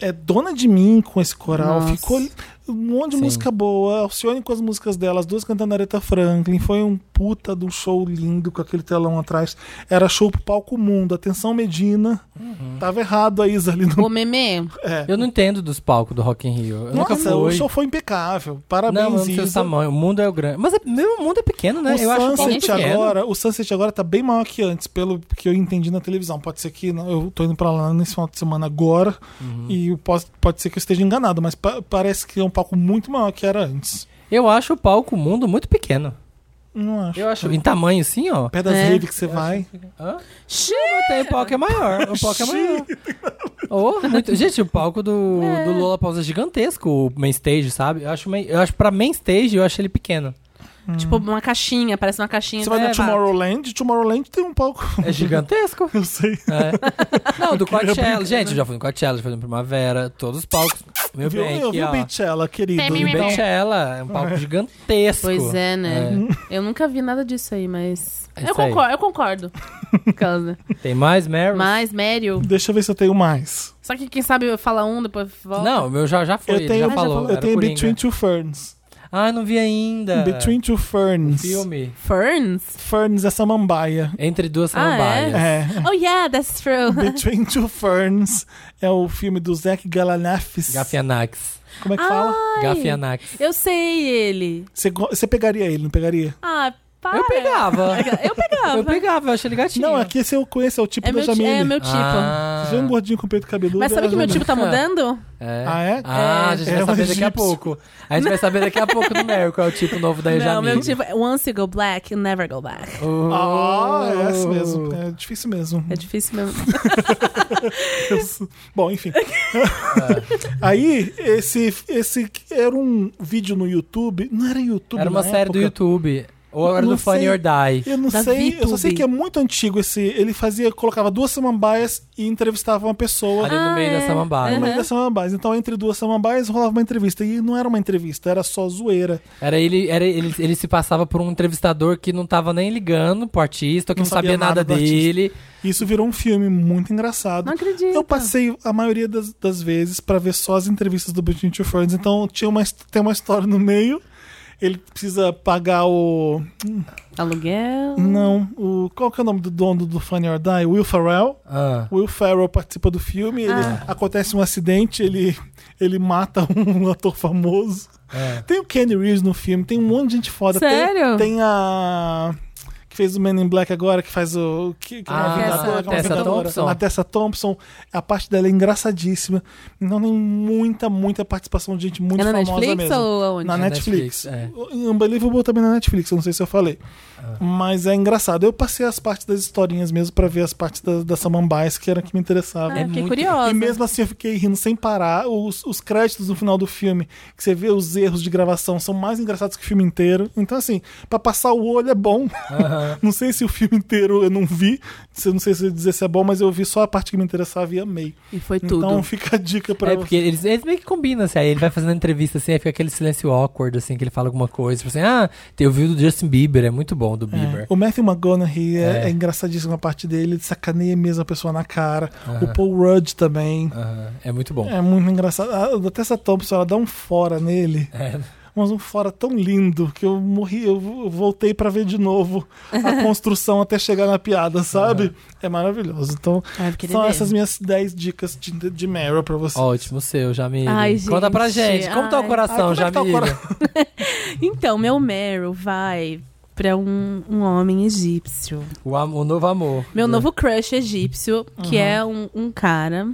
S1: É dona de mim com esse coral.
S2: Nossa.
S1: Ficou um monte de
S3: Sim.
S1: música boa. Alcione com as músicas dela, as duas cantando Aretha Franklin. Foi um puta de um show lindo com aquele telão atrás. Era show pro palco mundo. Atenção, Medina.
S3: Uhum.
S1: Tava errado a Isa ali no.
S2: Ô, Meme,
S1: É.
S3: Eu não entendo dos palcos do Rock in Rio. Eu nunca
S1: Nossa, o
S3: fui.
S1: show foi impecável. Parabéns,
S3: não, eu não sei o
S1: Isa.
S3: tamanho. O mundo é o grande. Mas é, mesmo o mundo é pequeno, né?
S1: O
S3: eu acho o palco
S1: Sunset
S3: pequeno.
S1: agora, o Sunset agora tá bem maior que antes, pelo que eu entendi na televisão. Pode ser que não, eu tô indo pra lá nesse final de semana agora
S3: Uhum.
S1: e eu posso, pode ser que eu esteja enganado, mas pa- parece que é um palco muito maior que era antes.
S3: Eu acho o palco o mundo muito pequeno.
S1: Não acho.
S3: Eu né? acho. Em tamanho, sim, ó.
S1: Pé das
S2: É.
S1: raves que você vai.
S3: Hã? Não, tem, o palco é maior. O palco é maior. Oh, muito- Gente, o palco do, do é Lola Pausa é gigantesco, o main stage, sabe? Eu acho, main- eu acho pra main stage, eu acho ele pequeno.
S2: Tipo, uma caixinha, parece uma caixinha.
S1: Você vai
S2: de
S1: na
S2: sapato.
S1: Tomorrowland, Tomorrowland tem um palco.
S3: É gigantesco.
S1: Eu sei.
S3: É. Não, do
S1: queria
S3: Coachella.
S1: brincar,
S3: Gente, eu já fui no Coachella, já fui no Primavera, todos os palcos. Meu
S1: Viu,
S3: bem,
S1: eu
S3: aqui,
S1: vi
S3: ó.
S1: o Beachella, querido.
S6: Tem mimimi.
S1: Então,
S3: Coachella, é um palco gigantesco.
S2: Pois é, né?
S3: É.
S2: Eu nunca vi nada disso aí, mas.
S3: É
S2: eu,
S3: isso aí.
S2: concordo, eu concordo. Aquelas,
S1: É
S2: né?
S3: É. Tem mais, Meryl?
S2: Mas, Meryl.
S1: Deixa eu ver se eu tenho mais.
S2: Só que quem sabe eu falar um, depois volta.
S3: Não, o meu já, já foi,
S1: eu
S3: ele
S1: tenho,
S3: já falou.
S1: eu
S3: era
S1: tenho
S3: Coringa.
S1: Between Two Ferns.
S3: Ah, não vi ainda.
S1: Between Two Ferns.
S3: Filme.
S2: Ferns?
S1: Ferns é samambaia.
S3: Entre duas
S2: Ah, é?
S3: samambaias.
S1: É.
S2: Oh, yeah, that's true.
S1: Between Two Ferns é o filme do Zac Galifianakis.
S3: Gafianax.
S1: Como é que fala?
S2: Ai,
S3: Gafianax.
S2: Eu sei ele.
S1: Você go- Você pegaria ele, não pegaria?
S2: Ah, para.
S3: Eu pegava.
S2: Eu pegava.
S3: Eu pegava, eu achei ele gatinho.
S1: Não, aqui esse eu conheço, é o tipo
S2: É
S1: da
S2: meu, ti-
S1: Jamile.
S2: é meu tipo.
S3: Ah,
S1: Se vê um gordinho com peito cabeludo.
S2: Mas sabe
S1: era
S2: que meu
S1: Jamile.
S2: tipo tá mudando?
S3: É.
S1: Ah, é?
S3: Ah, a gente
S1: É
S3: vai
S1: um
S3: saber daqui a
S1: egípcio.
S3: pouco. A gente vai saber daqui a pouco do Meryl qual é o tipo novo da Jamie.
S2: Não, meu tipo é once you go black, you never go back.
S3: Uh.
S1: Ah, é esse mesmo. É difícil mesmo.
S2: É difícil mesmo.
S1: Bom, enfim. Aí, esse, esse era um vídeo no YouTube. Não era YouTube,
S3: Era uma
S1: na
S3: série
S1: época.
S3: do YouTube. Ou era
S1: Não
S3: do Funny
S1: sei.
S3: or Die.
S1: Eu não
S2: Da
S1: sei, eu só
S2: VTube.
S1: sei que é muito antigo esse. Ele fazia, colocava duas samambaias e entrevistava uma pessoa.
S3: Ali no
S2: Ah,
S3: meio
S2: é.
S3: da samambaia.
S1: Tá no meio
S2: Aham.
S1: das samambaias. Então, entre duas samambaias rolava uma entrevista. E não era uma entrevista, era só zoeira.
S3: Era ele, era ele, ele se passava por um entrevistador que não tava nem ligando pro artista, que não, sabia, nada,
S1: do artista.
S3: dele.
S1: E isso virou um filme muito engraçado.
S2: Não acredito.
S1: Eu passei a maioria das, das vezes pra ver só as entrevistas do Between Two Ferns. Então tinha uma, his- tem uma história no meio. Ele precisa pagar o.
S2: Aluguel.
S1: Não, o. Qual que é o nome do dono do Funny or Die? Will Ferrell.
S3: Ah.
S1: Will Ferrell participa do filme. Ele, Acontece um acidente, ele, ele mata um ator famoso.
S3: é.
S1: Tem o Kenny Reeves no filme, tem um monte de gente foda. Tem-
S2: Sério?
S1: Tem, a. Que fez o Men in Black agora, que faz o. Que, que é uma
S3: Ah,
S1: vingadora,
S2: Tessa-
S1: que é uma
S3: Tessa
S1: vingadora.
S3: Thompson.
S1: A Tessa Thompson. A parte dela é engraçadíssima. Então tem muita, muita participação de gente muito
S2: é na
S1: famosa
S2: Netflix
S1: mesmo.
S2: ou aonde?
S1: Na
S3: Na
S1: Netflix.
S3: Netflix, é.
S1: Unbelievable também é na Netflix, eu não sei se eu falei.
S3: Ah.
S1: Mas é engraçado. Eu passei as partes das historinhas mesmo pra ver as partes das, das samambaias, que era que me interessava.
S2: Ah, eu fiquei
S3: muito-
S2: curiosa.
S1: É E mesmo assim eu fiquei rindo sem parar. Os, os créditos no final do filme, que você vê os erros de gravação, são mais engraçados que o filme inteiro. Então, assim, pra passar o olho é bom. não sei se o filme inteiro eu não vi. se- Não sei se eu ia dizer se é bom, mas eu vi só a parte que me interessava e amei.
S2: E foi tudo.
S1: Então fica a dica pra
S3: É porque eles, eles meio que combinam, assim, aí ele vai fazendo entrevista assim, aí fica aquele silêncio awkward, assim, que ele fala alguma coisa, tipo assim, ah, eu vi o do Justin Bieber, é muito bom do Bieber.
S1: É. O Matthew McGonaghy é,
S3: É.
S1: é engraçadíssimo a parte dele, ele sacaneia mesmo a pessoa na cara. O Paul Rudd também.
S3: Aham, é muito bom.
S1: É muito engraçado. A- Até essa Thompson, ela dá um fora nele.
S3: É.
S1: Mas um fora tão lindo que eu morri, eu vo- voltei pra ver de novo a construção até chegar na piada, sabe? É maravilhoso. Então,
S2: Ah, eu queria
S1: são
S2: ver.
S1: essas minhas 10 dicas de, de Meryl pra você.
S3: Ótimo seu, Jamile.
S2: Ai, gente.
S3: Conta pra gente, como tá o
S2: Ai.
S3: coração,
S1: Ai, como é que tá o
S3: Jamile?
S1: cora-
S2: Então, meu Meryl vai pra um, um homem egípcio.
S3: o, am- o novo amor.
S2: Meu novo crush egípcio, que é um, um cara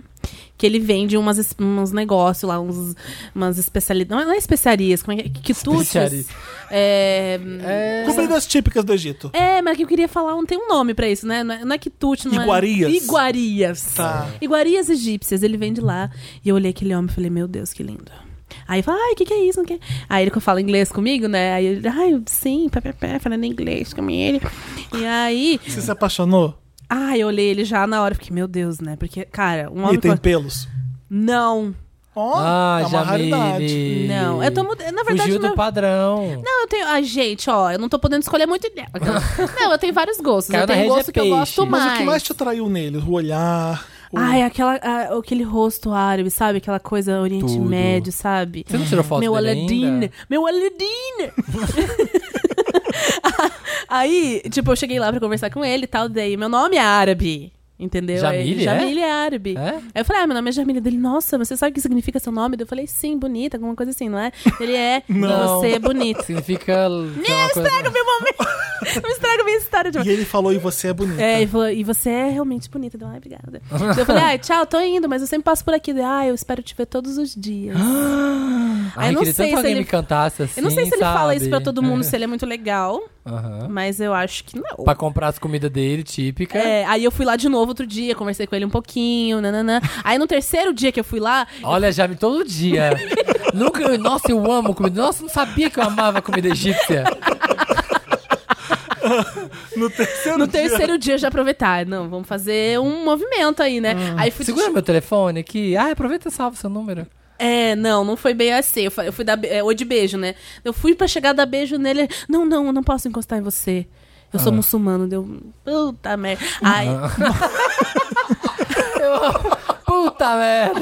S2: que ele vende umas, es- uns negócios lá, uns, umas especialidades. Não é especiarias, como é que que
S3: Especiarias.
S2: Quitutes. É,
S1: Comidas típicas do Egito.
S2: é, mas que eu queria falar, não tem um nome pra isso, né? Não é, não é quitute, não é-
S1: Iguarias.
S2: Iguarias.
S1: Tá.
S2: Iguarias egípcias, ele vende lá. E eu olhei aquele homem e falei, meu Deus, que lindo. Aí fala, ai, o que, que é isso? Não que... Aí ele fala inglês comigo, né? Aí ele, ai, sim, pé, pé, pé, falando inglês com ele. E aí,
S1: Você se apaixonou?
S2: ai, eu olhei ele já na hora, fiquei, meu Deus, né? Porque, cara, um
S1: E
S2: homem.
S1: tem
S2: fala,
S1: pelos.
S2: Não,
S1: Ó,
S3: Ah,
S1: é uma raridade.
S3: Jamile.
S2: não. Eu tô mudando. Na verdade,
S3: Fugiu do
S2: meu-
S3: padrão.
S2: Não, eu tenho. Ai, gente, ó, eu não tô podendo escolher muito dela. não, eu tenho vários gostos.
S3: Cara,
S2: eu
S3: na
S2: tenho
S3: rede é
S2: gosto que eu
S3: peixe.
S2: gosto
S1: Mas
S2: mais.
S1: o que mais te atraiu nele? O olhar? O...
S2: Ai, aquela, a- aquele rosto árabe, sabe? Aquela coisa Oriente
S3: Tudo.
S2: Médio, sabe?
S3: Você não tirou foto
S2: Meu
S3: dele
S2: Aladdin!
S3: ainda?
S2: Meu Aladdin! Aí, tipo, eu cheguei lá pra conversar com ele e tal, daí meu nome é árabe. Entendeu?
S3: Jamile, é?
S2: Aí, Jamile é árabe.
S3: É?
S2: Aí eu falei, ah, meu nome é Jamile. Dele, nossa, mas você sabe o que significa seu nome? Daí Eu falei, sim, bonita, alguma coisa assim, não é? Ele é,
S3: Não. é
S2: você é bonito.
S3: Significa... Me
S2: Não estraga o meu momento! Não estraga a minha história. Tipo,
S1: E ele falou, e você é bonita.
S2: é, e, falou, e você é realmente bonita. Deu, ai, obrigada. eu falei, ai, tchau, tô indo, mas eu sempre passo por aqui. Daí, Ai, eu espero te ver todos os dias.
S3: Ah, Ai,
S2: eu não
S3: queria
S2: sei
S3: tanto
S2: se
S3: alguém
S2: ele-
S3: me cantasse assim,
S2: eu não sei se ele fala
S3: sabe?
S2: isso pra todo mundo, se ele é muito legal,
S3: Aham.
S2: mas eu acho que não.
S3: Pra comprar as comidas dele, típica.
S2: É, aí eu fui lá de novo outro dia, conversei com ele um pouquinho, nananã. Aí no terceiro dia que eu fui lá,
S3: Olha, Jamile, todo dia. Nunca... Nossa, eu amo comida. Nossa, eu não sabia que eu amava comida egípcia.
S1: No terceiro
S2: No
S1: dia.
S2: terceiro dia já aproveitar. Não, vamos fazer um movimento aí, né? Aí fui
S3: Ah. Segura meu telefone aqui. Ah, aproveita e salva seu número.
S2: É, não, não foi bem assim. Eu fa- eu fui dar. be- É, oi de beijo, né? Eu fui pra chegar a dar beijo nele. Não, não, eu não posso encostar em você. Eu
S1: Ah.
S2: sou muçulmano. Deu. Puta merda. Aí.
S3: Puta merda.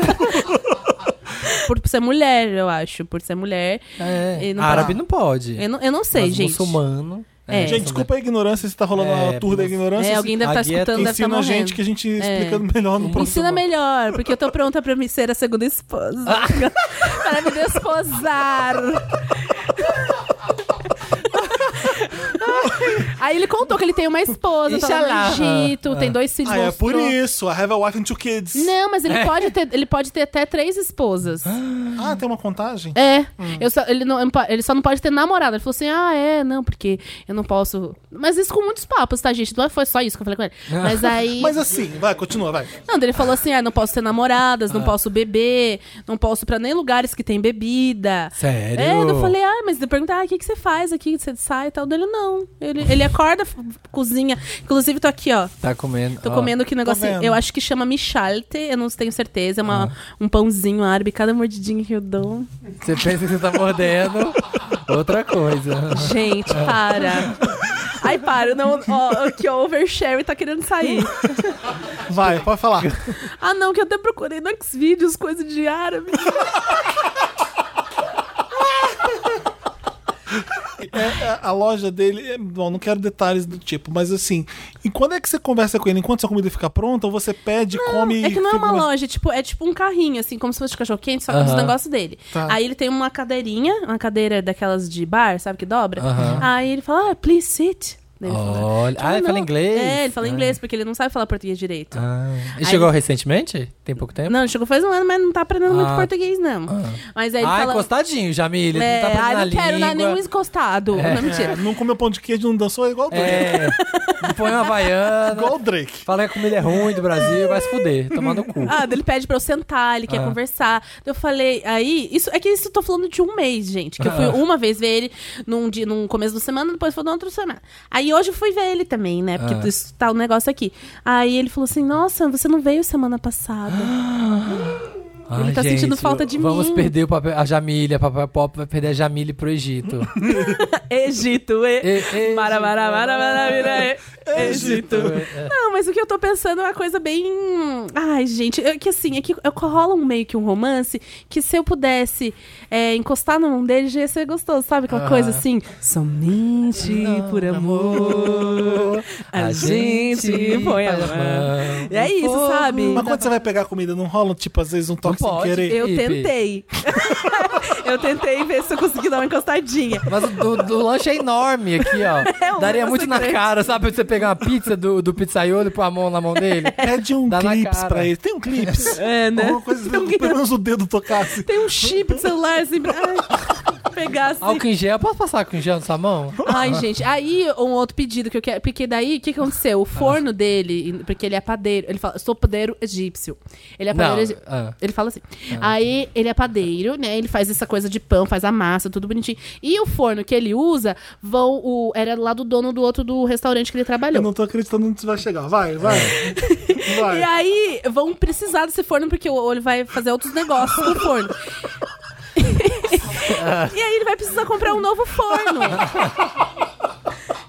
S2: Por ser mulher, eu acho. Por ser mulher.
S3: É.
S2: E não
S3: Árabe
S2: pode-
S3: não pode.
S1: É.
S2: Eu não, eu não sei,
S3: Mas
S2: gente.
S3: Muçulmano.
S2: É.
S1: Gente, desculpa a ignorância se tá rolando
S3: É,
S1: a tour da
S3: mas-
S1: ignorância. assim.
S2: É, alguém deve estar
S3: Aqui é-
S2: escutando, deve estar
S1: Ensina a gente
S2: morrendo. É.
S1: que a gente explicando melhor no próximo.
S2: Ensina melhor, porque eu tô pronta pra me ser a segunda esposa.
S1: Ah.
S2: para me desposar. Aí ele contou que ele tem uma esposa, tá lá
S3: Inshallah.
S2: no Egito, tem dois filhos.
S1: é Ah, é por
S2: mostrou.
S1: isso. I have a wife and two kids.
S2: Não, mas ele, pode ter, ele pode ter até três esposas.
S1: Ah, tem uma contagem?
S2: É, eu só- ele, não, ele só não pode ter namorada. Ele falou assim: ah, é, não, porque eu não posso. Mas isso com muitos papos, tá, gente? Não foi só isso que eu falei com ele. Mas aí.
S1: Mas assim, vai, continua, vai.
S2: Não, daí ele falou assim: ah, não posso ter namoradas, não posso beber, não posso ir pra nem lugares que tem bebida.
S3: Sério?
S2: É, daí eu falei, ah, mas eu perguntar, ah, o que, que você faz aqui? Você sai e tal? Dele, não. Ele, ele acorda, f- cozinha. Inclusive, tô aqui, ó.
S3: Tá comendo.
S2: Tô
S3: ó.
S2: comendo que negócio.
S1: vendo.
S2: Eu acho que chama michalte, eu não tenho certeza. É uma,
S3: Ah.
S2: um pãozinho árabe, cada mordidinha que eu dou.
S3: Você pensa que você tá mordendo outra coisa.
S2: Gente,
S3: Ah.
S2: para. Ai, para, não, ó, aqui, ó, o overshare tá querendo sair.
S1: Vai, pode falar.
S2: Ah, não, que eu até procurei no Xvideos, coisa de árabe.
S1: É, a- a loja dele, é- bom, não quero detalhes do tipo, mas assim, e quando é que você conversa com ele? Enquanto sua comida fica pronta, ou você pede, come
S2: É que não é uma
S1: figura-
S2: loja, tipo, é tipo um carrinho, assim, como se fosse de cachorro quente, só que
S3: Aham.
S2: os negócios dele.
S1: Tá.
S2: Aí ele tem uma cadeirinha, uma cadeira daquelas de bar, sabe, que dobra.
S3: Aham.
S2: Aí ele fala, ah, please sit. Daí ele fala,
S3: Olha. Ah, ele
S2: não.
S3: fala inglês.
S2: É, ele fala inglês, porque ele não sabe falar português direito.
S3: Ah. E
S2: Aí-
S3: chegou recentemente? Tem pouco tempo?
S2: Não, ele chegou faz um ano, mas não tá aprendendo muito
S3: É Ah.
S2: português, não. Mas aí ele
S3: ah,
S2: fala...
S3: encostadinho, Jamile.
S2: É,
S3: não tá
S2: ah,
S3: aprendendo a
S2: não quero dar nenhum
S3: língua.
S2: encostado. Não, mentira.
S1: É, não comeu pão de queijo, não dançou, é igual o Drake.
S3: É. Não põe uma havaiana.
S1: Igual o Drake.
S3: Fala que a comida é ruim do Brasil, vai se fuder. Tomar no cu.
S2: Ah, daí ele pede pra eu sentar, ele quer
S3: Ah.
S2: conversar. Eu falei, aí, isso é que isso eu tô falando de um mês, gente. Que eu fui
S3: Ah.
S2: uma vez ver ele num dia, num começo da semana, depois foi na outra semana. Aí hoje eu fui ver ele também, né? Porque
S3: Ah.
S2: isso tá o negócio aqui. Aí ele falou assim: nossa, você não veio semana passada.
S3: Ai,
S2: tá sentindo falta de
S3: Vamos
S2: mim.
S3: perder o papel, a Jamile, a Papai Pop vai perder a Jamile pro Egito.
S2: Egito, e.
S3: E- e-
S2: Mara, mara, mara, mara, mira, e- Egito. Não, mas o que eu tô pensando é uma coisa bem. Ai, gente, é que assim, é que eu rola um meio que um romance que se eu pudesse é, encostar na mão dele já ia ser gostoso, sabe? Aquela coisa assim. Somente por
S3: é
S2: amor, a gente põe a
S3: faz
S2: mão.
S3: mão.
S2: É isso, sabe?
S1: Mas quando você vai pegar a comida, não rola, tipo, às vezes um toque sem
S3: Não pode.
S1: querer?
S2: Eu
S3: Ipe.
S2: tentei. eu tentei ver se eu consegui dar uma encostadinha.
S3: Mas o do, do lanche é enorme aqui, ó.
S2: É um
S3: Daria
S2: lanche
S3: muito na
S2: grande.
S3: cara, sabe? Você pegar uma pizza do, do pizzaiolo e pôr a mão na mão dele.
S1: Pede um
S3: Dá na
S1: clips
S3: cara.
S1: pra ele. Tem um clips?
S2: É, né?
S1: Alguma coisa, assim, pelo menos o dedo tocasse.
S2: Tem um chip de celular assim pra ai, pegar assim.
S3: Álcool em gel, posso passar álcool em gel na sua mão?
S2: Ai, gente, aí um outro pedido que eu quero. Porque daí, o que que
S3: Ah.
S2: aconteceu? O forno dele, porque ele é padeiro, ele fala, sou padeiro egípcio. Ele é padeiro
S3: Não,
S2: egípcio.
S3: ah.
S2: Ele fala assim. Aí ele é padeiro, né? Ele faz essa coisa de pão, faz a massa, tudo bonitinho. E o forno que ele usa, vão. O, era lá do dono do outro do restaurante que ele trabalhou.
S1: Eu não tô acreditando onde isso vai chegar. Vai, vai. Vai.
S2: É. E aí vão precisar desse forno porque o ele vai fazer outros negócios com o forno. e aí ele vai precisar comprar um novo forno.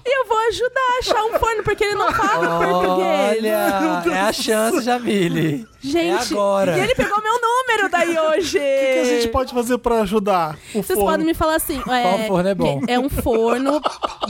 S2: E eu vou ajudar a achar um forno porque ele não fala português.
S3: Olha, é a chance, Jamile.
S2: Gente,
S3: é agora.
S2: e ele pegou meu número daí hoje.
S1: O que, que a gente pode fazer pra ajudar o
S2: Vocês
S1: forno?
S2: podem me falar assim, é,
S3: Qual forno é bom?
S2: É um forno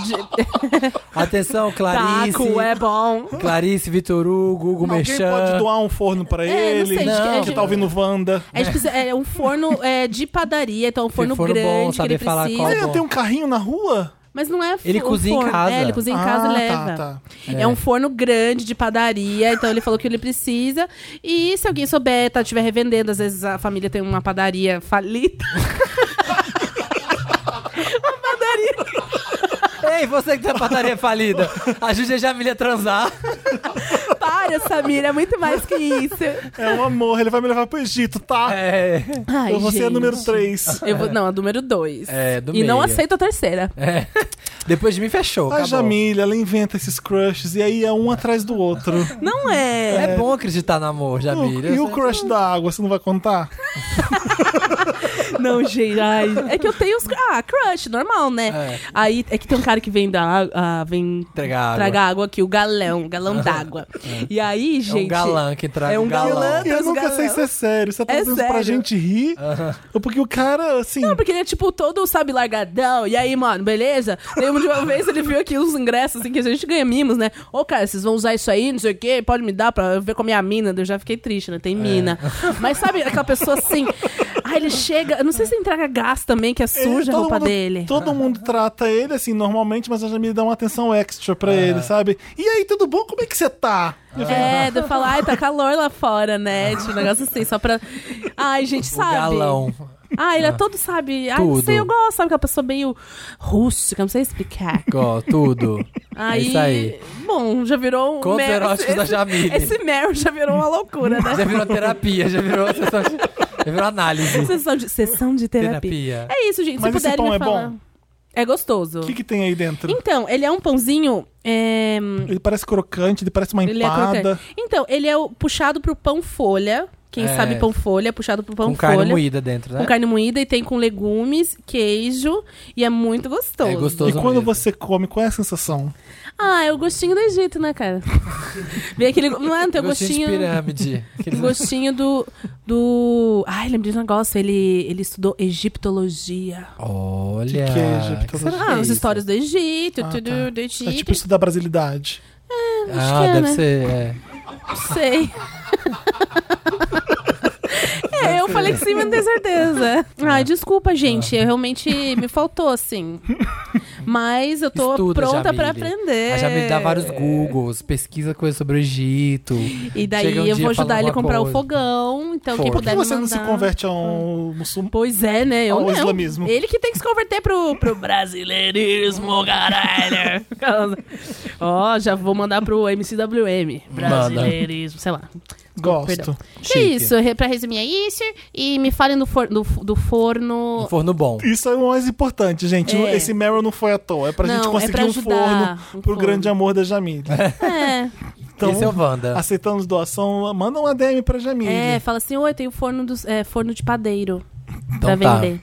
S2: de
S3: Atenção, Clarice.
S2: taco, é bom.
S3: Clarice, Vitor Hugo, Hugo
S1: Alguém
S3: Merchan.
S1: pode doar um forno pra
S2: É, não
S1: ele?
S2: sei,
S3: Não.
S2: acho
S1: Que
S2: que-
S1: tá ouvindo Wanda.
S2: A gente precisa- é um forno é, de padaria, então é um forno,
S3: forno bom,
S2: grande que
S3: saber
S2: ele
S3: falar
S2: precisa.
S3: qual
S1: Mas ele tem um carrinho na rua?
S2: Mas não é
S3: Ele
S2: fo-
S3: cozinha em
S2: forno.
S3: casa.
S2: É, ele cozinha em casa
S1: Ah,
S2: e
S1: tá,
S2: leva.
S1: tá.
S2: É. um forno grande de padaria, então ele falou que ele precisa. E se alguém souber, tá, estiver revendendo, às vezes a família tem uma padaria falida.
S3: Ei, você que tem a padaria falida, ajude a Jamile a transar.
S2: Para, Samira, é muito mais que isso.
S1: É um amor, ele vai me levar pro Egito, tá?
S3: É,
S2: Ai,
S1: eu vou ser Então a
S2: gente.
S1: número 3.
S2: Eu vou, não, a número 2.
S3: É, do
S2: E não
S3: meio.
S2: aceito a terceira.
S3: é. Depois de mim, fechou.
S1: A
S3: acabou.
S1: Jamília, ela inventa esses crushes e aí é um atrás do outro.
S2: Não é.
S3: É bom acreditar no amor, Jamília.
S1: E o
S3: Você-
S1: crush da água, você não vai contar?
S2: Não, gente. ai, É que eu tenho os. Ah, crush, normal, né?
S3: É.
S2: Aí é que tem um cara que vem da água. ah, vem
S3: Entregar água.
S2: tragar água aqui, o galão, galão d'água. E aí,
S3: É
S2: gente.
S3: um galã que entrega
S2: é um galã.
S1: Eu
S2: Deus,
S1: nunca
S2: galera.
S1: sei se é sério. Você tá
S2: É
S1: fazendo isso pra
S2: sério.
S1: gente rir? Ou Porque o cara, assim.
S2: Não, porque ele é tipo todo, sabe, largadão. E aí, mano, beleza? Lembro de uma vez ele viu aqui os ingressos, assim, que a gente ganha mimos, né? Ô, cara, vocês vão usar isso aí, não sei o quê, pode me dar pra eu ver com a minha mina. Eu já fiquei triste, né? Tem mina. Mas sabe aquela pessoa assim. Ai, ele chega. Eu não sei se entrega gás também, que é
S1: ele-
S2: suja a
S1: todo
S2: roupa
S1: mundo-
S2: dele. Ah.
S1: Todo mundo trata ele assim normalmente, mas a Jamília dá uma atenção extra pra ele, sabe? E aí, tudo bom? Como é que você tá? Eu falei,
S2: É, de eu falar, ai, tá calor lá fora, né? Tipo, um negócio assim, só pra. Ai, gente,
S3: O
S2: sabe?
S3: Um galão.
S2: Ah, ele é todo, sabe? Ai, não
S3: Tudo.
S2: sei, eu gosto, sabe? Aquela pessoa meio rústica, não sei explicar.
S3: Ó, tudo.
S2: Aí,
S3: É isso aí.
S2: Bom, já virou um.
S3: Contos
S2: mer-
S3: eróticos da
S2: esse-
S3: Jamile. é
S2: Esse Meryl já virou uma loucura, né?
S3: Já virou terapia, já virou sessão de- já virou análise.
S2: sessão, de, sessão de terapia.
S3: Terapia.
S2: É isso, gente.
S1: Mas
S2: se
S1: esse
S2: puderem
S1: pão
S2: me
S1: é
S2: falar.
S1: bom?
S2: É gostoso.
S1: O que, que tem aí dentro?
S2: Então, ele é um pãozinho. é,
S1: Ele parece crocante, ele parece uma
S2: Ele é
S1: empada.
S2: crocante. Então, ele é o- puxado pro pão folha. Quem
S3: É.
S2: sabe pão folha, é puxado pro pão
S3: Com
S2: folha.
S3: carne moída dentro, né?
S2: Com carne moída e tem com legumes, queijo e é muito gostoso.
S3: É gostoso.
S1: e quando
S3: mesmo.
S1: você come, qual é a sensação?
S2: Ah, é o gostinho do Egito, né, cara? Vem aquele. Mano, tem o
S3: Gostinho
S2: gostinho. né?
S3: de pirâmide.
S2: O
S3: Aqueles-
S2: Um gostinho do. do... Ai, lembrei de um negócio. Ele, ele estudou egiptologia.
S3: Olha.
S1: Que queijo, que tá
S3: será
S2: Ah,
S3: que é
S2: as
S3: isso?
S2: histórias do Egito,
S3: Ah,
S2: tudo
S3: tá.
S2: do Egito.
S1: É tipo isso da brasilidade.
S2: acho
S3: Ah,
S2: que é,
S3: deve
S2: né?
S3: ser. é.
S2: Não sei. É, eu falei que sim, mas não tenho certeza.
S3: Ah.
S2: Ai, desculpa, gente. Eu realmente me faltou, assim. Mas eu tô
S3: Estuda,
S2: pronta
S3: Jamile.
S2: pra aprender.
S3: A Jamile dá vários Googles, pesquisa coisas sobre o Egito.
S2: E daí
S3: Chega um
S2: eu
S3: dia
S2: vou
S3: fala
S2: ajudar ele a
S3: alguma
S2: comprar
S3: coisa.
S2: o fogão. Então, quem
S1: Por
S3: Forno.
S1: que
S2: puder me
S1: você não se
S2: mandar.
S1: converte a um muçulmano?
S2: Pois é, né? Eu
S1: Ao
S2: não.
S1: islamismo.
S2: Ele que tem que se converter pro, pro brasileirismo, caralho. Ó, já vou mandar pro MCWM. Brasileirismo, sei lá.
S1: Gosto.
S2: Perdão.
S3: Chique.
S2: É isso, re- pra resumir, é isso. E me falem do, for, do, do forno.
S3: Um forno bom.
S1: Isso é o mais importante, gente.
S2: É.
S1: Esse Meryl não foi à toa. É pra
S2: Não,
S1: gente
S2: é
S1: conseguir
S2: pra
S1: um forno
S2: ajudar
S1: pro
S2: um forno.
S1: grande amor da Jamile.
S2: É.
S1: Então,
S3: Esse é o Wanda.
S1: aceitamos doação, manda um ADM pra Jamile.
S2: É, fala assim: oi, tem o forno, dos, é, forno de padeiro pra
S3: Então tá.
S2: vender.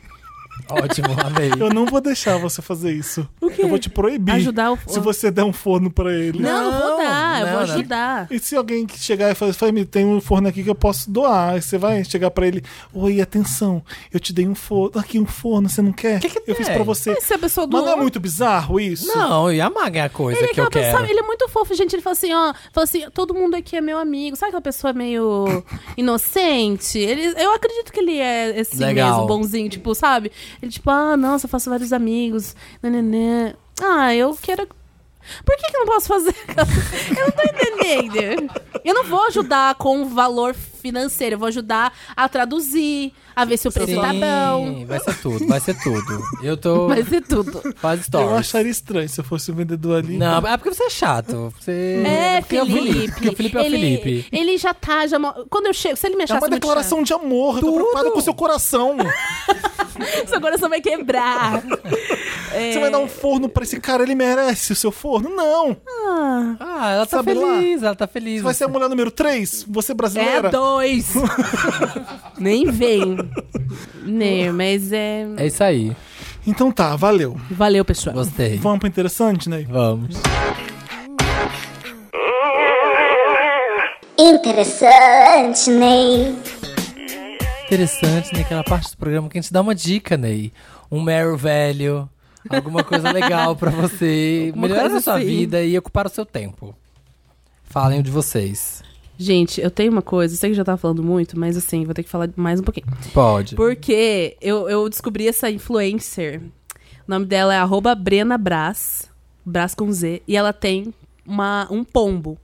S3: Ótimo, amei.
S1: Eu não vou deixar você fazer isso. Eu vou te proibir
S2: Ajudar o
S1: se
S2: forno.
S1: você der um forno pra ele.
S2: Não, não vou
S3: Não,
S2: dar, eu vou
S3: não, não.
S2: ajudar.
S1: E se alguém que chegar e falar, "Fami, tem um forno aqui que eu posso doar, Aí você vai chegar pra ele, oi, atenção, eu te dei um forno, aqui um forno, você não quer?
S3: Que que
S1: eu fiz
S3: tem?
S1: pra você.
S2: Mas se a pessoa
S1: Mas não é
S2: doou-
S1: muito bizarro isso?
S3: Não, eu ia amar ganhar coisa
S2: Ele é
S3: que eu
S2: aquela pessoa,
S3: quero.
S2: ele é muito fofo, gente. Ele fala assim, ó, fala assim, todo mundo aqui é meu amigo. Sabe aquela pessoa meio inocente? Ele, eu acredito que ele é assim
S3: Legal.
S2: mesmo, bonzinho, tipo, sabe? Ele, tipo, ah, nossa, eu faço vários amigos. Nananã. Ah, eu quero. Por que, que eu não posso fazer? Eu não tô entendendo. Eu não vou ajudar com um valor financeiro, eu vou ajudar a traduzir, a ver se o preço tá bom.
S3: Sim, vai ser tudo, vai ser tudo. Eu tô.
S2: Mas e tudo.
S3: Faz
S1: Eu
S3: stories.
S1: acharia estranho se eu fosse o vendedor ali.
S3: Não, é porque você é chato. Você...
S2: É,
S3: porque é o
S2: Felipe.
S3: Porque o Felipe é o
S2: ele,
S3: Felipe.
S2: Ele já tá, já. mo- Quando eu chego, se ele me
S1: É
S2: achasse
S1: uma
S2: muito
S1: declaração de amor, eu tô preocupada com o seu coração.
S2: chato, seu coração vai quebrar.
S3: É.
S1: Você vai dar um forno pra esse cara, ele merece o seu forno? Não!
S3: Ah, ela tá
S1: Sabe lá?
S3: feliz, ela tá feliz.
S1: Você vai ser a mulher número 3? Você brasileira?
S2: É dois. Nem vem. Nem, mas é.
S3: É isso aí.
S1: Então tá, valeu.
S2: Valeu, pessoal.
S3: Gostei.
S1: Vamos pro interessante, né? Ney?
S3: Vamos.
S7: Interessante, Ney.
S3: Interessante, né? Aquela parte do programa que a gente dá uma dica, Ney. Um Meryl velho. Alguma coisa legal pra você
S2: Alguma
S3: melhorar
S2: coisa
S3: a sua
S2: assim.
S3: vida e ocupar o seu tempo. Falem o de vocês.
S2: Gente, eu tenho uma coisa, eu sei que já tava falando muito, mas assim, vou ter que falar mais um pouquinho.
S3: Pode.
S2: Porque eu, eu descobri essa influencer. O nome dela é arroba Brena Brás, Brás com Z, e ela tem uma, um pombo.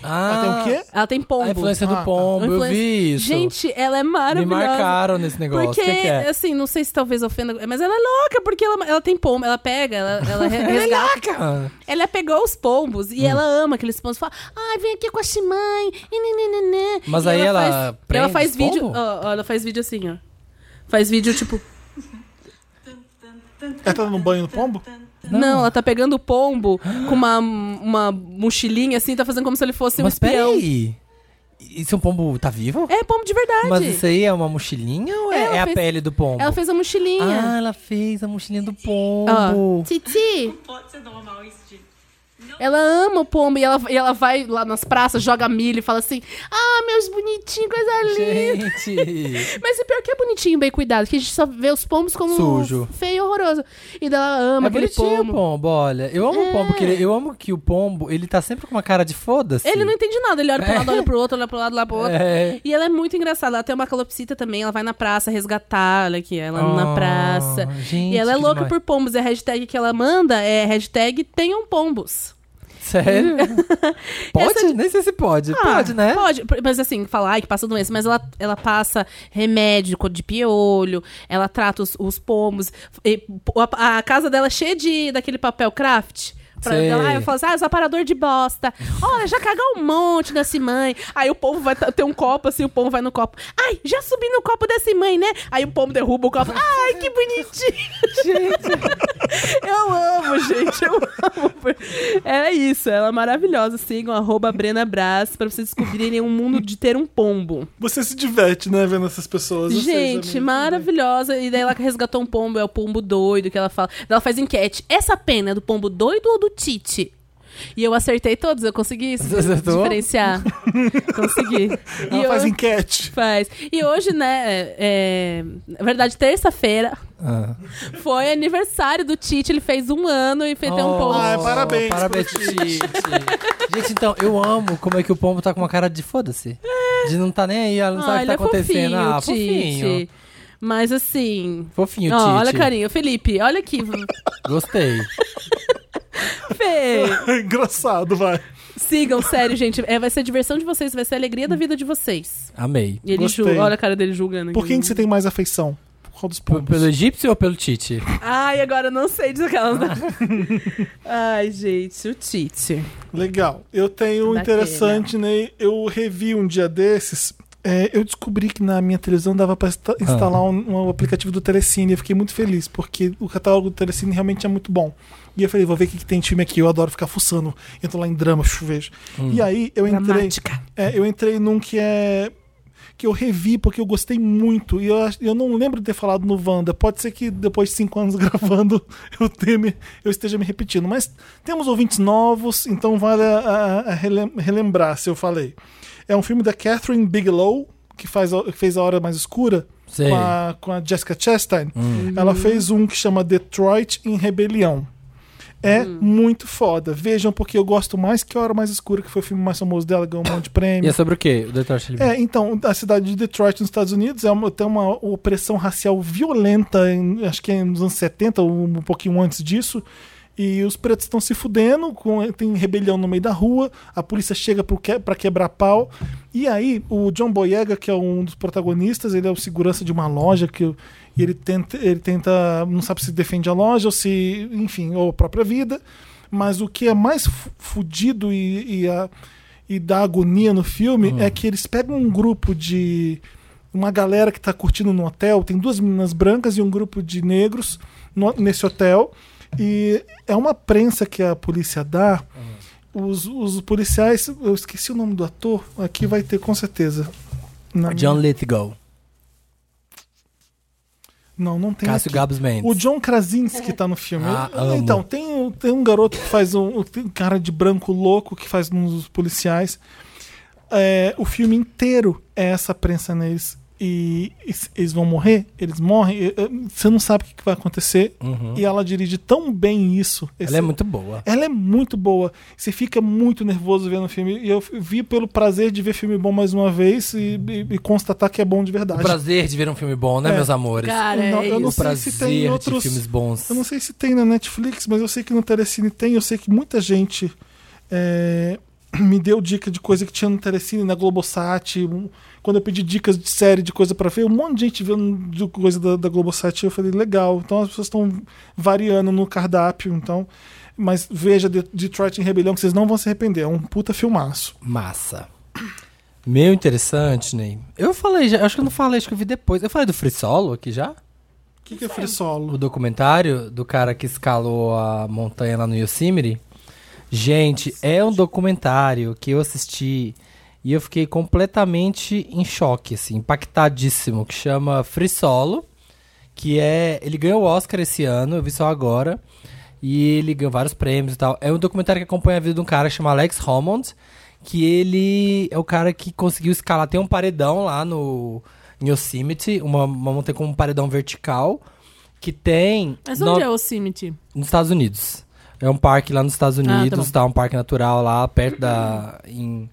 S1: Ah,
S3: Ah,
S1: tem o quê?
S2: Ela tem pombo.
S3: A influência
S1: Ah,
S3: do
S1: tá.
S3: pombo, eu
S2: Influencer-
S3: vi isso.
S2: Gente, ela é
S3: me
S2: maravilhosa.
S3: marcaram nesse negócio.
S2: Porque,
S3: o que, que é?
S2: assim, não sei se talvez ofenda, mas ela é louca, porque ela, ela tem pombo, ela pega, ela, ela
S3: é
S2: re- resgata.
S3: Caraca!
S2: ela é pegou os pombos
S3: Hum.
S2: e ela ama aqueles pombos. Fala, ai, vem aqui com a chimãe. e nê, nê, nê, nê."
S3: Mas
S2: E
S3: aí ela
S2: faz,
S3: prende
S2: ela faz
S3: os
S2: vídeo.
S3: pombos?
S2: ó, ó, ela faz vídeo assim, ó. Faz vídeo tipo.
S1: Ela tá dando banho no pombo?
S2: Não. ela tá pegando o pombo com uma, uma mochilinha assim, tá fazendo como se ele fosse um
S3: Mas
S2: espião.
S3: peraí. Isso é um pombo. Tá vivo?
S2: É pombo de verdade.
S3: Mas isso aí é uma mochilinha ou
S2: Ela
S3: é, é a
S2: fez-
S3: pele do pombo?
S2: Ela fez a
S3: Ah,
S2: mochilinha.
S3: ela fez a mochilinha do
S2: Ó,
S3: pombo.
S2: Titi. Ela ama o pombo e ela, e ela vai lá nas praças, joga milho e fala assim: Ah, meus bonitinhos, coisa linda.
S3: Gente.
S2: Mas o pior que é bonitinho, bem cuidado, que a gente só vê os pombos como
S3: Sujo.
S2: feio e horroroso. E daí ela
S3: É
S2: ama aquele
S3: bonitinho o
S2: pombo. É.
S3: pombo, olha. Eu amo o pombo, que ele- eu amo que o pombo, ele tá sempre com uma cara de foda-se.
S2: Ele não entende nada, ele olha pra um
S3: É.
S2: lado, olha pro outro, olha pro lado, olha pro outro.
S3: É.
S2: E ela é muito engraçada. Ela tem uma calopsita também, ela vai na praça resgatar, olha aqui, ela
S3: Oh,
S2: na praça.
S3: gente,
S2: e ela é
S3: que
S2: louca
S3: demais.
S2: por pombos. E a hashtag que ela manda é hashtag tenham pombos.
S3: Sério? pode? Nem sei se pode.
S2: Ah,
S3: pode, né?
S2: Pode, mas assim, falar ai, que passa doença, mas ela, ela passa remédio, cor de piolho, ela trata os, os pombos. E a, a casa dela é cheia de, daquele papel craft. Pra
S3: Sei.
S2: ela, eu falo assim, ah, os aparador de bosta. Olha, já cagou um monte desse mãe. Aí o povo vai t- ter um copo, assim, o pombo vai no copo. Ai, já subi no copo desse mãe, né? Aí o pombo derruba o copo. Ai, que bonitinho. Eu amo, gente, eu amo. É isso, ela é maravilhosa. Sigam arroba Brena Brás pra vocês descobrirem um mundo de ter um pombo.
S1: Você se diverte, né, vendo essas pessoas. eu sei,
S2: gente,
S3: né?
S1: Jamila.
S2: maravilhosa. E daí ela resgatou um pombo, é o pombo doido que ela fala. Daí Ela faz enquete. Essa pena é do pombo doido ou do Tite? E eu acertei todos, eu consegui isso,
S3: Você acertou?
S2: diferenciar. consegui. E
S1: Ela
S2: eu-
S1: faz enquete.
S2: faz. E hoje, né, é- na verdade, terça-feira,
S3: Ah.
S2: foi aniversário do Tite, ele fez um ano e fez até um pombo.
S1: Ah, parabéns
S3: Oh, Parabéns,
S1: pro
S3: Titi. Gente, então, eu amo como é que o pombo tá com uma cara de foda-se. De não tá nem aí, ela não sabe o que
S2: ele
S3: tá
S2: é
S3: acontecendo.
S2: fofinho,
S3: ah, fofinho.
S2: Tite. Mas assim.
S3: Fofinho,
S2: ó,
S3: Titi.
S2: olha, carinho. Felipe, olha aqui.
S3: Gostei.
S2: Fê.
S1: Engraçado, vai.
S2: Sigam, sério, gente. É, vai ser a diversão de vocês, vai ser a alegria da vida de vocês.
S3: Amei.
S2: E ele
S1: Gostei.
S2: julga. Olha a cara dele julgando.
S1: Por quem
S2: aqui.
S1: que você tem mais afeição? Por qual dos
S3: P-
S1: pombos?
S3: Pelo egípcio ou pelo Tite?
S2: Ai, agora eu não sei disso que ela tá- Ai, gente, o Tite.
S1: Legal. Eu tenho um
S2: Daquele.
S1: interessante, né? Eu revi um dia desses. é, eu descobri que na minha televisão dava pra insta- instalar um, um aplicativo do Telecine. Eu fiquei muito feliz, porque o catálogo do Telecine realmente é muito bom. E eu falei, vou ver o que, que tem de filme aqui. Eu adoro ficar fuçando. Entro lá em drama, chuvejo. E aí eu entrei.
S2: Dramática.
S1: É, eu entrei num que é. Que eu revi porque eu gostei muito. E eu, ach- eu não lembro de ter falado no Wanda. Pode ser que depois de cinco anos gravando eu, tenha me- eu esteja me repetindo. Mas temos ouvintes novos, então vale a, a- a relem- relembrar se eu falei. É um filme da Catherine Bigelow, que, faz, a- que fez A Hora Mais Escura,
S3: Sei.
S1: com a, com a Jessica Chastain.
S3: Hum.
S1: Ela fez um que chama Detroit em Rebelião. É muito foda. Vejam, porque eu gosto mais que A Hora Mais Escura, que foi o filme mais famoso dela, ganhou um monte de
S3: E
S1: prêmio.
S3: é sobre o quê? O Detroit Livre.
S1: É, então, a cidade de Detroit, nos Estados Unidos, é uma- tem uma opressão racial violenta, em- acho que é nos anos 70, ou um pouquinho antes disso. E os pretos estão se fudendo, com- tem rebelião no meio da rua, a polícia chega pro que, pra quebrar pau. E aí, o John Boyega, que é um dos protagonistas, ele é o segurança de uma loja que o- e ele tenta, ele tenta, não sabe se defende a loja ou se, enfim, ou a própria vida. Mas o que é mais fu- fudido e, e a- e dá agonia no filme
S3: Hum.
S1: é que eles pegam um grupo de. Uma galera que tá curtindo no hotel, tem duas meninas brancas e um grupo de negros no- nesse hotel. E é uma prensa que a polícia dá.
S3: Hum.
S1: Os, os policiais. Eu esqueci o nome do ator, aqui vai ter com certeza. Na-
S3: John Lithgow.
S1: Não, não tem.
S3: Cássio
S1: aqui.
S3: Gabos Mendes.
S1: O John Krasinski tá no filme.
S3: Ah,
S1: Eu-
S3: amo.
S1: então, tem, um- tem um garoto que faz um, tem um cara de branco louco que faz um dos policiais. É, o filme inteiro é essa prensa neles. E, e s- eles vão morrer, eles morrem. e- e- você não sabe o que, que vai acontecer. E ela dirige tão bem isso. esse-
S3: Uhum. Ela é muito boa.
S1: ela é muito boa. Você fica muito nervoso vendo o filme. E eu f- vi pelo prazer de ver filme bom mais uma vez e, e- e constatar que é bom de
S3: O
S1: verdade.
S3: prazer de ver um filme bom, né,
S1: É.
S3: meus amores?
S2: Cara,
S1: Não,
S2: é
S1: eu não
S2: isso.
S3: o
S1: sei
S3: prazer
S1: se tem
S3: de
S1: outros-
S3: filmes bons.
S1: Eu não sei se tem na Netflix, mas eu sei que no Telecine tem. Eu sei que muita gente é, me deu dica de coisa que tinha no Telecine, na Globosat. um- Quando eu pedi dicas de série, de coisa pra ver, um monte de gente vendo de coisa da, da Globosat. Eu falei, legal. Então as pessoas estão variando no cardápio. Então, mas veja De- Detroit em Rebelião, que vocês não vão se arrepender. É um puta filmaço.
S3: Massa. Meu interessante, Ney. Eu falei já, acho que eu não falei, acho que eu vi depois. Eu falei do Free Solo aqui já?
S1: que, que é free solo?
S3: o documentário do cara que escalou a montanha lá no Yosemite. Gente, é um documentário que eu assisti e eu fiquei completamente em choque, assim, impactadíssimo, que chama Free Solo, que é, ele ganhou o Oscar esse ano, eu vi só agora, e ele ganhou vários prêmios e tal. É um documentário que acompanha a vida de um cara que chama Alex Hammond, que ele é o cara que conseguiu escalar, tem um paredão lá no em Yosemite, uma, uma montanha com um paredão vertical, que tem...
S2: Mas
S3: no-
S2: onde é o Cimity?
S3: nos Estados Unidos. É um parque lá nos Estados
S2: tá
S3: Unidos,
S2: bom.
S3: tá, um parque natural lá, perto da. em-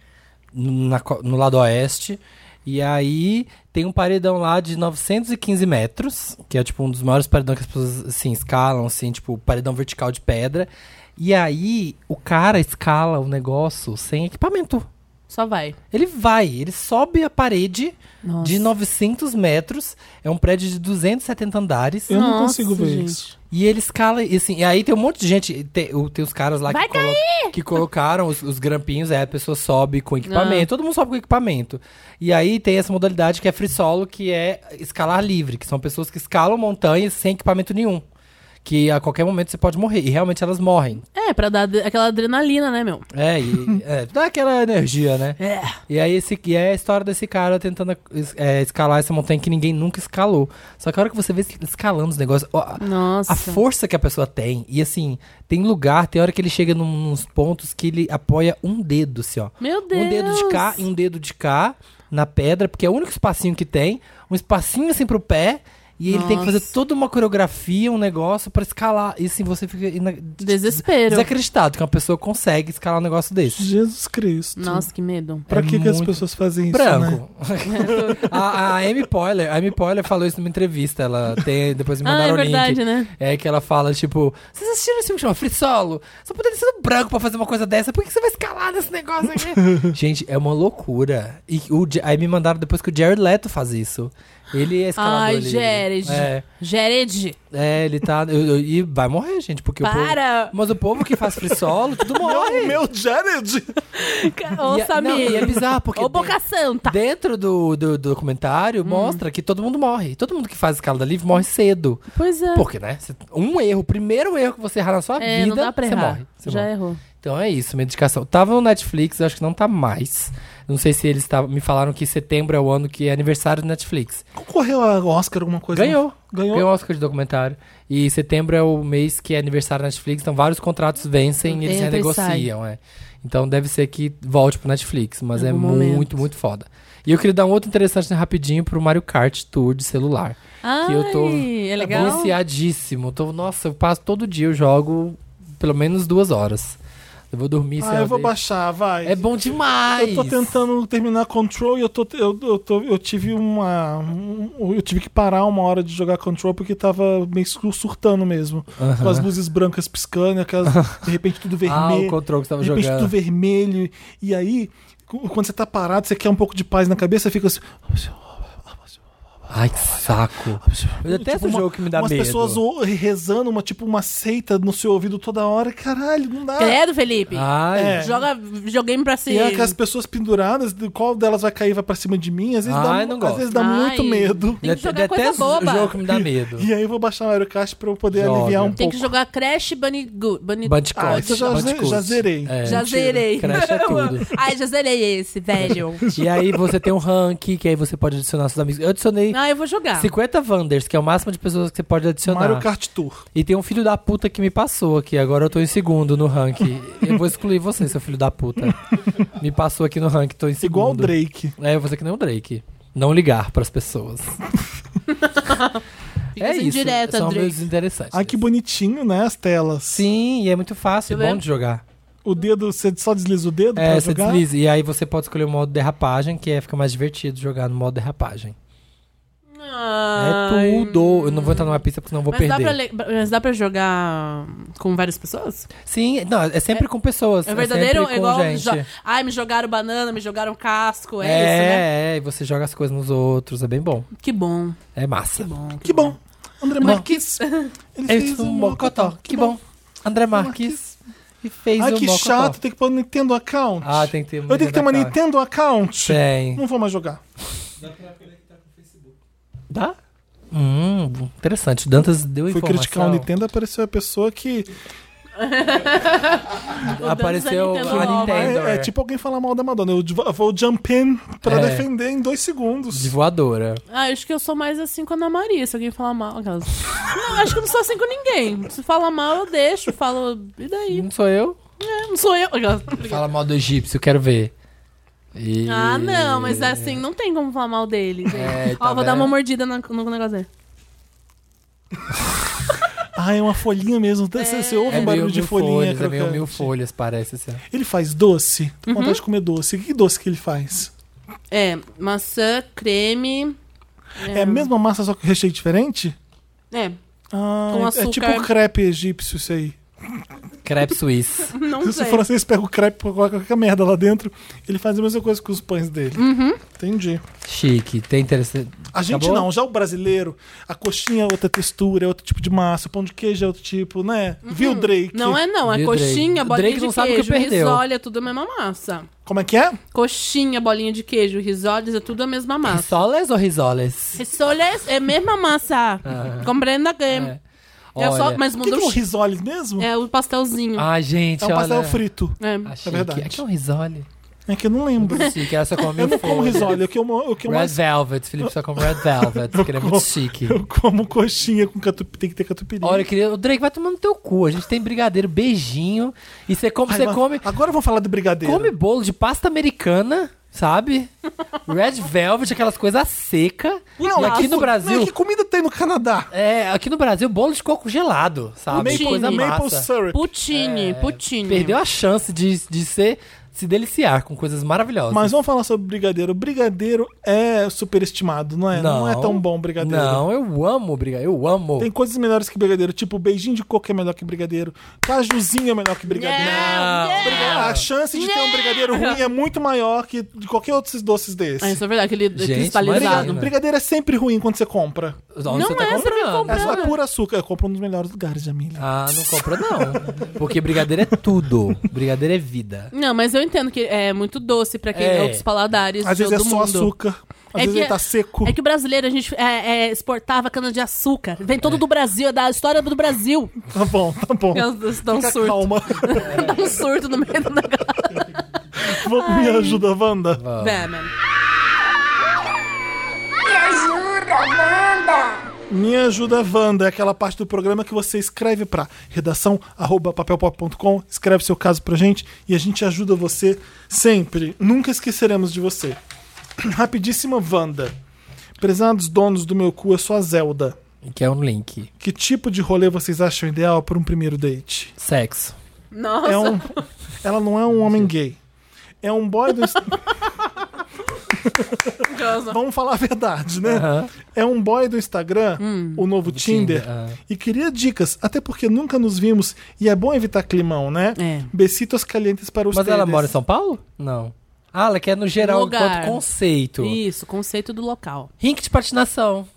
S3: na co- no lado oeste. E aí tem um paredão lá de 915 metros, que é tipo um dos maiores paredões que as pessoas assim, escalam, assim, tipo, paredão vertical de pedra. E aí o cara escala o negócio sem equipamento.
S2: Só vai.
S3: Ele vai, ele sobe a parede
S2: Nossa.
S3: de 900 metros, é um prédio de 270 andares.
S1: Eu não
S2: Nossa,
S1: consigo ver
S2: gente.
S1: isso.
S3: E ele escala, e assim, e aí tem um monte de gente, tem, o- tem os caras lá
S2: Vai tá
S3: que, colo- que colocaram os, os grampinhos, aí a pessoa sobe com equipamento,
S2: Ah.
S3: todo mundo sobe com equipamento. E aí tem essa modalidade que é free solo, que é escalar livre, que são pessoas que escalam montanhas sem equipamento nenhum. Que a qualquer momento você pode morrer, e realmente elas morrem.
S2: É, pra dar de- aquela adrenalina, né, meu?
S3: É, e é, dá aquela energia, né?
S2: É.
S3: E aí esse, e é a história desse cara tentando es- é, escalar essa montanha que ninguém nunca escalou. Só que a hora que você vê ele escalando os negócios, ó,
S2: Nossa.
S3: a força que a pessoa tem. E assim, tem lugar, tem hora que ele chega num- nos pontos que ele apoia um dedo, assim, ó.
S2: Meu Deus.
S3: Um dedo de cá e um dedo de cá na pedra, porque é o único espacinho que tem. Um espacinho assim pro pé. E ele tem que fazer
S2: Nossa.
S3: toda uma coreografia, um negócio pra escalar. E assim, você fica ina-
S2: Desespero.
S3: desacreditado que uma pessoa consegue escalar um negócio desse.
S1: Jesus Cristo.
S2: Nossa, que medo.
S1: Pra
S3: É
S1: que, que as
S3: muito
S1: pessoas fazem isso, né?
S3: Branco.
S2: É,
S3: a, a Amy Poehler, a Amy Poehler falou isso numa entrevista. Ela tem, depois me
S2: Ah, é
S3: mandaram o link.
S2: verdade, né?
S3: É que ela fala, tipo, vocês assistiram esse filme que chama Free Solo? Só poderia ser um branco pra fazer uma coisa dessa, por que que você vai escalar nesse negócio aqui? Gente, é uma loucura. E o, Ja- aí me mandaram depois que o Jared Leto faz isso. Ele é escalador.
S2: Ai,
S3: livre.
S2: Jared.
S3: É,
S2: Jared,
S3: é, ele tá. eu- eu- e vai morrer, gente, porque o povo.
S2: para!
S3: Mas o povo que faz free solo, tudo morre.
S1: Meu Jared!
S2: Ô,
S3: E é- não,
S2: Samir.
S3: e é bizarro, porque.
S2: Ô, Boca Hum. Santa.
S3: Dentro do, do, do documentário, mostra que todo mundo morre. Todo mundo que faz escalada livre morre cedo.
S2: Pois é.
S3: Porque, né? cê- Um erro, o primeiro erro que você errar na sua
S2: É,
S3: vida,
S2: não dá pra
S3: você
S2: errar.
S3: morre. Você
S2: Já
S3: morre.
S2: errou.
S3: Então é isso, minha indicação. Tava no Netflix, eu acho que não tá mais. Não sei se eles tavam- me falaram que setembro é o ano que é aniversário do Netflix.
S1: Correu a Oscar alguma coisa?
S3: Ganhou.
S1: é. Ganhou?
S3: Ganhou o Oscar de documentário. E setembro é o mês que é aniversário da Netflix, então vários contratos vencem e eles
S2: Entra e
S3: renegociam, é. Então deve ser que volte pro Netflix, mas é
S2: Algum momento.
S3: muito, muito foda. E eu queria dar um outro interessante né, rapidinho pro Mario Kart Tour de celular.
S2: Ai,
S3: que eu tô
S2: é legal.
S3: viciadíssimo. Tô, nossa, eu passo todo dia, eu jogo pelo menos duas horas. Eu vou dormir sei
S1: Ah,
S3: lá,
S1: eu vou
S3: de-
S1: baixar, vai.
S3: É bom demais!
S1: Eu tô tentando terminar Control e eu, tô, eu, eu, tô- eu tive uma. um- eu tive que parar uma hora de jogar Control porque tava meio sur- surtando mesmo. Com as luzes brancas piscando, e aquelas, de repente tudo
S3: Ah, o
S1: vermelho.
S3: controle que você tava
S1: de repente tudo
S3: jogando.
S1: vermelho. E aí, cu- quando você tá parado, você quer um pouco de paz na cabeça, fica assim.
S3: Ai, que saco. Eu detesto
S1: Tipo, uma-
S3: jogo que me dá
S1: umas
S3: medo.
S1: pessoas o- rezando, uma, tipo, uma seita no seu ouvido toda hora. Caralho, não dá.
S2: Credo, Felipe.
S3: Ai,
S1: É.
S2: Joga videogame pra
S1: E
S2: si.
S1: é que as pessoas penduradas, de qual delas vai cair e vai pra cima de mim, às vezes dá,
S3: Ai,
S1: mu-
S3: não
S1: às
S3: gosto.
S1: vezes dá muito
S2: Ai.
S1: medo.
S2: Tem que
S3: eu
S2: jogar coisa
S3: detesto
S2: boba.
S3: jogo que me dá medo.
S1: E aí eu vou baixar o Aerocast pra eu poder
S3: Joga.
S1: aliviar um
S2: Tem
S1: pouco.
S2: que jogar Crash Bandicoot. Bunny...
S3: Bandicoot.
S1: Ah, isso eu já-
S3: Bandicoot.
S1: já zerei.
S3: É.
S2: já zerei.
S3: Crash é tudo.
S2: Ai, já zerei esse, velho.
S3: E aí você tem um rank, que aí você pode adicionar seus amigos. Eu adicionei
S2: Ah, eu vou jogar.
S3: 50 Wanders, que é o máximo de pessoas que você pode adicionar.
S1: Mario Kart Tour.
S3: E tem um filho da puta que me passou aqui. Agora eu tô em segundo no rank. Eu vou excluir você, seu filho da puta. Me passou aqui no rank, tô em segundo.
S1: Igual o Drake.
S3: É, eu vou ser que nem o Drake. Não ligar pras pessoas.
S2: Fica assim
S3: é
S2: sem
S3: isso.
S2: direta,
S3: São
S2: Drake.
S3: meus interessantes.
S1: Ah, que bonitinho, né? As telas.
S3: Sim, e é muito fácil, é
S2: Deixa eu
S3: bom
S2: ver.
S3: de jogar.
S1: O dedo, você só desliza o dedo
S3: É,
S1: pra
S3: você
S1: jogar?
S3: desliza. E aí você pode escolher o modo derrapagem, que é fica mais divertido jogar no modo derrapagem.
S2: Ai,
S3: É tudo. Eu não vou entrar numa pista porque senão eu vou
S2: mas, dá pra
S3: perder.
S2: le- mas dá pra jogar com várias pessoas?
S3: Sim, não, é sempre com pessoas.
S2: É verdadeiro?
S3: sempre
S2: É
S3: com
S2: igual.
S3: gente.
S2: jo- Ai, me jogaram banana, me jogaram casco. É, isso, né?
S3: É, é, e você joga as coisas nos outros, é bem bom.
S2: Que bom.
S3: É massa.
S1: Que bom. André Marques. Ele
S3: É
S1: fez
S3: isso,
S1: um
S3: um
S1: mocotó.
S3: mocotó. Que bom. André Marques. E fez
S1: Ai,
S3: um
S1: que
S3: mocotó.
S1: chato. Tem que pôr no Nintendo Account.
S3: Ah, tem que ter
S1: Eu tenho que ter uma
S3: account.
S1: Nintendo Account.
S3: Tem.
S1: Não vou mais jogar.
S3: Dá? Hum, Interessante. O Dantas deu
S1: Fui
S3: informação.
S1: criticar o Nintendo, apareceu a pessoa que.
S3: Apareceu
S2: Dantas da
S3: a
S2: Nintendo.
S3: Nintendo.
S1: É, é tipo alguém falar mal da Madonna. Eu devo- vou jump in pra
S3: É.
S1: defender em dois segundos.
S3: De voadora.
S2: Ah, acho que eu sou mais assim com a Ana Maria, se alguém falar mal. Aquelas... Não, acho que eu não sou assim com ninguém. Se fala mal, eu deixo, falo. E daí?
S3: Não sou eu?
S2: É, não sou eu. Aquelas-
S3: Fala mal do egípcio, quero ver. E-
S2: Ah, não, mas assim, não tem como falar mal dele. gente.
S3: É,
S2: Ó,
S3: tá
S2: vou dar
S3: vendo?
S2: uma mordida na- no, negócio dele.
S1: Ah, é uma folhinha mesmo. Você, você ouve
S3: É
S1: um barulho
S3: meio
S1: de
S3: mil
S1: folhinha.
S3: folhas, é meio mil Uhum.
S1: crocante.
S3: folhas, parece assim.
S1: Ele faz doce? Tô com vontade de comer doce. Que doce que ele faz?
S2: É, maçã, creme.
S1: É,
S3: Uhum.
S1: a mesma massa, só com recheio diferente?
S2: É,
S1: Ah,
S2: Com
S1: é- é
S2: açúcar.
S1: tipo crepe egípcio isso aí.
S3: Crepe suíço.
S2: não
S1: Se assim,
S2: sei.
S1: o francês pega o crepe e coloca qualquer merda lá dentro, ele faz a mesma coisa com os pães dele.
S3: Uhum.
S1: Entendi.
S3: Chique, tem interessante.
S1: A gente
S3: Acabou?
S1: não, já o brasileiro, a coxinha é outra textura, é outro tipo de massa, o pão de queijo é outro tipo, né?
S3: Uhum.
S1: Viu, Drake?
S2: Não é não, é
S3: Viu, Drake?
S2: coxinha,
S3: O
S2: bolinha
S3: Drake
S2: de
S3: não sabe o que
S2: queijo,
S3: perdeu.
S2: risola, é tudo a mesma massa.
S1: Como é que é?
S2: Coxinha, bolinha de queijo, risoles, é tudo a mesma massa.
S3: Risoles ou risoles?
S2: Risoles é a mesma massa. Compreenda que...
S3: É.
S2: É. só,
S3: Olha.
S2: mas
S1: O que, que
S2: muda
S1: é
S2: o...
S1: o risoles mesmo? É,
S2: É o pastelzinho.
S3: Ah, gente,
S1: um pastel
S3: olha.
S1: frito.
S2: É.
S3: Achei
S1: verdade.
S3: Que, aqui é um risole.
S1: É que eu não lembro.
S3: Chique, assim, ela só come
S1: Eu não
S3: mil
S1: como
S3: folhas.
S1: risole, o que eu, mo- o que eu
S3: Red
S1: mais
S3: Velvet, Felipe só come Red Velvet, que ele é muito
S1: como.
S3: chique.
S1: eu como coxinha com catupiry, tem que ter catupiry.
S3: Olha, eu queria... o Drake vai tomando teu cu. A gente tem brigadeiro, beijinho. E você come,
S1: Ai,
S3: você
S1: mas
S3: come,
S1: Agora vamos falar do brigadeiro.
S3: come bolo de pasta americana, sabe? Red Velvet, aquelas coisas seca.
S1: Não,
S3: e aqui
S1: que
S3: no
S1: co-
S3: Brasil,
S1: Não, é que comida tem no Canadá?
S3: é, aqui no Brasil, bolo de coco gelado, sabe?
S2: Maple-
S3: coisa massa.
S1: Maple syrup.
S2: Poutine, poutine.
S3: Perdeu a chance de, de ser, se deliciar com coisas maravilhosas.
S1: Mas vamos falar sobre brigadeiro. Brigadeiro é superestimado, não é? é tão bom brigadeiro.
S3: Não, eu amo brigadeiro, eu amo.
S1: Tem coisas melhores que brigadeiro, tipo beijinho de coco é melhor que brigadeiro, cajuzinho é melhor que brigadeiro.
S2: Não,
S3: Não.
S1: Briga- A chance de ter um brigadeiro ruim é muito maior que de qualquer outro doces
S2: Ah,
S1: desses.
S2: isso é verdade, aquele
S3: Gente,
S2: cristalizado.
S3: imagina.
S1: Brigadeiro é sempre ruim quando você compra.
S3: Onde
S2: Não
S3: você tá
S2: é, você
S3: comprando?
S1: É só
S2: Não.
S1: puro açúcar. Eu compro nos melhores lugares, Jamila.
S3: Ah, não compra não. Porque brigadeiro é tudo. Brigadeiro é vida.
S2: Não, mas eu entendo que é muito doce pra quem
S3: É.
S2: é. outros paladares
S1: Às
S2: de
S1: vezes é
S2: todo
S1: só
S2: mundo.
S1: açúcar, às
S2: É
S1: vezes
S2: que-
S1: ele tá seco.
S2: É que o brasileiro, a gente é, é, exportava cana-de-açúcar. Vem todo do Brasil, é da história do Brasil.
S1: Tá bom, tá bom.
S2: Elas dão um
S1: Fica
S2: surto.
S1: calma.
S2: Dá um surto no meio do negócio.
S1: Vamos, me ajuda, Wanda.
S2: É, mano.
S7: Me ajuda, Wanda!
S1: Me ajuda, Wanda, é aquela parte do programa que você escreve pra redação arroba papelpop.com, escreve seu caso pra gente e a gente ajuda você sempre. Nunca esqueceremos de você. Rapidíssima, Wanda. Prezados donos do meu cu, eu sou a Zelda.
S3: Que é um link.
S1: Que tipo de rolê vocês acham ideal para um primeiro date?
S3: Sexo.
S2: Nossa,
S1: É um... Ela não é um homem gay. É um boy do.
S2: Gosto.
S1: Vamos falar a verdade, né?
S3: Aham.
S1: É um boy do Instagram, o novo Tinder,
S3: Tinder, ah.
S1: e queria dicas, até porque nunca nos vimos e é bom evitar climão, né?
S2: É.
S1: Besitos calientes para os
S3: Mas ela mora em São Paulo? Não. Ah, ela quer no geral
S2: Lugar.
S3: enquanto conceito.
S2: Isso, conceito do local.
S3: Rink de patinação.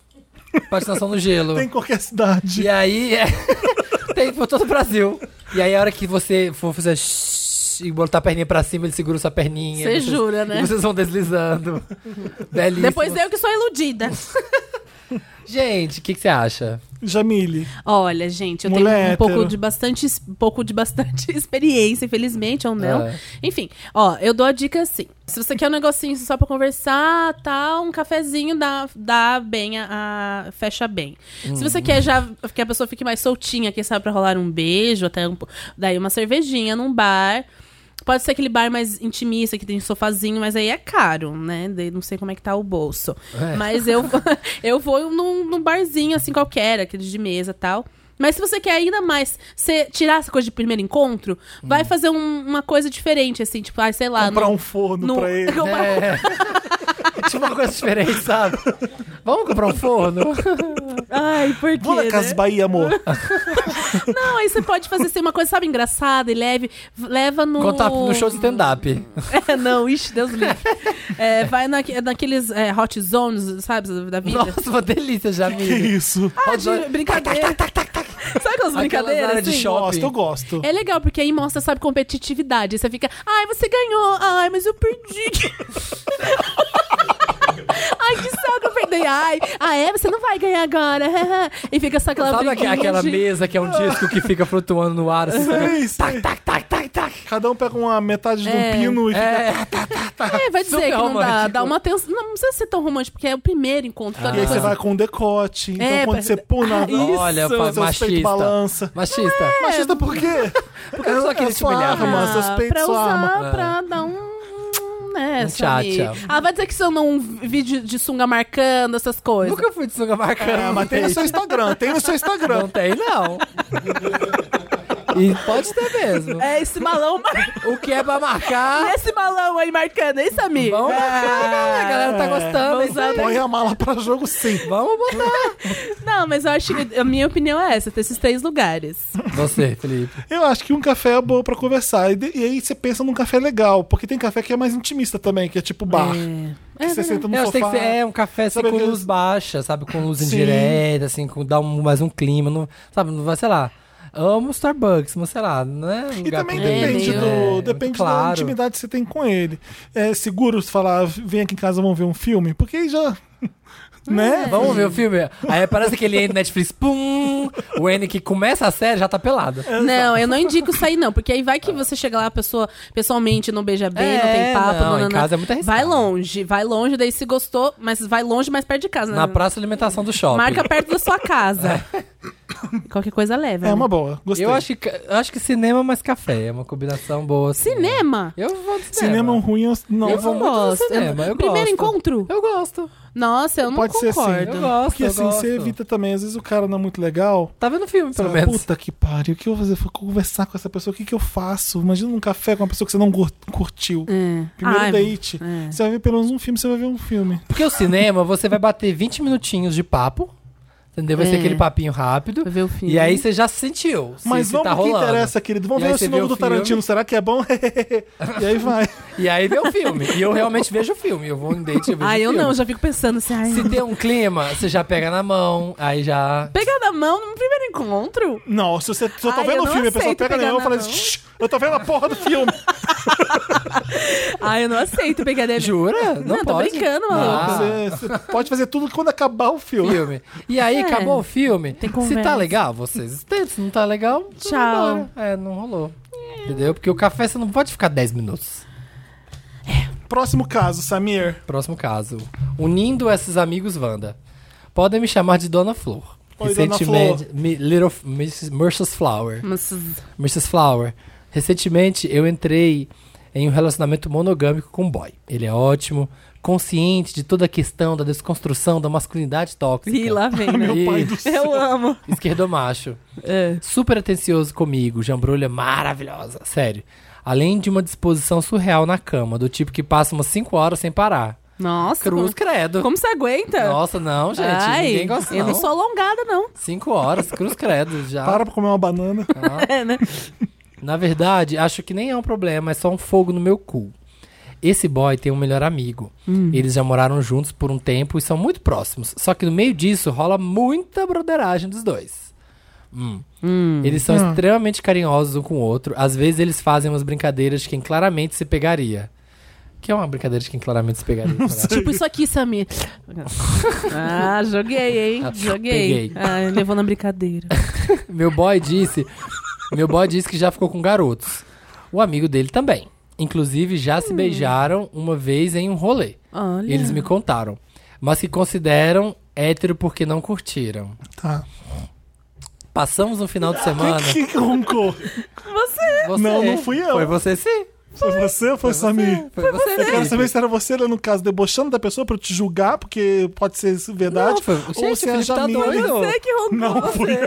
S3: Patinação no gelo.
S1: Tem em qualquer cidade.
S3: E aí. é, Tem por todo o Brasil. E aí a hora que você for fazer. shhh E botar a perninha pra cima, ele segura sua perninha.
S2: Você
S3: vocês-
S2: jura, né?
S3: e vocês vão deslizando. Belíssimo.
S2: Depois eu que sou iludida.
S3: Gente, o que, que você acha?
S1: Jamile,
S2: Olha, gente, eu
S1: Mulher
S2: tenho um pouco
S1: hétero.
S2: de bastante, es- um pouco de bastante experiência, infelizmente, ou não.
S3: É.
S2: Enfim, ó, eu dou a dica assim. Se você quer um negocinho só pra conversar, tal, um cafezinho dá, dá bem, a, a- fecha bem. Se
S1: Uhum.
S2: você quer já que a pessoa fique mais soltinha, quem sabe pra rolar um beijo, até um, po- daí uma cervejinha num bar. Pode ser aquele bar mais intimista, que tem sofazinho, mas aí é caro, né? Daí Não sei como é que tá o bolso.
S3: É.
S2: Mas eu, eu vou num, num barzinho, assim, qualquer, aqueles de mesa e tal. Mas se você quer ainda mais você tirar essa coisa de primeiro encontro,
S3: Hum.
S2: vai fazer um- uma coisa diferente, assim, tipo, ah, sei lá.
S1: comprar
S2: no-
S1: um forno
S2: no-
S1: pra ele.
S2: comprar-
S3: É. tipo uma coisa diferente, sabe? Vamos comprar um forno?
S2: Ai, por quê?
S1: Vou na
S2: né?
S1: Casa Bahia, amor.
S2: Não, aí você pode fazer assim, uma coisa, sabe, engraçada e leve. V- Leva no.
S3: Contar no show de stand-up.
S2: É, não, ixi, Deus livre. É, vai na, naqueles é, hot zones, sabe, da vida.
S3: Nossa, uma delícia,
S1: Que
S3: Jamile.
S1: isso?
S2: Ah, de brincadeira. Sabe aquelas brincadeiras?
S3: áreas de
S2: assim?
S3: shopping.
S1: Gosto, eu gosto.
S2: É legal, porque aí mostra, sabe, competitividade. Aí Você fica, ai, você ganhou. Ai, mas eu perdi. ai, que saco, eu perdi. ordem. Ai, ah, é? Você não vai ganhar agora. e fica só aquela
S3: Sabe aque-
S2: briguinha
S3: aquela
S2: de-
S3: mesa que é um disco que fica flutuando no ar? Assim,
S1: Sei, sei.
S3: tac, tac, tac, tac.
S1: É Cada um pega uma metade de um
S2: É.
S1: pino e fica.
S3: É,
S2: É, vai dizer
S3: Super
S2: que não dá,
S3: romântico.
S2: dá uma atenção. Não, não precisa ser tão romântico, porque é o primeiro encontro.
S1: E aí você
S3: Ah.
S1: vai com um decote. Então
S2: É,
S1: quando
S2: pra-
S1: você põe na.
S3: isso. Olha,
S1: seus
S3: machista.
S1: peitos balança.
S3: machista.
S1: Machista por quê? Porque
S3: só queria
S1: é
S3: te
S1: sua
S3: humilhar.
S1: arma, seus peitos,
S2: pra
S1: sua
S2: usar,
S1: arma.
S2: pra dar um... Né,
S3: Um
S2: sabe?
S3: tchá-tchá.
S2: Ah, vai dizer que são um vídeo de sunga marcando, essas coisas.
S3: Nunca fui de sunga marcando.
S1: Ah, mas tem no seu Instagram, tem no seu Instagram.
S3: É, Não tem, não. E pode ter mesmo.
S2: É esse malão, mar-
S3: O que é pra marcar?
S2: esse malão aí marcando, é isso, amigo?
S3: Vamos marcar, galera. A galera tá gostando. é isso aí.
S1: Põe a mala pra jogo sim.
S3: Vamos botar.
S2: Não, mas eu acho que a minha opinião é essa, ter esses três lugares.
S3: Você, Felipe.
S1: Eu acho que um café é bom pra conversar. E, de- e aí você pensa num café legal, porque tem café que é mais intimista também, que é tipo bar.
S2: É.
S1: Que
S2: É
S1: você
S2: verdade.
S1: senta no
S3: Eu acho que tem
S1: sofá.
S3: que ser é, um café assim,
S1: Sabe
S3: com
S1: aqueles-
S3: luz baixa, sabe? Com luz
S1: Sim.
S3: indireta, assim, com dar um, mais um clima. Não, sabe, não vai, sei lá. Amo Starbucks, mas sei lá, não é
S1: E
S3: lugar
S1: também
S3: pra beber,
S1: depende,
S3: né?
S1: do,
S3: É, muito
S1: depende da
S3: claro.
S1: intimidade que você tem com ele. É seguro se falar, vem aqui em casa, vamos ver um filme? Porque aí já.
S3: É,
S1: Né?
S3: Vamos ver o filme? Aí parece que ele entra no Netflix, pum! O N que começa a série já tá pelado.
S2: Não, eu não indico sair, não, porque aí vai que você chega lá, a pessoa pessoalmente não beija bem, não
S3: É,
S2: tem papo,
S3: não, em
S2: nananã.
S3: casa é muito arriscado.
S2: Vai longe, vai longe, daí se gostou, mas vai longe mais perto de casa, né?
S3: Na praça de alimentação do shopping.
S2: Marca perto da sua casa. Qualquer coisa leva.
S1: É
S2: né?
S1: uma boa, gostei.
S3: Eu acho que, ca- eu acho que cinema mais café é uma combinação boa. assim.
S2: Cinema?
S3: Eu vou de cinema.
S1: Cinema é um ruim, eu não.
S3: é, Eu vou muito no cinema, eu
S2: Primeiro
S3: gosto.
S2: encontro?
S3: Eu gosto.
S2: Nossa, eu não
S1: Pode ser
S2: concordo.
S1: assim.
S3: Eu gosto,
S1: Porque
S3: eu
S1: assim,
S3: gosto.
S1: você evita também. Às vezes o cara não é muito legal.
S3: Tá vendo filme,
S1: Você
S3: pelo
S1: fala,
S3: menos.
S1: é um Puta que pariu, o que eu vou fazer? Vou conversar com essa pessoa, o que, que eu faço? Imagina um café com uma pessoa que você não gur- curtiu.
S2: É.
S1: Primeiro
S2: Ai,
S1: date.
S2: é.
S1: Você vai ver pelo menos um filme, você vai ver um filme.
S3: Porque o cinema, você vai bater 20 minutinhos de papo. Entendeu? Vai ser
S2: É.
S3: aquele papinho rápido.
S2: Vai ver o filme.
S3: E aí você já sentiu. se-
S1: Mas
S3: se
S1: vamos
S3: tá
S1: pro que
S3: rolando.
S1: interessa, querido. Vamos
S3: E aí
S1: ver
S3: você
S1: esse
S3: vê
S1: novo
S3: o
S1: do
S3: filme.
S1: Tarantino. Será que é bom? e aí vai.
S3: E aí vê o filme. E eu realmente vejo o filme. Eu vou no date e vejo
S2: Ah,
S3: o
S2: eu
S3: filme.
S2: não, já fico pensando assim. Ai,
S3: Se tem um clima, você já pega na mão, aí já.
S2: Pegar na mão no primeiro encontro?
S1: Não, se você se eu tô
S2: Ai, eu
S1: vendo o
S2: não
S1: filme, a pessoa
S2: aceito
S1: pega na
S2: pegar
S1: mão e
S2: na
S1: fala
S2: mão.
S1: assim, "Shh, eu tô vendo a porra do filme.
S2: Ah, eu não aceito pegar na
S3: Jura? Não,
S2: Não, tô
S3: pode.
S2: brincando,
S3: Ah.
S2: maluco.
S1: Você, você pode fazer tudo quando acabar o filme.
S3: filme. E aí,
S2: É.
S3: acabou o filme.
S2: Tem
S3: se tá
S2: conversa.
S3: legal, vocês estendem. Se não tá legal, tudo
S2: Tchau.
S3: embora. É, não rolou. Entendeu? Porque o café você não pode ficar 10 minutos.
S1: Próximo caso, Samir.
S3: Próximo caso. Unindo esses amigos, Wanda. Podem me chamar de Dona Flor.
S1: Oi, Dona
S3: Mi- Little Mrs. Mercer's Flower.
S2: Mas
S3: Mrs. Flower. Recentemente eu entrei em um relacionamento monogâmico com um boy. Ele é ótimo, consciente de toda a questão da desconstrução da masculinidade tóxica.
S2: Ih, lá vem, né?
S3: Meu pai do
S2: Eu amo.
S3: Esquerdomacho.
S2: É.
S3: Super atencioso comigo, jambrulha maravilhosa, sério. Além de uma disposição surreal na cama, do tipo que passa umas 5 horas sem parar.
S2: Nossa,
S3: Cruz
S2: como,
S3: credo.
S2: como você aguenta?
S3: Nossa, não, gente.
S2: Ai,
S3: ninguém gosta,
S2: eu
S3: não.
S2: não sou alongada, não.
S3: Cinco horas, cruz credo, já.
S1: Para pra comer uma banana.
S3: Ah.
S2: É, né?
S3: Na verdade, acho que nem é um problema, é só um fogo no meu cu. Esse boy tem um melhor amigo.
S2: Hum.
S3: Eles já moraram juntos por um tempo e são muito próximos. Só que no meio disso rola muita broderagem dos dois. Hum. Eles são
S2: Ah.
S3: extremamente carinhosos um com o outro. Às vezes eles fazem umas brincadeiras de quem claramente se pegaria. Que é uma brincadeira de quem claramente se pegaria. será?
S2: Tipo isso aqui, Samir. Ah, joguei, hein?
S3: Ah,
S2: Joguei.
S3: peguei.
S2: Ah, levou na brincadeira.
S3: Meu boy disse. Meu boy disse que já ficou com garotos. O amigo dele também. Inclusive, já
S1: Hum.
S3: se beijaram uma vez em um rolê.
S2: Olha.
S3: Eles me contaram. Mas que consideram hétero porque não curtiram.
S1: Tá.
S3: Passamos um final de semana.
S1: Quem que roncou?
S2: Você.
S3: Você- é?
S1: Não, não fui eu.
S3: Foi você sim.
S1: Foi você ou foi, Samir?
S3: Foi você. É.
S1: Eu quero
S3: Felipe.
S1: saber se era você, no caso, debochando da pessoa pra eu te julgar, porque pode ser isso verdade.
S3: Não, foi-
S1: ou
S3: Gente,
S1: se é a
S3: Felipe tá
S1: Jamile.
S3: doido.
S2: Você que roncou.
S1: Não fui.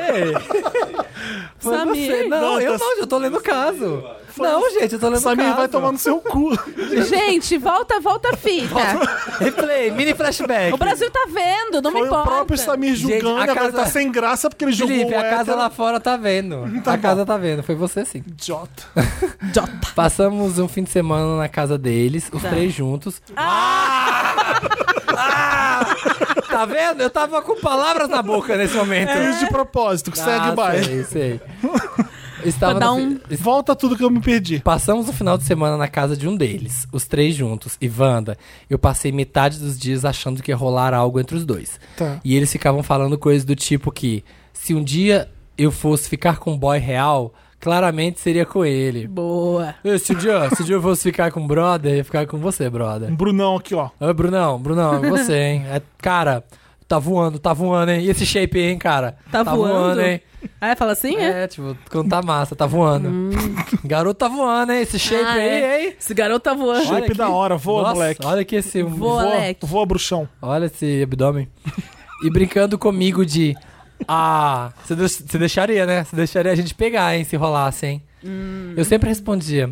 S3: Foi
S2: Samir.
S3: você. é? Não, eu
S1: Notas.
S3: não, eu tô lendo o caso. Não, gente, eu tô lendo o caso.
S1: Samir vai tomar no seu cu.
S2: Gente, volta, volta a fita.
S3: Replay, mini flashback.
S2: O Brasil tá vendo, não me
S1: Foi o
S2: importa.
S1: próprio Samir
S3: Gente,
S1: julgando,
S3: a
S1: agora
S3: casa-
S1: ele tá sem graça porque ele julgou
S3: Felipe,
S1: o
S3: a casa
S1: hétero.
S3: lá fora tá vendo. a casa tá vendo. Foi você sim.
S1: Idiota.
S3: Passamos um fim de semana na casa deles,
S2: Tá.
S3: os três juntos. Ah! Ah! Tá vendo? Eu tava com palavras na boca nesse momento.
S1: Fiz de propósito, É que segue o
S3: Ah,
S1: baile.
S3: sei, sei. Estava
S2: dar
S3: no
S2: um-
S3: fi- est-
S1: Volta tudo que eu me perdi.
S3: Passamos o final de semana na casa de um deles, os três juntos, e Wanda. Eu passei metade dos dias achando que ia rolar algo entre os dois.
S1: Tá.
S3: E eles ficavam falando coisas do tipo que se um dia eu fosse ficar com um boy real, claramente seria com ele.
S2: Boa.
S3: Eh, Se um dia, se um dia eu fosse ficar com um brother, eu ia ficar com você, brother.
S1: Um Brunão aqui, ó.
S3: Ô, Brunão, Brunão, é você, hein? É- cara, tá voando, tá voando, hein? E esse shape, hein, cara?
S2: Tá voando.
S3: hein?
S2: Ah, fala assim, é? Hum.
S3: É, tipo, quando tá massa, tá voando. Garoto tá voando, hein? Esse shape
S2: Ah,
S3: aí,
S2: é.
S3: hein?
S2: Esse garoto tá voando.
S1: Shape
S3: Olha
S1: da
S3: que-
S1: hora, voa,
S3: Nossa,
S1: moleque.
S3: Olha que esse.
S2: Voa, moleque.
S1: Voa, bruxão.
S3: Olha esse abdômen. E brincando comigo de. Ah, você deix- você deixaria, né? Você deixaria a gente pegar, hein? Se rolasse, hein? Eu sempre respondia.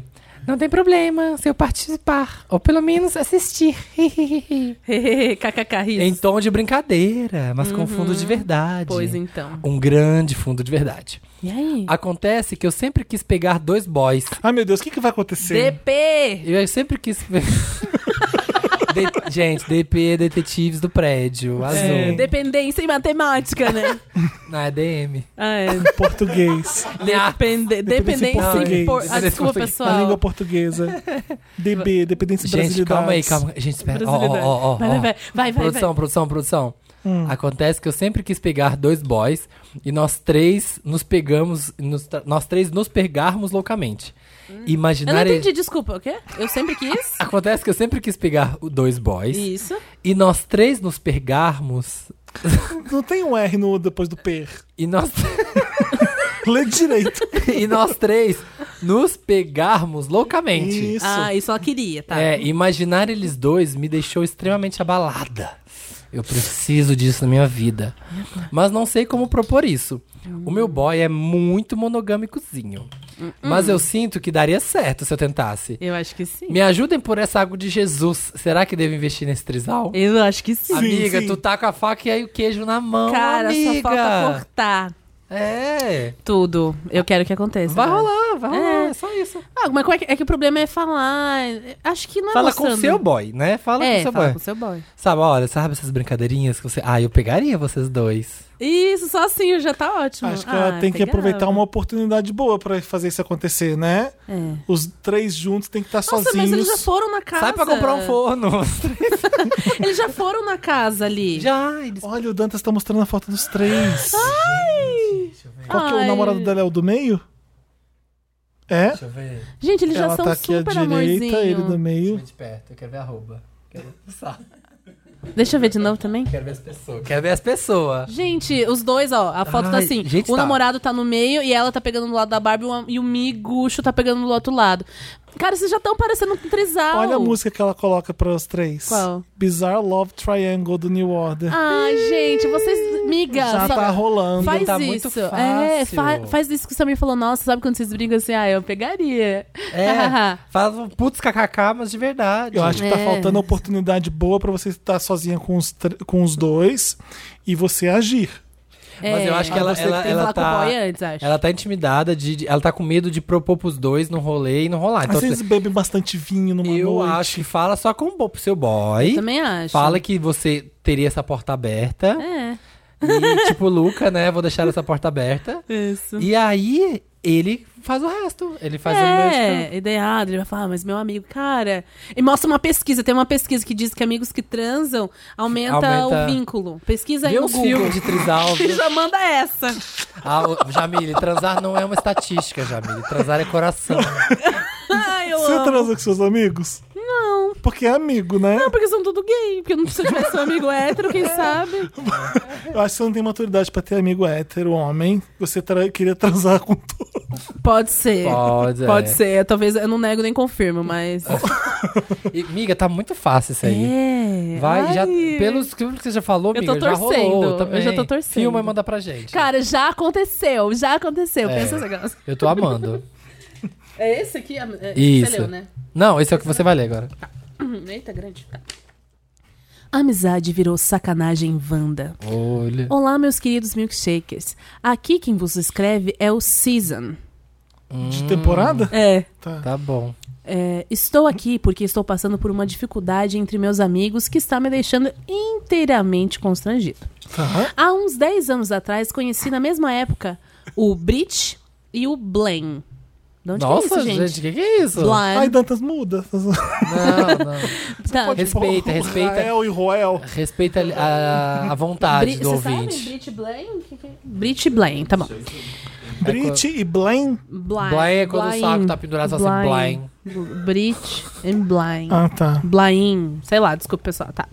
S3: Não tem problema se eu participar, ou pelo menos assistir.
S2: KKK risos.
S3: em tom de brincadeira, mas com fundo de verdade.
S2: Pois então.
S3: Um grande fundo de verdade.
S2: E aí?
S3: Acontece que eu sempre quis pegar dois boys.
S1: Ai, meu Deus, o que, que vai
S3: Ah,
S1: acontecer?
S2: DP!
S3: Eu sempre quis. De- Gente, DP Detetives do Prédio, azul.
S1: É.
S2: Dependência em matemática, né?
S3: Não, é DM.
S2: Ah, é.
S1: Português.
S2: Depende- Dependência
S1: português.
S2: em... Por...
S3: Dependência
S2: Ah,
S3: em
S2: desculpa,
S3: português.
S1: Na língua
S2: pessoal.
S1: portuguesa. DB, dependência
S3: Gente,
S1: brasileira.
S3: calma aí, calma. Gente, espera. Ó, ó, ó, ó,
S2: Vai, vai,
S3: ó.
S2: vai. Vai, Hum. vai,
S3: Produção, produção, produção. Acontece que eu sempre quis pegar dois boys e nós três nos pegamos, nos tra- nós três nos pegarmos loucamente.
S2: vai. Hum. Eu não
S3: Imaginar
S2: entendi, desculpa. O quê? Eu sempre quis?
S3: Acontece que eu sempre quis pegar o- dois boys
S2: Isso.
S3: e nós três nos pegarmos
S1: Não tem um R no, depois do P.
S3: e nós
S1: Lê direito.
S3: e nós três nos pegarmos loucamente.
S1: Isso.
S2: Ah, isso ela queria, tá?
S3: É, imaginar eles dois me deixou extremamente abalada. Eu preciso disso na minha vida. Mas não sei como propor isso. O meu boy é muito monogâmicozinho. Mas eu sinto que daria certo se eu tentasse.
S2: Eu acho que sim.
S3: Me ajudem por essa água de Jesus. Será que devo investir nesse trisal?
S2: Eu acho que sim.
S3: amiga,
S1: sim.
S3: tu tá com a faca e aí o queijo na mão,
S2: Cara, só
S3: amiga.
S2: falta cortar
S3: É.
S2: tudo. Eu quero que aconteça.
S3: Vai
S2: né?
S3: rolar, vai rolar.
S2: É.
S3: É só isso.
S2: Ah, mas como é, que, é que o problema é falar. Acho que não é
S3: Fala com o
S2: mostrando.
S3: seu boy, né? Fala com o
S2: É,
S3: seu
S2: fala
S3: boy.
S2: com o seu boy.
S3: Sabe, olha, sabe essas brincadeirinhas que você. Ah, eu pegaria vocês dois.
S2: Isso, só assim já tá ótimo.
S1: Acho que
S2: Ah,
S1: ela tem que
S2: pegava.
S1: aproveitar uma oportunidade boa pra fazer isso acontecer, né?
S2: É.
S1: Os três juntos tem que estar
S2: Nossa, mas eles
S1: sozinhos.
S2: já foram na casa.
S3: Sai pra comprar um forno.
S2: Eles já foram na casa ali.
S3: Já, eles...
S1: Olha, o Dantas tá mostrando a foto dos três. Qual que é
S2: Ai.
S1: o namorado dela? É o do meio? É?
S3: Deixa eu ver.
S2: Gente, eles
S1: Ela
S2: já são
S1: tá aqui à
S2: super
S1: direita, ele do
S2: amorzinho.
S1: meio.
S3: de perto, eu quero ver a arroba. Quero pensar.
S2: Deixa eu ver de novo também.
S3: Quero ver as pessoas. Quero ver as pessoas.
S2: Gente, os dois, ó, a foto tá
S3: Ai,
S2: assim.
S3: gente,
S2: o
S3: tá.
S2: namorado tá no meio e ela tá pegando do lado da Barbie e o- e o miguxo tá pegando do outro lado. Cara, vocês já estão parecendo um trisal.
S1: Olha a música que ela coloca para os três.
S2: Qual?
S1: Bizarre Love Triangle do New Order.
S2: Ai, gente, vocês. Miga,
S1: Já
S2: só-
S1: tá rolando.
S2: faz
S3: tá muito
S2: isso. É,
S3: fácil.
S2: fa- faz isso que o Samir falou. Nossa, sabe quando vocês brincam assim? Ah, eu pegaria.
S3: É, faz um putz kkk, mas de verdade.
S1: Eu acho que tá
S2: É.
S1: faltando a oportunidade boa pra você estar sozinha com os, tr- com os dois e você agir.
S3: Mas eu acho que ela,
S2: Ah, você
S3: ela,
S2: tem que
S3: ela
S2: falar com o
S3: tá.
S2: boy antes, acho.
S3: Ela tá intimidada, de, de- ela tá com medo de propor pros dois no rolê e não rolar. Então,
S1: Às vezes bebe bastante vinho numa
S3: eu
S1: noite.
S3: acho que fala só com o bo- pro seu boy.
S2: Também acho.
S3: tá- Fala que você teria essa porta aberta.
S2: É,
S3: E, tipo, Luca, né? Vou deixar essa porta aberta.
S2: isso.
S3: E aí, ele faz o resto. Ele faz o meu.
S2: é, ideado, ele vai falar, "Ah, mas meu amigo, cara. E mostra uma pesquisa, tem uma pesquisa que diz que amigos que transam aumenta,
S3: Aumenta-
S2: o vínculo. Pesquisa aí
S3: Vê
S2: no
S3: uns filmes
S2: Google.
S3: de trisal.
S2: E
S3: viu?
S2: já manda essa.
S3: ah, ô, Jamile, transar não é uma estatística, Jamile. Transar é coração.
S2: Ai, eu
S1: Você
S2: amo.
S1: transa com seus amigos?
S2: Não.
S1: Porque é amigo, né?
S2: Não, porque são tudo gay. Porque eu não preciso de um amigo hétero, quem sabe.
S1: Eu acho que você não tem maturidade pra ter amigo hétero, homem. Você tra- queria transar com todo.
S2: Pode ser.
S3: Pode, é.
S2: Pode ser. Talvez eu não nego nem confirmo, mas.
S3: E, miga, tá muito fácil isso aí.
S2: É.
S3: Vai, já,
S2: Ai.
S3: pelos filmes que você já falou,
S2: Eu
S3: miga,
S2: tô
S3: já
S2: torcendo, eu
S3: rolou também.
S2: já tô torcendo.
S3: Filma e manda pra gente.
S2: Cara, já aconteceu, já aconteceu.
S3: É.
S2: Pensa esse negócio.
S3: Eu tô amando.
S2: É esse aqui? É,
S3: Isso.
S2: Você leu, né?
S3: Não, esse é o que você vai ler agora.
S2: Hum, Eita, grande. Tá. Amizade virou sacanagem Wanda.
S3: Olha.
S2: Olá, meus queridos milkshakers. Aqui quem vos escreve é o Season.
S1: De temporada?
S2: É.
S1: Tá.
S3: Tá bom.
S2: É, estou aqui porque estou passando por uma dificuldade entre meus amigos que está me deixando inteiramente constrangido.
S1: Tá.
S2: Há uns 10 anos atrás, conheci na mesma época o Brit, e o Blaine. De onde
S3: Nossa,
S2: que é isso, gente?
S3: gente, o que, que é isso?
S1: Ai,
S2: Blind.
S1: Dantas muda.
S3: Não, não.
S2: Tá.
S1: Pode pôr
S3: Respeita,
S1: o
S3: respeita.
S1: Rael e Roel.
S3: Respeita a, a vontade
S2: Bri-
S3: do
S2: Você sabe
S3: ouvinte.
S2: Brit Blaine? Que que é? Brit Blaine, tá bom.
S1: Brit e Blaine.
S2: Blind.
S3: Blaine é quando o saco tá pendurado, só assim, Blaine.
S2: Brit and Blind.
S1: Ah, tá.
S2: Blaine, sei lá, desculpa, pessoal, tá.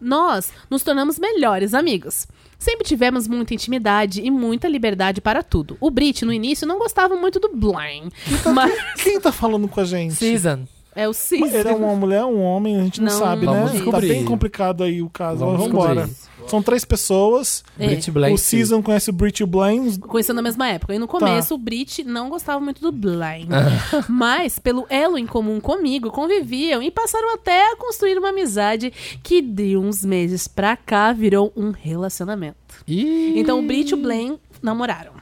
S2: Nós nos tornamos melhores amigos. Sempre tivemos muita intimidade e muita liberdade para tudo. O Brit, no início, não gostava muito do Blaine. Mas
S1: Quem tá falando com a gente?
S3: Season.
S2: é o Cis.
S1: Ele é uma mulher, um homem, a gente não,
S2: Não.
S1: sabe,
S3: Vamos
S1: né?
S3: descobrir.
S1: Tá bem complicado aí o caso.
S3: Vamos
S1: Mas vamos embora. São três pessoas.
S2: É.
S3: Brit Blaine.
S1: o Season conhece o Brit e o Blaine. os-
S2: Conhecendo na mesma época. E no começo, o Brit não gostava muito do Blaine. Mas, pelo elo em comum comigo, conviviam e passaram até a construir uma amizade que, de uns meses pra cá, virou um relacionamento.
S3: Ih.
S2: Então, o Brit e o Blaine namoraram.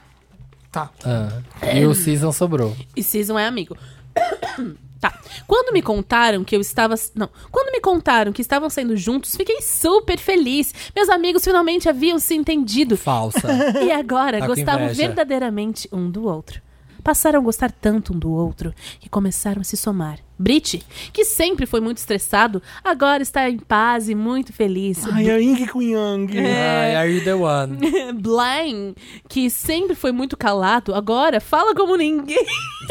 S1: Tá.
S3: Ah, e o Season sobrou.
S2: E Season é amigo. tá. Quando me contaram que eu estava. Não. Quando me contaram que estavam saindo juntos, fiquei super feliz. Meus amigos finalmente haviam se entendido.
S3: Falsa.
S2: E agora
S3: Tá com
S2: gostavam
S3: inveja.
S2: verdadeiramente um do outro. Passaram a gostar tanto um do outro que começaram a se somar. Brit, que sempre foi muito estressado, agora está em paz e muito feliz.
S1: Ai, a Ying com Yang.
S3: Ai, are you the one?
S2: Blaine, que sempre foi muito calado, agora fala como ninguém.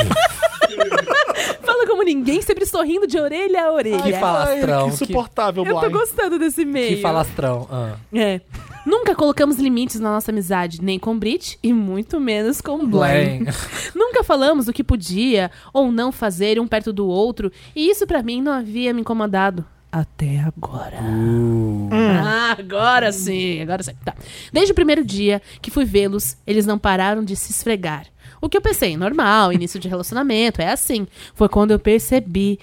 S2: fala como ninguém, sempre sorrindo de orelha a orelha.
S3: Que falastrão.
S1: que insuportável,
S2: Eu tô
S1: Blaine.
S2: gostando desse
S3: que,
S2: meio.
S3: que falastrão. Ah.
S2: É. Nunca colocamos limites na nossa amizade, nem com Brit e muito menos com Blaine.
S3: Blaine.
S2: Nunca falamos o que podia ou não fazer um perto do outro, e isso pra mim não havia me incomodado. Até agora. Ah, agora sim, agora sim. Tá. Desde o primeiro dia que fui vê-los, eles não pararam de se esfregar. O que eu pensei, normal, início de relacionamento, é assim. Foi quando eu percebi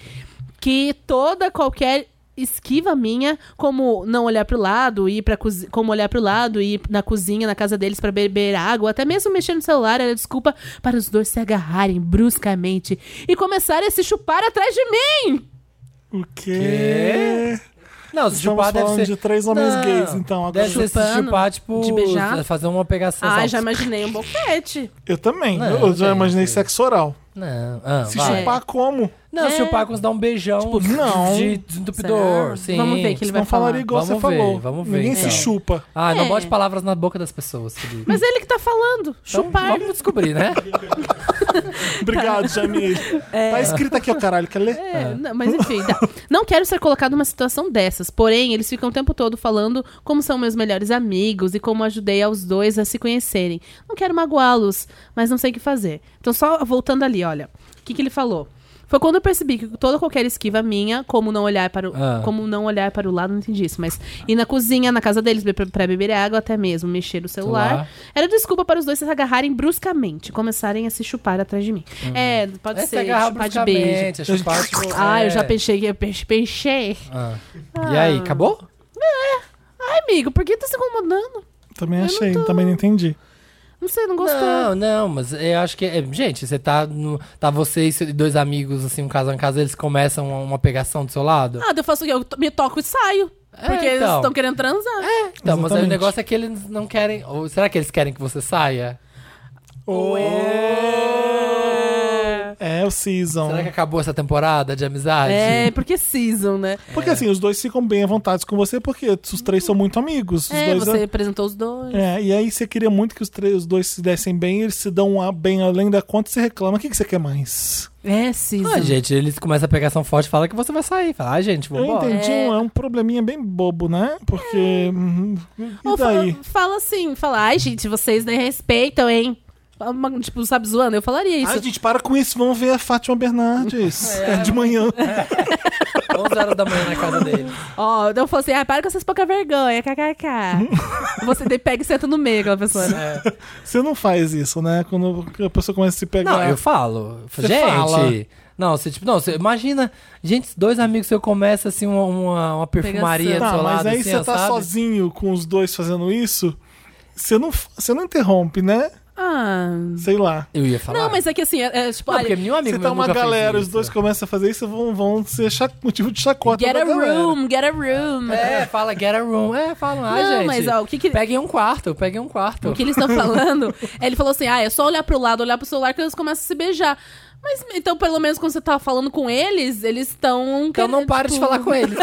S2: que toda qualquer esquiva minha, como não olhar pro lado, ir para como olhar pro lado e ir na cozinha, na casa deles pra beber água, até mesmo mexer no celular era desculpa para os dois se agarrarem bruscamente e começarem a se chupar atrás de mim.
S1: O quê?
S3: Não, se
S1: Estamos
S3: chupar Tipo, ah, deve
S1: falando
S3: ser...
S1: de três homens
S3: Não,
S1: gays, então. Agora
S3: Deve ser se
S2: Chupando,
S3: chupar, tipo...
S2: de beijar.
S3: Fazer uma pegação.
S2: Ah,
S3: só-
S2: já imaginei um boquete.
S1: Eu também.
S3: Não,
S1: eu já
S3: gente.
S1: imaginei sexo oral.
S3: Não, ah,
S1: Se
S3: vai.
S1: chupar como?
S3: Não, se chupar com dar um beijão de-
S1: Tipo, não.
S3: de
S2: É. Será?
S3: desentupidor. Sim.
S2: Vamos ver que ele
S1: Você
S2: vai
S1: não falaria
S2: falar.
S1: igual
S3: Vamos
S1: você
S3: ver,
S1: falou.
S3: vamos ver,
S1: Ninguém
S3: então.
S1: se chupa.
S3: Ah, não
S2: É.
S3: bote palavras na boca das pessoas, querido.
S2: Mas ele que tá falando.
S3: Então,
S2: Chupar.
S3: Vamos descobrir, né?
S1: Obrigado, Jamil.
S3: É.
S1: Tá escrito aqui, ó, caralho. Quer ler?
S2: É, não, mas enfim, tá. não quero ser colocado numa situação dessas. Porém, eles ficam o tempo todo falando como são meus melhores amigos e como ajudei aos dois a se conhecerem. Não quero magoá-los, mas não sei o que fazer. Então, só voltando ali, olha. O que, que ele falou? Foi quando eu percebi que toda qualquer esquiva minha, como não olhar para o,
S3: Ah.
S2: como não olhar para o lado, não entendi isso, mas ir na cozinha, na casa deles, be- pra beber água, até mesmo mexer o celular,
S3: Celular.
S2: era desculpa para os dois se agarrarem bruscamente, começarem a se chupar atrás de mim. É, pode
S3: É se
S2: ser
S3: agarrar
S2: chupar de beijo.
S3: bruscamente, é chupar, tipo,
S2: Ah, eu
S3: é.
S2: já pensei que eu pe- pensei.
S3: Ah. E aí, acabou?
S2: Ai, amigo, por que tá se incomodando?
S1: Também achei, também não entendi.
S2: Não sei, não gostou.
S3: Não, não, mas eu acho que. é, gente, você tá. No, tá você e dois amigos, assim, um casal em casa, eles começam uma pegação do seu lado.
S1: Ah,
S2: Nada, Ah, eu faço o quê? Eu to- me toco e saio.
S3: É,
S2: porque eles
S3: então.
S2: estão querendo transar.
S3: então, mas aí o
S1: exatamente.
S3: negócio é que eles não querem. Ou será que eles querem que você saia?
S1: É o Season.
S3: Será que acabou essa temporada de amizade?
S2: É, porque season, né?
S3: é?
S1: Porque assim, os dois ficam bem à vontade com você, porque os três são muito amigos. Os
S2: É,
S1: dois né?
S2: você apresentou os dois.
S1: É, e aí você queria muito que os, três, os dois se dessem bem, eles se dão a- bem além da conta e você reclama. O que, que você quer mais?
S2: É, season.
S3: Ah, gente, eles começam a pegação forte fala que você vai sair. Fala, ah, gente,
S1: Eu
S3: vambora.
S1: entendi, um- é um probleminha bem bobo, né? Porque. uhum,
S2: Ou
S1: E
S2: fala,
S1: daí?
S2: fala assim, fala, ai, gente, vocês nem respeitam, hein? Uma- Tipo, sabe, zoando, eu falaria isso.
S1: Ai, Ah, gente, para com isso, vamos ver a Fátima Bernardes. É, de manhã.
S3: 11 É, horas da manhã na casa deles.
S2: Ó, então eu falo assim, ai, para com essas pouca vergonha, kkk. você daí pega e senta no meio aquela pessoa, né?
S3: É.
S1: Você não faz isso, né? Quando a pessoa começa a se pegar.
S3: Não, eu falo.
S1: Você
S3: gente.
S1: fala.
S3: Não, você tipo, não, você imagina, gente, dois amigos, eu começa assim uma, uma, uma perfumaria do
S1: Tá,
S3: seu
S1: mas
S3: lado,
S1: aí
S3: assim,
S1: você
S3: ó,
S1: tá
S3: sabe?
S1: sozinho com os dois fazendo isso, você não, você não interrompe, né?
S2: Ah.
S1: Sei lá.
S3: Eu ia falar.
S2: Não, mas é que assim, é, é, tipo,
S3: Não,
S2: olha,
S3: porque nenhum amigo
S1: Você tá
S3: meu
S1: uma
S3: nunca fez
S1: galera, os
S3: isso.
S1: dois começam a fazer isso, vão, vão ser cha- motivo de chacota.
S2: get
S1: da
S2: a
S1: galera.
S2: room, get a room.
S3: É, fala get a room. É, falam, ah,
S2: Não,
S3: gente.
S2: mas ó, o que que-
S3: Peguem um quarto, peguem um quarto.
S2: O que eles estão falando, ele falou assim: ah, é só olhar pro lado, olhar pro celular que eles começam a se beijar. Mas então, pelo menos quando você tá falando com eles, eles tipo, estão.
S3: Então não para de falar com eles.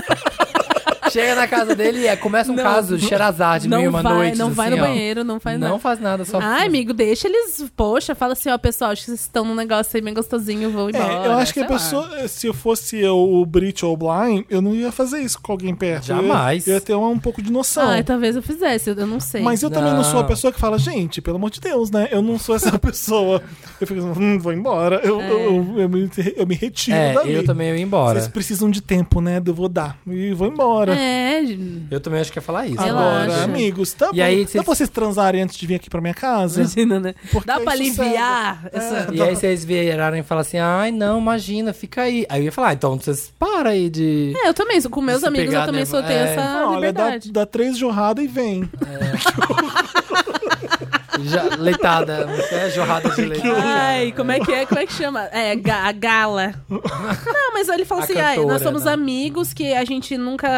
S3: Chega na casa dele e é, começa um
S2: Não,
S3: caso, Xerazade,
S2: não
S3: mil e uma
S2: vai,
S3: noite.
S2: Não vai
S3: assim,
S2: no
S3: ó.
S2: banheiro, não faz
S3: Não
S2: nada.
S3: faz nada, só.
S2: Ah, amigo, deixa eles. Poxa, fala assim, ó, pessoal, acho que vocês estão num negócio aí bem gostosinho, vão embora.
S1: É, eu acho que a
S2: sei lá.
S1: pessoa, se eu fosse eu, o Brit ou o Blind, eu não ia fazer isso com alguém perto. Eu ia-
S3: Jamais.
S1: Eu, ia ter um, um pouco de noção.
S2: Ah, talvez eu fizesse, eu eu não sei.
S1: Mas eu também não sou a
S3: Não.
S1: pessoa que fala, gente, pelo amor de Deus, né? Eu não sou essa pessoa. Eu fico assim, hum, vou embora. Eu, eu, eu, eu me, eu me retiro
S3: É,
S1: dali.
S3: eu também ia
S1: Vocês
S3: embora.
S1: precisam de tempo, né? Eu vou dar. E vou embora.
S2: É, gente.
S3: É, Eu também acho que ia falar isso.
S2: Sei lá.
S1: Agora,
S2: relaxa.
S1: amigos, tá
S3: E
S1: bom.
S3: aí,
S1: Dá
S3: vocês-
S1: pra vocês transarem antes de vir aqui pra minha casa?
S2: imagina, né?
S1: Porque
S2: Dá
S1: aí
S2: pra
S1: sossega.
S2: aliviar essa.
S3: E
S1: Então-
S3: aí vocês viraram e falaram assim, ai, não, imagina, fica aí. Aí eu ia falar, ah, então vocês para aí de...
S2: É, eu também, com meus
S3: Se
S2: amigos, eu
S3: pegar,
S2: também
S3: né?
S2: só tenho
S3: É.
S2: essa
S1: Não, olha, dá,
S2: liberdade.
S1: dá três jorradas e vem.
S3: Já, leitada, é jorrada de leite.
S2: Ai, como é que é? Como é que chama? É, ga- a gala. Não, mas ele fala
S3: A
S2: assim, ai,
S3: cantora,
S2: nós somos
S3: né?
S2: amigos que a gente nunca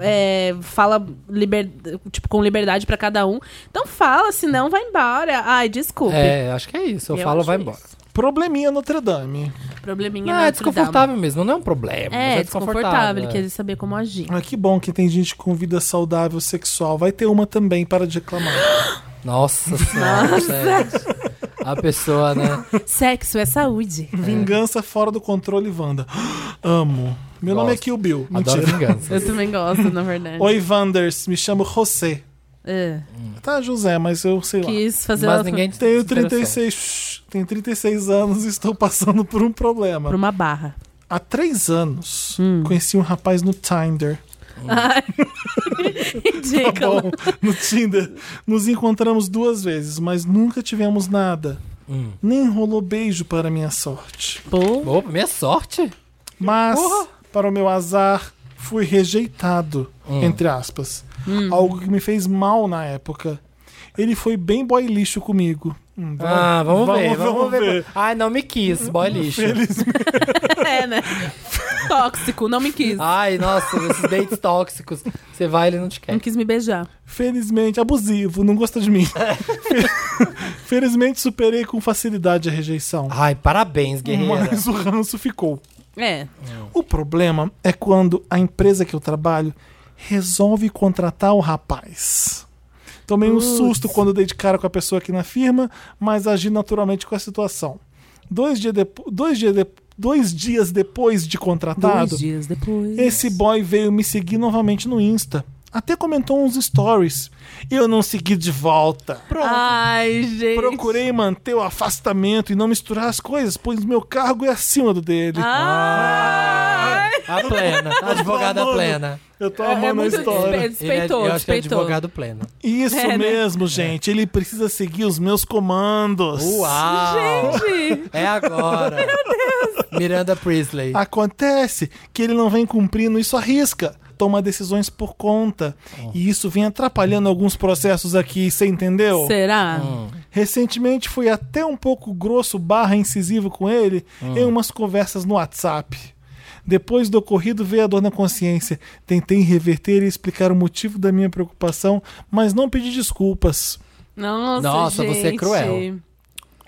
S2: é, fala liber- tipo, com liberdade pra cada um. Então fala, senão vai embora. Ai, desculpe.
S3: É, acho que é isso. Eu,
S2: Eu
S3: falo,
S2: acho
S3: vai
S2: isso.
S3: embora.
S1: Probleminha Notre Dame.
S2: Probleminha
S3: Não,
S2: na
S3: é
S2: Notre Dame.
S3: desconfortável mesmo, não é um problema. mas
S2: É, é desconfortável. Ele quer saber como agir.
S1: Ah, que bom que tem gente com vida saudável sexual. Vai ter uma também, para de reclamar.
S3: Nossa senhora, gente. A pessoa, né?
S2: Sexo é saúde.
S1: Vingança fora do controle, Wanda. Amo. Meu nome é
S3: Gosto.
S1: Kill Bill.
S3: Adoro
S1: Mentira.
S3: vingança.
S2: Eu também gosto, na verdade.
S1: Oi, Wanders. Me chamo José.
S2: É,
S1: Tá, José, mas eu sei lá.
S2: quis fazer
S3: Mas
S2: ela
S3: ninguém... assim.
S1: Tenho
S3: se interessou.
S1: 36, shh, tenho 36 anos e estou passando por um problema.
S2: pra uma barra.
S1: Há três anos, conheci um rapaz no Tinder.
S2: Ai.
S3: Tá
S2: Ridículo.
S1: Bom, no Tinder. Nos encontramos duas vezes, mas nunca tivemos nada. Nem rolou beijo para minha sorte.
S2: Pô.
S3: Hum. Opa, minha sorte.
S1: Mas, para o meu azar, fui rejeitado, entre aspas. Algo que me fez mal na época. Ele foi bem boy lixo comigo. Hum,
S3: Ah, vamos, ver, vamos,
S1: vamos
S3: ver.
S1: ver.
S3: Ai, não me quis, boy lixo.
S2: É, né? Tóxico, não me quis.
S3: Ai, nossa, esses dates tóxicos. Você vai, ele não te quer.
S2: Não quis me beijar.
S1: Felizmente, abusivo, não gosta de mim. Fe- Felizmente, superei com facilidade a rejeição.
S3: Ai, parabéns, guerreira.
S1: Mas o ranço ficou.
S2: É.
S1: O problema é quando a empresa que eu trabalho resolve contratar o rapaz. Tomei um susto quando dei de cara com a pessoa aqui na firma, mas agi naturalmente com a situação. Dois, dia depo- dois, dia de- dois dias depois de contratado,
S2: Dois dias depois.
S1: esse boy veio me seguir novamente no Insta. Até comentou uns stories. Eu não segui de volta.
S2: Ai, gente.
S1: Procurei manter o afastamento e não misturar as coisas, pois meu cargo é acima do dele.
S2: Ah, Ai.
S3: Ah, A plena, advogada
S1: amando.
S3: plena.
S1: Eu tô
S2: É
S1: amando a
S2: muito
S1: história.
S2: despe- despeitou,
S3: ele é, eu acho que é
S2: despeitou.
S3: advogado pleno.
S1: Isso
S2: É, né?
S1: mesmo, gente. Ele precisa seguir os meus comandos.
S3: Uau!
S2: Gente.
S3: É agora. Miranda Priestley.
S1: Acontece que ele não vem cumprindo, isso arrisca. Toma decisões por conta. E isso vem atrapalhando alguns processos aqui, você entendeu?
S2: Será?
S1: Recentemente fui até um pouco grosso barra incisivo com ele em umas conversas no WhatsApp. Depois do ocorrido veio a dor na consciência. Tentei reverter e explicar o motivo da minha preocupação, mas não pedi desculpas.
S2: Nossa,
S3: Nossa,
S2: gente.
S3: você é cruel.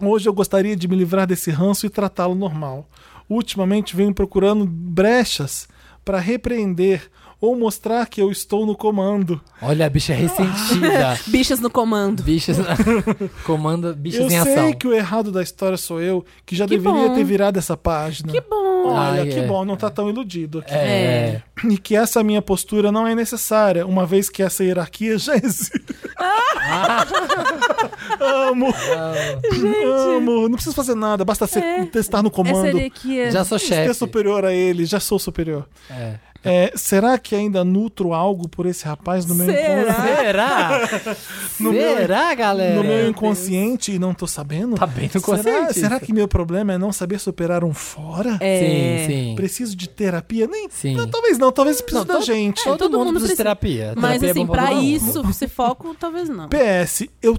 S1: Hoje eu gostaria de me livrar desse ranço e tratá-lo normal. Ultimamente venho procurando brechas para repreender ou mostrar que eu estou no comando.
S3: Olha, a bicha é ressentida.
S2: Bichas no comando.
S3: Bichas. Comanda bichas
S1: eu
S3: em
S1: sei
S3: ação.
S1: que o errado da história sou eu, que já
S2: Que
S1: deveria
S2: bom.
S1: ter virado essa página.
S2: Que bom.
S1: Olha,
S3: Ai,
S1: que
S3: é.
S1: bom, não tá tão iludido aqui.
S3: É.
S1: E que essa minha postura não é necessária, uma vez que essa hierarquia já existe. amo! Amo! Não preciso fazer nada, basta ser, estar no
S2: Essa
S1: comando.
S2: aqui é.
S3: Já sou
S1: Ser
S3: chefe.
S1: superior a ele, já sou superior.
S3: É.
S1: É, será que ainda nutro algo por esse rapaz no meu,
S2: Será?
S1: incon-
S3: Será? Será, galera?
S1: no meu inconsciente e não tô sabendo?
S3: Tá bem no
S1: será,
S3: consciente.
S1: será que meu problema é não saber superar um fora?
S2: é...
S3: Sim, sim.
S1: Preciso de terapia? Nem.
S3: Sim.
S1: Não, talvez não, talvez precise
S3: Não, é.
S1: da
S3: todo-
S1: gente.
S3: Todo,
S2: todo
S3: mundo
S2: mundo
S3: precisa de
S2: precisa.
S3: terapia. é
S2: Mas
S3: Terapia é
S2: assim,
S3: bom pra
S2: pra
S3: todo mundo.
S2: isso, se foco, talvez não.
S1: PS, eu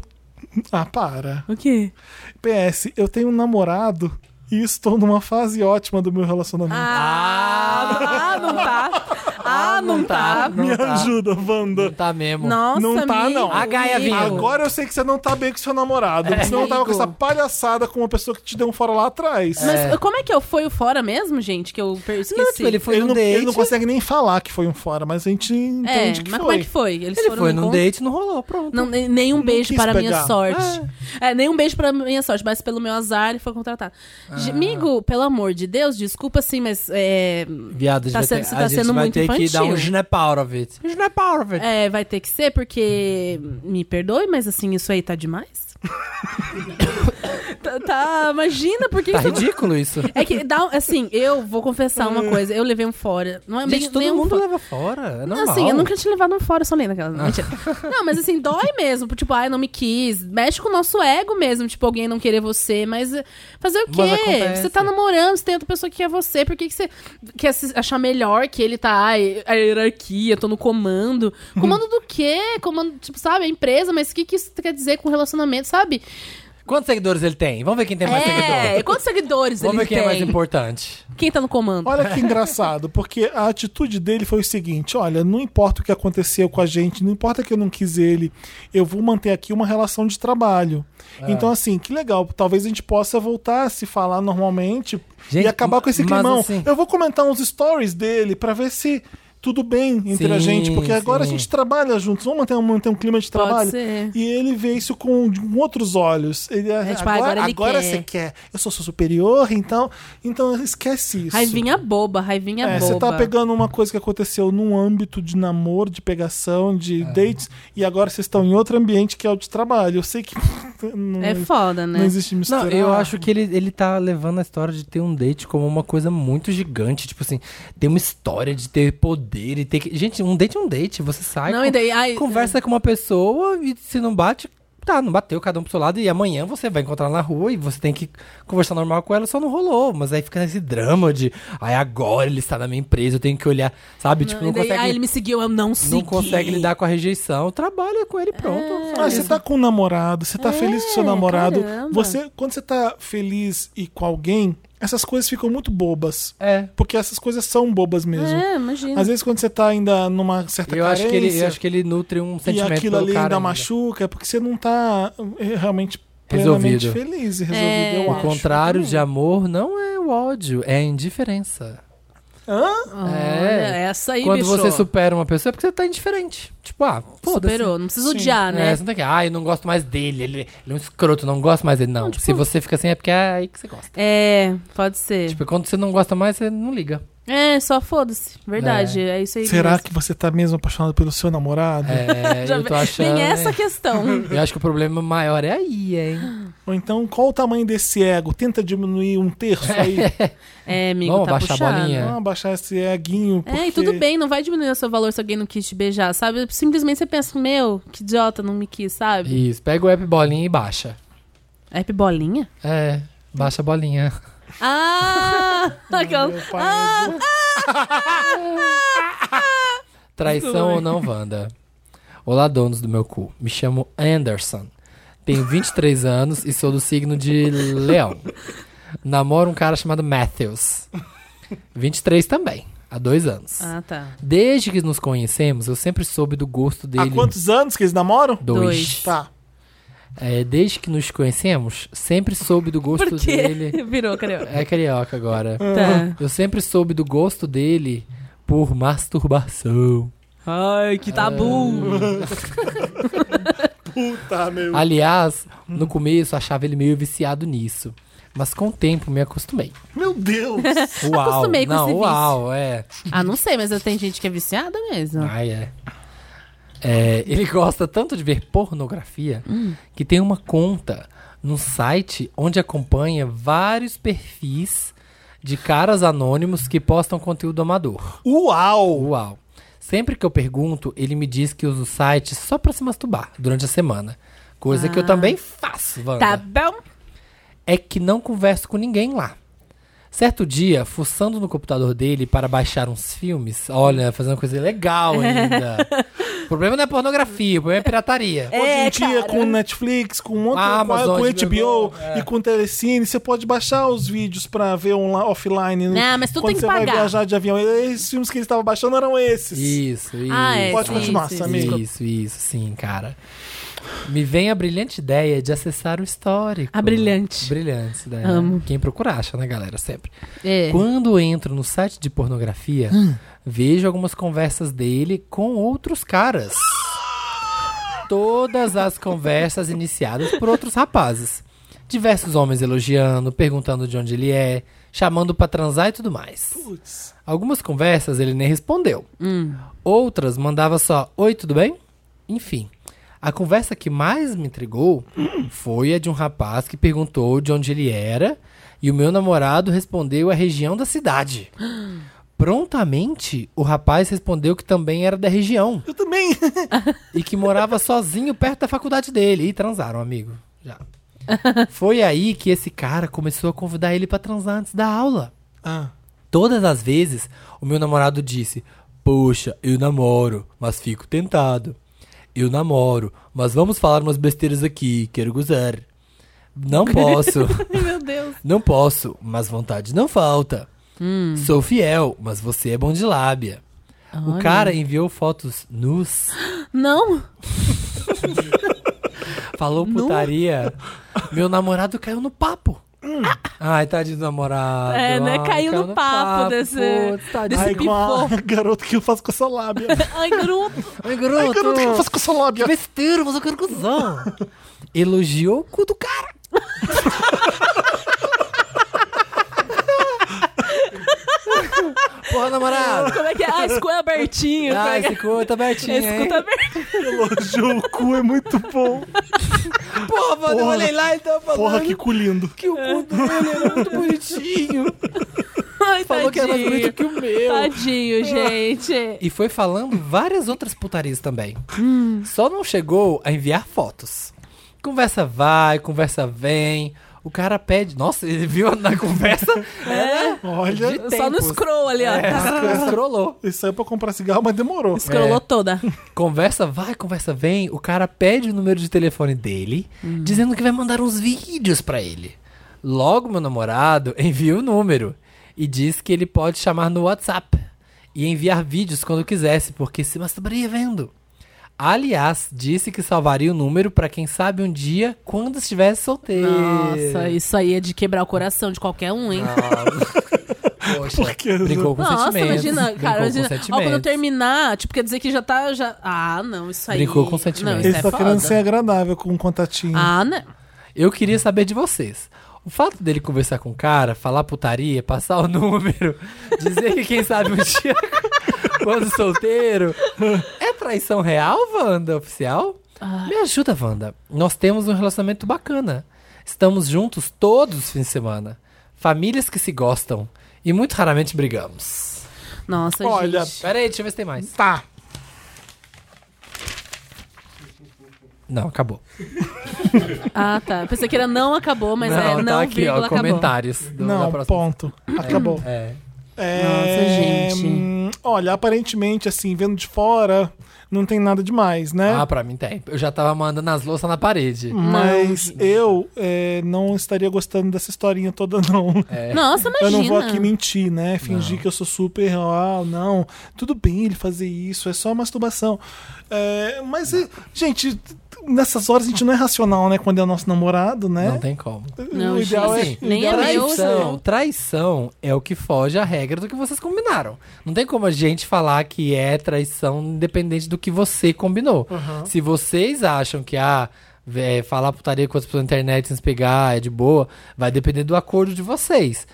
S1: Ah, para.
S2: O quê?
S1: PS, eu tenho um namorado e estou numa fase ótima do meu relacionamento.
S3: Ah,
S2: Ah, não tá. Ah, não tá.
S3: não
S1: Me
S3: tá.
S1: ajuda,
S3: Não
S1: Wanda.
S3: tá mesmo.
S2: Nossa,
S1: Não tá,
S2: amigo.
S1: não. A
S3: Gaia vinha.
S1: Agora eu sei que você não tá bem com seu namorado.
S3: É.
S1: Porque senão eu tava com
S2: Amigo.
S1: essa palhaçada com uma pessoa que te deu um fora lá atrás.
S2: Mas como é que eu fui o fora mesmo, gente? Que eu per- esqueci.
S3: Não, tipo, ele foi
S1: Ele
S2: um
S3: num
S1: não,
S3: date.
S1: ele não consegue nem falar que foi um fora, mas a gente
S2: É,
S1: entende
S2: mas
S1: que
S2: como é
S1: foi.
S2: que foi? Eles
S3: Ele
S2: foram
S3: então, foi
S2: no
S3: num
S2: encontro?
S3: date, não rolou, pronto.
S2: Não, nem- nenhum beijo
S1: quis
S2: para a minha
S1: pegar. Ah.
S2: sorte. É, nenhum beijo para a minha sorte, mas pelo meu azar ele foi contratado. G-
S1: Ah.
S2: Amigo, pelo amor de Deus, desculpa assim, mas é,
S3: Viado, a gente
S2: Tá
S3: vai
S2: sendo-
S3: ter-
S2: você
S3: a
S2: tá
S3: gente
S2: sendo
S3: vai
S2: muito
S3: ter que dar um
S2: infantil.
S3: Snapaurovit. Snapaurovit.
S2: é, vai ter que ser, porque me perdoe, mas assim, isso aí tá demais. tá, tá, imagina, porque
S3: Tá
S2: isso-
S3: ridículo isso.
S2: É que dá, assim, eu vou confessar uma coisa, eu levei um fora. Não é bem-
S3: Gente, todo
S2: nem um
S3: mundo
S2: fora.
S3: leva fora. É
S2: Não,
S3: normal. Ah.
S2: Assim, eu nunca tinha levado um fora, eu só lendo aquela. Mentira. Não, mas assim, dói mesmo. Tipo, ai, não me quis. Mexe com o nosso ego mesmo. Tipo, alguém não querer você. Mas eh, fazer o
S3: Mas
S2: quê?
S3: acontece.
S2: Você tá namorando, você tem outra pessoa que quer você. Por que, que você quer se achar melhor que ele tá? Ai, a hierarquia, tô no comando.
S3: Uhum.
S2: Comando do quê? Comando, tipo, sabe? A empresa, mas o que, que isso quer dizer com relacionamento, sabe?
S3: Quantos seguidores ele tem? Vamos ver quem tem mais
S2: É,
S3: seguidores.
S2: quantos seguidores
S3: Vamos
S2: ele
S3: ver quem é mais
S2: tem?
S3: importante.
S2: Quem tá no comando?
S1: Olha que engraçado, porque a atitude dele foi o seguinte: olha, não importa o que aconteceu com a gente, não importa que eu não quis ele, eu vou manter aqui uma relação de trabalho.
S3: É.
S1: Então, assim, que legal. Talvez a gente possa voltar a se falar normalmente
S3: Gente,
S1: e acabar com esse
S3: mas
S1: climão.
S3: assim-
S1: Eu vou comentar uns stories dele pra ver se. Tudo bem entre a
S3: Sim,
S1: gente, porque agora
S3: sim.
S1: a gente trabalha juntos, vamos manter, manter um clima de
S2: Pode
S1: trabalho.
S2: ser.
S1: E ele vê isso com, um, com outros olhos. Ele,
S2: É, tipo,
S1: agora
S2: agora ele
S1: agora
S2: quer.
S1: você quer. Eu sou seu superior, então. Então esquece isso.
S2: Raivinha boba, raivinha
S1: É,
S2: boba.
S1: você tá pegando uma coisa que aconteceu num âmbito de namoro, de pegação, de
S3: É.
S1: dates, e agora vocês estão em outro ambiente que é o de trabalho. Eu sei que não,
S2: É foda, né?
S1: não existe mistura.
S3: Não, eu acho que ele, ele tá levando a história de ter um date como uma coisa muito gigante. Tipo assim, ter uma história de ter poder e ter que. Gente, um date é um date. Você sai,
S2: Não,
S3: con-
S2: e daí- ai,
S3: conversa com uma pessoa e se não bate, tá, não bateu, cada um pro seu lado. E amanhã você vai encontrar na rua e você tem que conversar normal com ela, só não rolou. Mas aí fica nesse drama de. Aí agora ele está na minha empresa, eu tenho que olhar. Sabe? tipo, não
S2: E daí,
S3: consegue.
S2: ah, ele me seguiu, eu não segui.
S3: Não consegue lidar com a rejeição, trabalha com ele, pronto.
S2: É.
S1: Ah, você tá com um namorado, você tá feliz com seu namorado.
S2: caramba.
S1: Você, quando você tá feliz e com alguém, essas coisas ficam muito bobas.
S3: É.
S1: Porque essas coisas são bobas mesmo.
S2: É, imagina.
S1: Às vezes quando você tá ainda numa certa
S3: Eu acho,
S1: carência,
S3: que ele, eu acho que ele nutre um
S1: é e
S3: sentimento
S1: aquilo
S3: pelo
S1: ali
S3: cara
S1: ainda
S3: ainda.
S1: machuca, é porque você não tá eh, realmente plenamente
S3: Resolvido.
S1: feliz e resolvido,
S2: É.
S1: eu
S3: O
S1: acho.
S3: contrário de amor não é o ódio, é a indiferença.
S2: Olha,
S3: É.
S2: essa aí,
S3: Quando
S2: bicho.
S3: você supera uma pessoa é porque você tá indiferente. Tipo, ah, foda-se.
S2: superou. Não precisa
S1: Sim.
S2: odiar, né?
S3: É, você não tem que, ah, eu não gosto mais dele, ele, ele é um escroto, não gosto mais dele. Não,
S2: Não, tipo-
S3: se você fica assim é porque é aí que você gosta.
S2: É, pode ser.
S3: Tipo, quando você não gosta mais, você não liga.
S2: É, só foda-se. Verdade, é, isso aí.
S1: Será
S2: mesmo.
S1: que você tá mesmo apaixonado pelo seu namorado?
S3: É,
S2: Já
S3: eu
S2: vê-
S3: tô achando...
S2: Tem essa
S3: hein?
S2: questão.
S3: Eu acho que o problema maior é aí, hein?
S1: Ou então, qual o tamanho desse ego? Tenta diminuir um terço aí.
S2: É, amigo,
S3: Vamos
S2: tá
S3: abaixar a
S2: puxado.
S3: bolinha?
S1: Não abaixar esse eguinho.
S2: É, e
S1: porque-
S2: tudo bem, não vai diminuir o seu valor se alguém não quis te beijar, sabe? Simplesmente você pensa, meu, que idiota, não me quis, sabe?
S3: Isso, pega o app bolinha e baixa.
S2: App bolinha?
S3: É, baixa a bolinha.
S2: Ah! aquela...
S1: Meu pai,
S2: ah!
S3: Traição ou não, Wanda? Olá, donos do meu cu. Me chamo Anderson. Tenho 23 anos e sou do signo de Leão. Namoro um cara chamado Matthews. 23 também, há dois anos.
S2: Ah, tá.
S3: Desde que nos conhecemos, eu sempre soube do gosto dele.
S1: Há quantos anos que eles namoram?
S3: Dois.
S2: Dois.
S1: Tá.
S3: É, desde que nos conhecemos, sempre soube do gosto
S2: Por quê?
S3: dele.
S2: Virou, carioca.
S3: É carioca agora.
S2: Tá.
S3: Eu sempre soube do gosto dele por masturbação.
S2: Ai, que tabu.
S1: Puta, meu.
S3: Aliás, no começo eu achava ele meio viciado nisso. Mas com o tempo me acostumei.
S1: Meu Deus.
S3: Uau,
S2: Acostumei com
S3: não,
S2: esse vício.
S3: uau, é.
S2: Ah, não sei, mas tem gente que é viciada mesmo.
S3: Ai, é. É, ele gosta tanto de ver pornografia que tem uma conta num site onde acompanha vários perfis de caras anônimos que postam conteúdo amador.
S1: Uau.
S3: Uau. Sempre que eu pergunto, ele me diz que usa o site só pra se masturbar durante a semana. Coisa que eu também faço, Wanda.
S2: Tá bom.
S3: é que não converso com ninguém lá. Certo dia, fuçando no computador dele para baixar uns filmes, olha, fazendo coisa legal ainda. problema não é pornografia, o problema é pirataria.
S1: Hoje
S5: É,
S1: em dia,
S5: cara.
S1: com Netflix, com um monte
S3: A Amazon, é.
S1: com
S3: HBO,
S1: HBO, e com Telecine, você pode baixar os vídeos pra ver onla- offline. né?
S2: Não, mas tudo
S1: quando
S2: tem que
S1: você vai
S2: pagar.
S1: viajar de avião. Esses filmes que ele estava baixando eram esses.
S3: Isso, isso.
S2: Ah, é,
S1: Pode
S2: sim,
S1: continuar,
S2: sim,
S1: Samir.
S2: sim.
S3: Isso, isso, sim, cara. Me vem a brilhante ideia de acessar o histórico.
S2: A brilhante.
S3: Brilhante, né?
S2: Amo.
S3: Quem procura acha, né, galera? Sempre.
S2: É.
S3: Quando entro no site de pornografia, vejo algumas conversas dele com outros caras. Todas as conversas iniciadas por outros rapazes. Diversos homens elogiando, perguntando de onde ele é, chamando pra transar e tudo mais.
S1: Putz.
S3: Algumas conversas ele nem respondeu. Outras mandava só: Oi, tudo bem? Enfim. A conversa que mais me intrigou foi a de um rapaz que perguntou de onde ele era e o meu namorado respondeu a região da cidade. Prontamente, o rapaz respondeu que também era da região
S1: Eu também.
S3: e que morava sozinho perto da faculdade dele. E transaram, amigo. Já. Foi aí que esse cara começou a convidar ele pra transar antes da aula.
S1: Ah,
S3: Todas as vezes, o meu namorado disse: Poxa, eu namoro, mas fico tentado. Eu namoro, mas vamos falar umas besteiras aqui, quero gozar. Não posso,
S2: Meu Deus.
S3: não posso, mas vontade não falta.
S2: Hum.
S3: Sou fiel, mas você é bom de lábia. O cara enviou fotos nus,
S2: Não.
S3: falou putaria. Meu namorado caiu no papo. Ai, tadinho do namorado.
S2: É, né?
S3: Ai,
S2: Caiu no papo desse-
S3: putz, tadinho.
S2: desse
S1: ai, com a garota que eu faço com essa lábia.
S2: Ai, grupo.
S3: Ai,
S1: ai,
S3: garoto.
S1: garota que eu faço com essa lábia.
S3: besteira, mas eu quero cuzão. Elogiou o cu do cara. Porra, namorado.
S2: Como é que é? Ah, escolha abertinho.
S3: Ah, esse
S2: Escuta
S3: cu tá abertinho, hein?
S2: abertinho.
S1: Elogio o cu é muito bom.
S3: tá- Porra, mano, eu
S1: Porra.
S3: olhei lá e tava falando
S1: Porra, que cu lindo.
S3: que o cu dele é muito bonitinho.
S2: Ai,
S3: Falou que era mais bonito
S2: tadinho.
S3: que o meu.
S2: Tadinho, gente.
S3: E foi falando várias outras putarias também.
S2: Hum.
S3: Só não chegou a enviar fotos. Conversa vai, conversa vem. O cara pede. Nossa, ele viu na conversa? Era
S1: Olha,
S3: de
S2: É, Só no
S3: tempos.
S2: scroll ali, ó. Tá,
S3: É, scrollou.
S1: ele saiu pra comprar cigarro, mas demorou.
S2: Scrollou
S3: É.
S2: toda.
S3: Conversa vai, conversa vem. O cara pede o número de telefone dele,
S2: Uhum.
S3: dizendo que vai mandar uns vídeos pra ele. Logo, meu namorado envia o número e diz que ele pode chamar no WhatsApp e enviar vídeos quando quisesse, porque se masturbaria vendo. Aliás, disse que salvaria o número pra quem sabe um dia quando estivesse solteiro.
S2: Nossa, isso aí é de quebrar o coração de qualquer um, hein?
S3: Nossa.
S2: é
S3: Poxa,
S1: Por que?
S3: brincou com
S2: Nossa,
S3: sentimentos.
S2: imagina,
S3: brincou
S2: cara,
S3: com
S2: imagina. Ó, quando eu
S3: sentimentos.
S2: terminar, tipo, quer dizer que já tá. Já... Ah, não, isso aí.
S3: Brincou com
S2: Não,
S3: sentimentos.
S2: isso
S1: Ele
S2: é
S1: tá
S2: foda.
S1: querendo ser agradável com um
S3: Hum.
S1: contatinho.
S2: Ah, né?
S3: Eu queria saber de vocês. O fato dele conversar com o cara, falar putaria, passar o número, dizer que quem sabe um dia, quando solteiro, é traição real, Wanda, oficial?
S2: Ah.
S3: Me ajuda, Wanda. Nós temos um relacionamento bacana. Estamos juntos todos os fins de semana. Famílias que se gostam. E muito raramente brigamos.
S2: Nossa,
S1: Olha,
S2: gente.
S3: Pera aí, deixa eu ver se tem mais.
S1: Tá.
S3: Não, acabou.
S2: Ah, tá. Pensei que era não acabou, mas é não
S3: tá aqui,
S2: vírgula,
S3: ó,
S2: acabou.
S3: comentários. do- da
S1: Não,
S3: Então, próxima.
S1: ponto. Acabou.
S3: É.
S1: É,
S2: Nossa, gente.
S1: hum, Olha, aparentemente, assim, vendo de fora, não tem nada demais, né?
S3: Ah, pra mim tem. Eu já tava mandando as louças na parede.
S1: Hum. Mas eu é, não estaria gostando dessa historinha toda, não.
S3: É.
S2: Nossa, imagina.
S1: Eu não vou aqui mentir, né? Fingir que eu sou super. Ah, não. Tudo bem ele fazer isso, é só masturbação. É, mas, é, gente, nessas horas a gente não é racional, né? Quando é o nosso namorado, né?
S3: Não tem como. Assim,
S2: Não,
S1: o ideal
S2: gente,
S1: é. o
S2: nem
S1: ideal
S2: é meu,
S3: Traição,
S2: né?
S3: traição é o que foge à regra do que vocês combinaram. Não tem como a gente falar que é traição independente do que você combinou.
S1: Uhum.
S3: Se vocês acham que ah, é, falar putaria com as pessoas na internet sem se pegar é de boa, vai depender do acordo de vocês.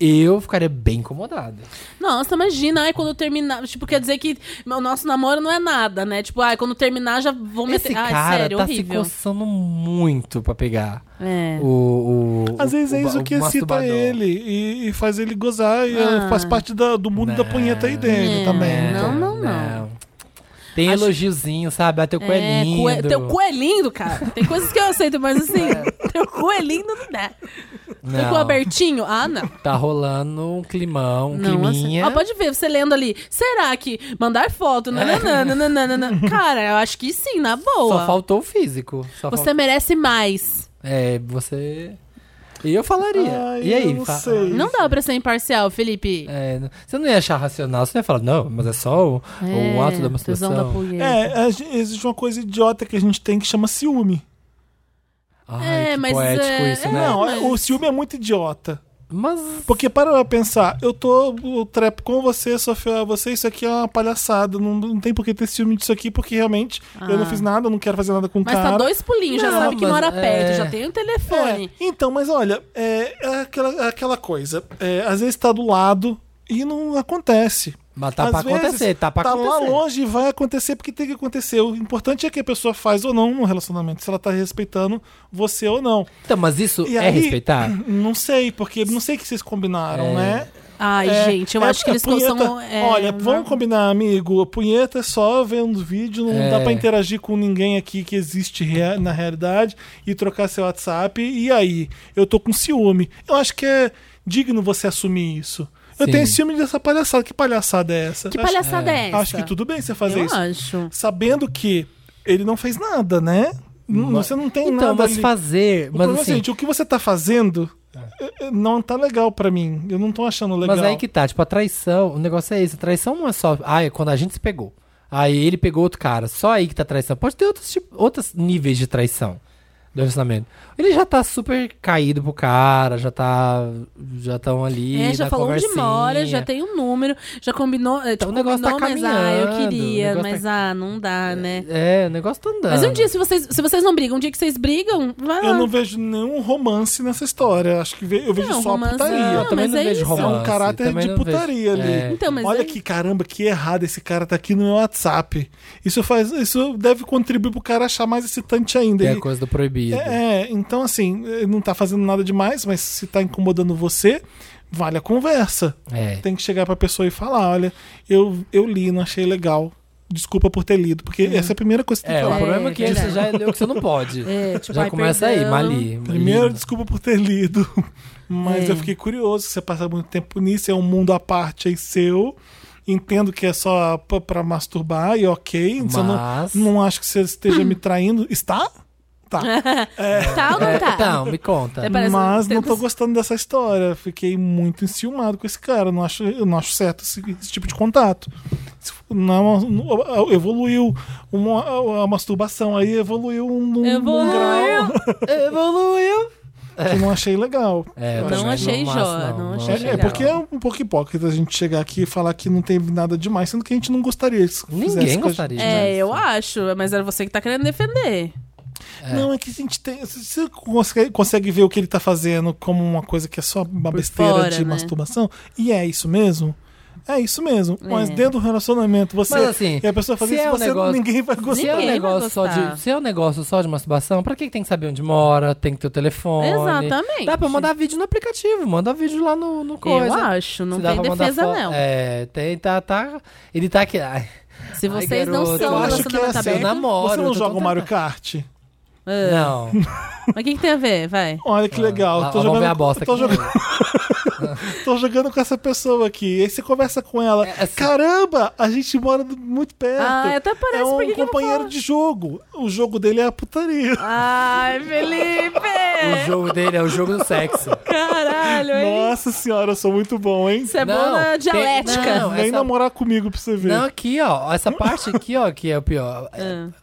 S3: Eu ficaria bem incomodado.
S2: Nossa, imagina. Ai, quando eu terminar. Tipo, quer dizer que o nosso namoro não é nada, né? Tipo, ai, quando terminar já vou meter.
S3: Esse
S1: ah,
S2: ai,
S3: cara
S2: sério,
S3: tá
S2: horrível.
S3: se coçando muito pra pegar
S2: É.
S3: o, o-
S1: Às vezes é
S3: ba-
S1: isso que excita
S3: masturbador.
S1: ele e, e faz ele gozar e
S2: Ah.
S1: é, faz parte da- do mundo da
S3: Não.
S1: punheta aí dele
S2: É,
S1: também. né?
S2: Não, não, não.
S3: Tem
S2: Acho-
S3: elogiozinho, sabe? Ah, teu cu é
S2: É,
S3: lindo.
S2: cue- Teu cu é lindo, cara. Tem coisas que eu aceito, mas assim, teu cu é lindo não dá. E com o Albertinho? Ah, não.
S3: Tá rolando um climão, um
S2: Não, assim.
S3: climinha.
S2: Ó, pode ver, você lendo ali. Será que mandar
S3: É.
S2: foto? Nananana, nananana. Cara, eu acho que sim, na boa.
S3: Só faltou o físico. Só
S2: Você
S3: falt-
S2: merece mais.
S3: É, você. E eu falaria.
S1: Ai,
S3: e aí?
S1: eu não
S3: fa-
S1: sei.
S2: Não dá pra ser imparcial, Felipe.
S3: É, não- você não ia achar racional, você não ia falar, não, mas é só o, o ato da
S2: É, tesão
S3: masturbação.
S2: da punheta.
S1: É, a gen- existe uma coisa idiota que a gente tem que chama ciúme.
S3: Ai,
S2: É,
S3: que
S2: mas
S3: poético
S2: é-
S3: isso,
S2: é,
S3: né?
S1: Não,
S2: mas-
S1: o ciúme é muito idiota.
S3: Mas
S1: Porque para pra pensar, eu tô o trepo com você, Sofia, você, isso aqui é uma palhaçada. Não, não tem por que ter ciúme disso aqui, porque realmente eu não fiz nada, eu não quero fazer nada com o
S2: Ah. Mas
S1: cara.
S2: tá dois pulinhos, já
S3: Não,
S2: sabe que
S3: mas
S2: mora
S3: é-
S2: perto, já tem o telefone.
S1: É, então, mas olha, é, é aquela, é aquela coisa. é, às vezes tá do lado e não acontece.
S3: Mas tá
S1: Às
S3: pra
S1: vezes,
S3: acontecer, tá pra
S1: lá
S3: acontecer.
S1: longe e vai acontecer porque tem que acontecer. O importante é que a pessoa faz ou não no relacionamento, se ela tá respeitando você ou não.
S3: Então, mas isso
S1: E
S3: é
S1: aí-
S3: respeitar?
S1: Não sei, porque não sei o que vocês combinaram,
S3: É.
S1: né?
S2: Ai,
S1: É,
S2: gente, eu
S1: é
S2: acho que
S1: porque
S2: eles
S1: a punheta-
S2: são. é,
S1: Olha,
S2: não-
S1: vamos combinar, amigo. A punheta é só vendo vídeo, não
S3: É.
S1: dá pra interagir com ninguém aqui que existe rea- na realidade e trocar seu WhatsApp. E aí? Eu tô com ciúme. Eu acho que é digno você assumir isso. Eu
S3: Sim.
S1: tenho ciúme dessa palhaçada. Que palhaçada é essa?
S2: Que
S1: Acho-
S2: palhaçada é, essa?
S1: Acho que tudo bem você fazer
S2: Eu
S1: isso.
S2: acho.
S1: Sabendo que ele não fez nada, né? N- Você não tem
S3: Então,
S1: nada.
S3: mas
S1: ali. O
S3: fazer. Mas
S1: problema é o
S3: assim.
S1: seguinte, o que você tá fazendo
S3: É.
S1: eh, eh, não tá legal pra mim. Eu não tô achando legal.
S3: Mas aí que tá, tipo, a traição, o negócio é esse, a traição não é só. Ah, é quando a gente se pegou. Aí ele pegou outro cara. Só aí que tá a traição. Pode ter outros, tipo, outros níveis de traição do relacionamento. Ele já tá super caído pro cara, já tá. Já tão ali.
S2: É, já
S3: na
S2: falou onde
S3: conversinha.
S2: mora, já tem um número, já combinou. Então,
S3: O negócio tá
S2: mas ah, eu
S3: caminhando, o
S2: queria,
S3: negócio tá
S2: mas ah, não dá, né?
S3: É, o negócio tá andando.
S2: Mas um dia, se vocês, se vocês não brigam, um dia que vocês brigam, vai lá.
S1: Eu não vejo nenhum romance nessa história. Acho que ve- eu vejo
S2: Não,
S1: só
S2: romance
S1: putaria.
S2: não,
S3: Eu também
S2: mas
S3: não
S2: é
S3: vejo
S2: isso.
S1: É
S3: romance.
S1: um caráter
S3: também
S1: de
S3: não vejo-
S1: putaria ali.
S3: É.
S2: Então, mas
S1: Olha
S2: aí-
S1: que caramba, que errado esse cara tá aqui no meu WhatsApp. Isso faz, isso deve contribuir pro cara achar mais excitante ainda.
S3: É a
S1: Ele-
S3: coisa do proibido.
S1: É, é, então assim, ele não tá fazendo nada demais, mas se tá incomodando você, vale a conversa.
S3: É.
S1: Tem que chegar pra pessoa e falar, olha, eu, eu li, não achei legal. Desculpa por ter lido, porque essa é a primeira coisa que tem
S3: É,
S1: que
S3: o
S1: falar.
S2: É,
S3: problema é que
S2: verdade.
S3: você já leu que você não pode.
S2: É, tipo,
S3: já
S2: ai,
S3: começa aí,
S2: perdão.
S3: Mali.
S1: Primeiro, desculpa por ter lido. Mas
S2: É.
S1: eu fiquei curioso, você passa muito tempo nisso, é um mundo à parte aí seu. Entendo que é só pra, pra masturbar e ok. Mas...
S3: Mas-
S1: não, não acho que você esteja me traindo. Está? Tá.
S2: Tá ou não
S3: É,
S2: tá?
S3: então, me conta.
S2: É, parece
S1: Mas
S2: que
S1: não
S2: tem-
S1: tô gostando dessa história. Fiquei muito enciumado com esse cara. Não acho, eu não acho certo esse, esse tipo de contato. Se f- Não, não- evoluiu uma, a, a masturbação aí, evoluiu um, um, um grau
S3: Evoluiu.
S1: que eu não achei legal.
S3: É,
S2: Não
S3: também
S2: achei
S3: massa,
S2: jó, não achei
S1: É,
S2: legal.
S1: é porque é um pouco hipócrita a gente chegar aqui e falar que não teve nada demais, sendo que a gente não gostaria disso. que fizesse
S3: Ninguém
S1: com a
S3: gostaria.
S2: É,
S3: né?
S2: eu acho, mas era você que tá querendo defender.
S1: gente. Não, é que a gente tem. Você consegue, consegue ver o que ele tá fazendo como uma coisa que é só uma besteira
S2: fora,
S1: de
S2: né?
S1: masturbação? E é isso mesmo? É isso mesmo. Mas
S2: É.
S1: dentro do relacionamento, você.
S3: Mas assim,
S1: e a pessoa fazer
S3: se
S1: isso,
S3: é um
S1: você,
S3: negócio-
S1: ninguém vai
S3: Se é,
S1: gostar.
S3: um
S2: Ninguém vai
S3: negócio só
S2: gostar.
S3: de, se é um negócio só de masturbação, pra que que tem que saber onde mora? Tem que ter o telefone.
S2: Exatamente.
S3: Dá pra mandar vídeo no aplicativo, manda vídeo lá no, no coisa.
S2: Eu acho, não
S3: Se dá
S2: tem
S3: pra mandar
S2: defesa,
S3: fo-
S2: não.
S3: É, tem, tá, tá. Ele tá aqui. ai,
S2: Se
S3: Ai,
S2: vocês não
S3: garoto, eu
S2: são
S3: acho
S1: que é assim,
S2: relacionamento
S3: eu
S2: Tá aberto.
S3: namoro.
S1: você
S3: eu
S1: não
S3: tô
S1: joga o
S3: tentando.
S1: Mario Kart?
S2: Ah,
S3: Não.
S2: Mas o que, que tem a ver? Vai.
S1: Olha que legal.
S3: Ah, Lá-
S1: tô
S3: lá vão
S1: jogando,
S3: ver a bosta
S1: tô
S3: aqui.
S1: jogando- Tô jogando com essa pessoa aqui. Aí você conversa com ela.
S3: É, assim-
S1: Caramba, a gente mora do- muito perto.
S2: Ai, até parece,
S1: É um
S2: Ah, por que que eu não
S1: companheiro
S2: falo?
S1: de jogo. O jogo dele é a putaria.
S2: Ai,
S3: O
S2: Felipe!
S3: jogo dele é o jogo do sexo.
S2: Caralho, hein?
S1: Nossa senhora, eu sou muito bom, hein?
S2: Isso é bom
S3: Não,
S2: na
S3: tem-
S2: dialética.
S3: Não,
S1: Vem
S3: essa-
S1: namorar comigo pra você ver.
S3: Não, aqui, ó. Essa parte aqui, ó, que é o pior.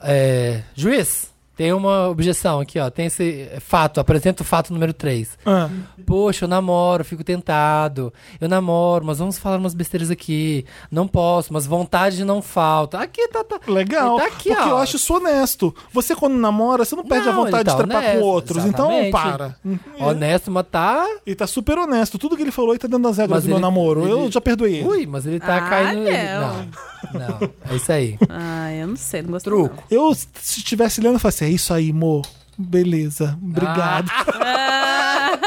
S3: É, juiz, tem uma objeção aqui, ó. Tem esse fato, apresenta o fato número 3.
S1: Ah,
S3: Poxa, eu namoro, fico tentado. Eu namoro, mas vamos falar umas besteiras aqui. Não posso, mas vontade não falta. Aqui tá. tá
S1: legal.
S3: Ele tá aqui,
S1: porque
S3: ó.
S1: eu acho isso honesto. Você, quando namora, você não perde
S3: Não,
S1: a vontade
S3: ele tá
S1: de trepar
S3: honesto,
S1: com outros. Então,
S3: exatamente.
S1: para.
S3: Honesto, mas tá.
S1: Ele tá super honesto. Tudo que ele falou, ele tá dentro das regras
S3: Mas
S1: do meu
S3: ele-
S1: namoro. Eu
S3: ele-
S1: já perdoei ele.
S3: Ui, mas ele tá
S2: Ah,
S3: caindo.
S2: não.
S3: Não, não, é isso aí.
S2: Ai, eu não sei, não gostei.
S3: Truco.
S1: Eu, se estivesse lendo, eu falasse, é isso aí, amor. Beleza, obrigado.
S3: Ah.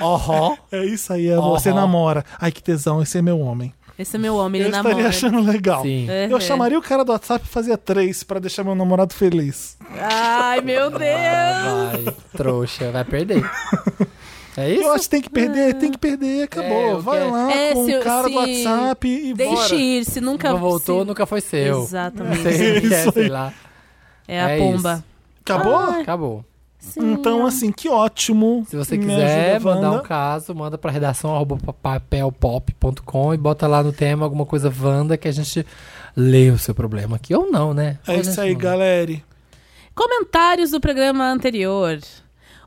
S3: Aham.
S1: É isso aí, amor.
S3: Aham.
S1: Você namora. Ai, que tesão, esse é meu homem.
S2: não. Esse é meu homem,
S1: eu
S2: ele
S1: estaria
S2: namora.
S1: achando legal.
S3: Sim. Uhum.
S1: Eu chamaria o cara do WhatsApp e fazia três pra deixar meu namorado feliz.
S2: Ai, meu Deus!
S3: Ah, Vai, trouxa, vai perder. É isso?
S1: Eu acho que tem que perder, tem que perder, acabou.
S3: É, eu
S1: Vai
S3: quero-
S1: lá
S2: É,
S1: com
S2: se-
S1: o cara
S2: se-
S1: do WhatsApp e
S2: Deixe
S1: bora.
S2: ir, se nunca.
S3: Nunca voltou,
S2: se-
S3: nunca foi seu.
S2: Exatamente.
S3: Sei,
S1: Isso
S3: é,
S1: aí.
S3: sei lá.
S2: É a
S3: É
S2: pomba.
S1: Acabou?
S2: Ah,
S3: Acabou.
S1: então, assim, que ótimo.
S3: Se você
S1: Me
S3: quiser
S1: ajuda,
S3: mandar um
S1: Wanda.
S3: caso, manda pra redação arroba papelpop.com e bota lá no tema alguma coisa Wanda que a gente lê o seu problema aqui. Ou não, né? Ou
S1: É
S3: a
S1: isso
S3: gente
S1: aí,
S3: não.
S1: galera.
S2: Comentários do programa anterior.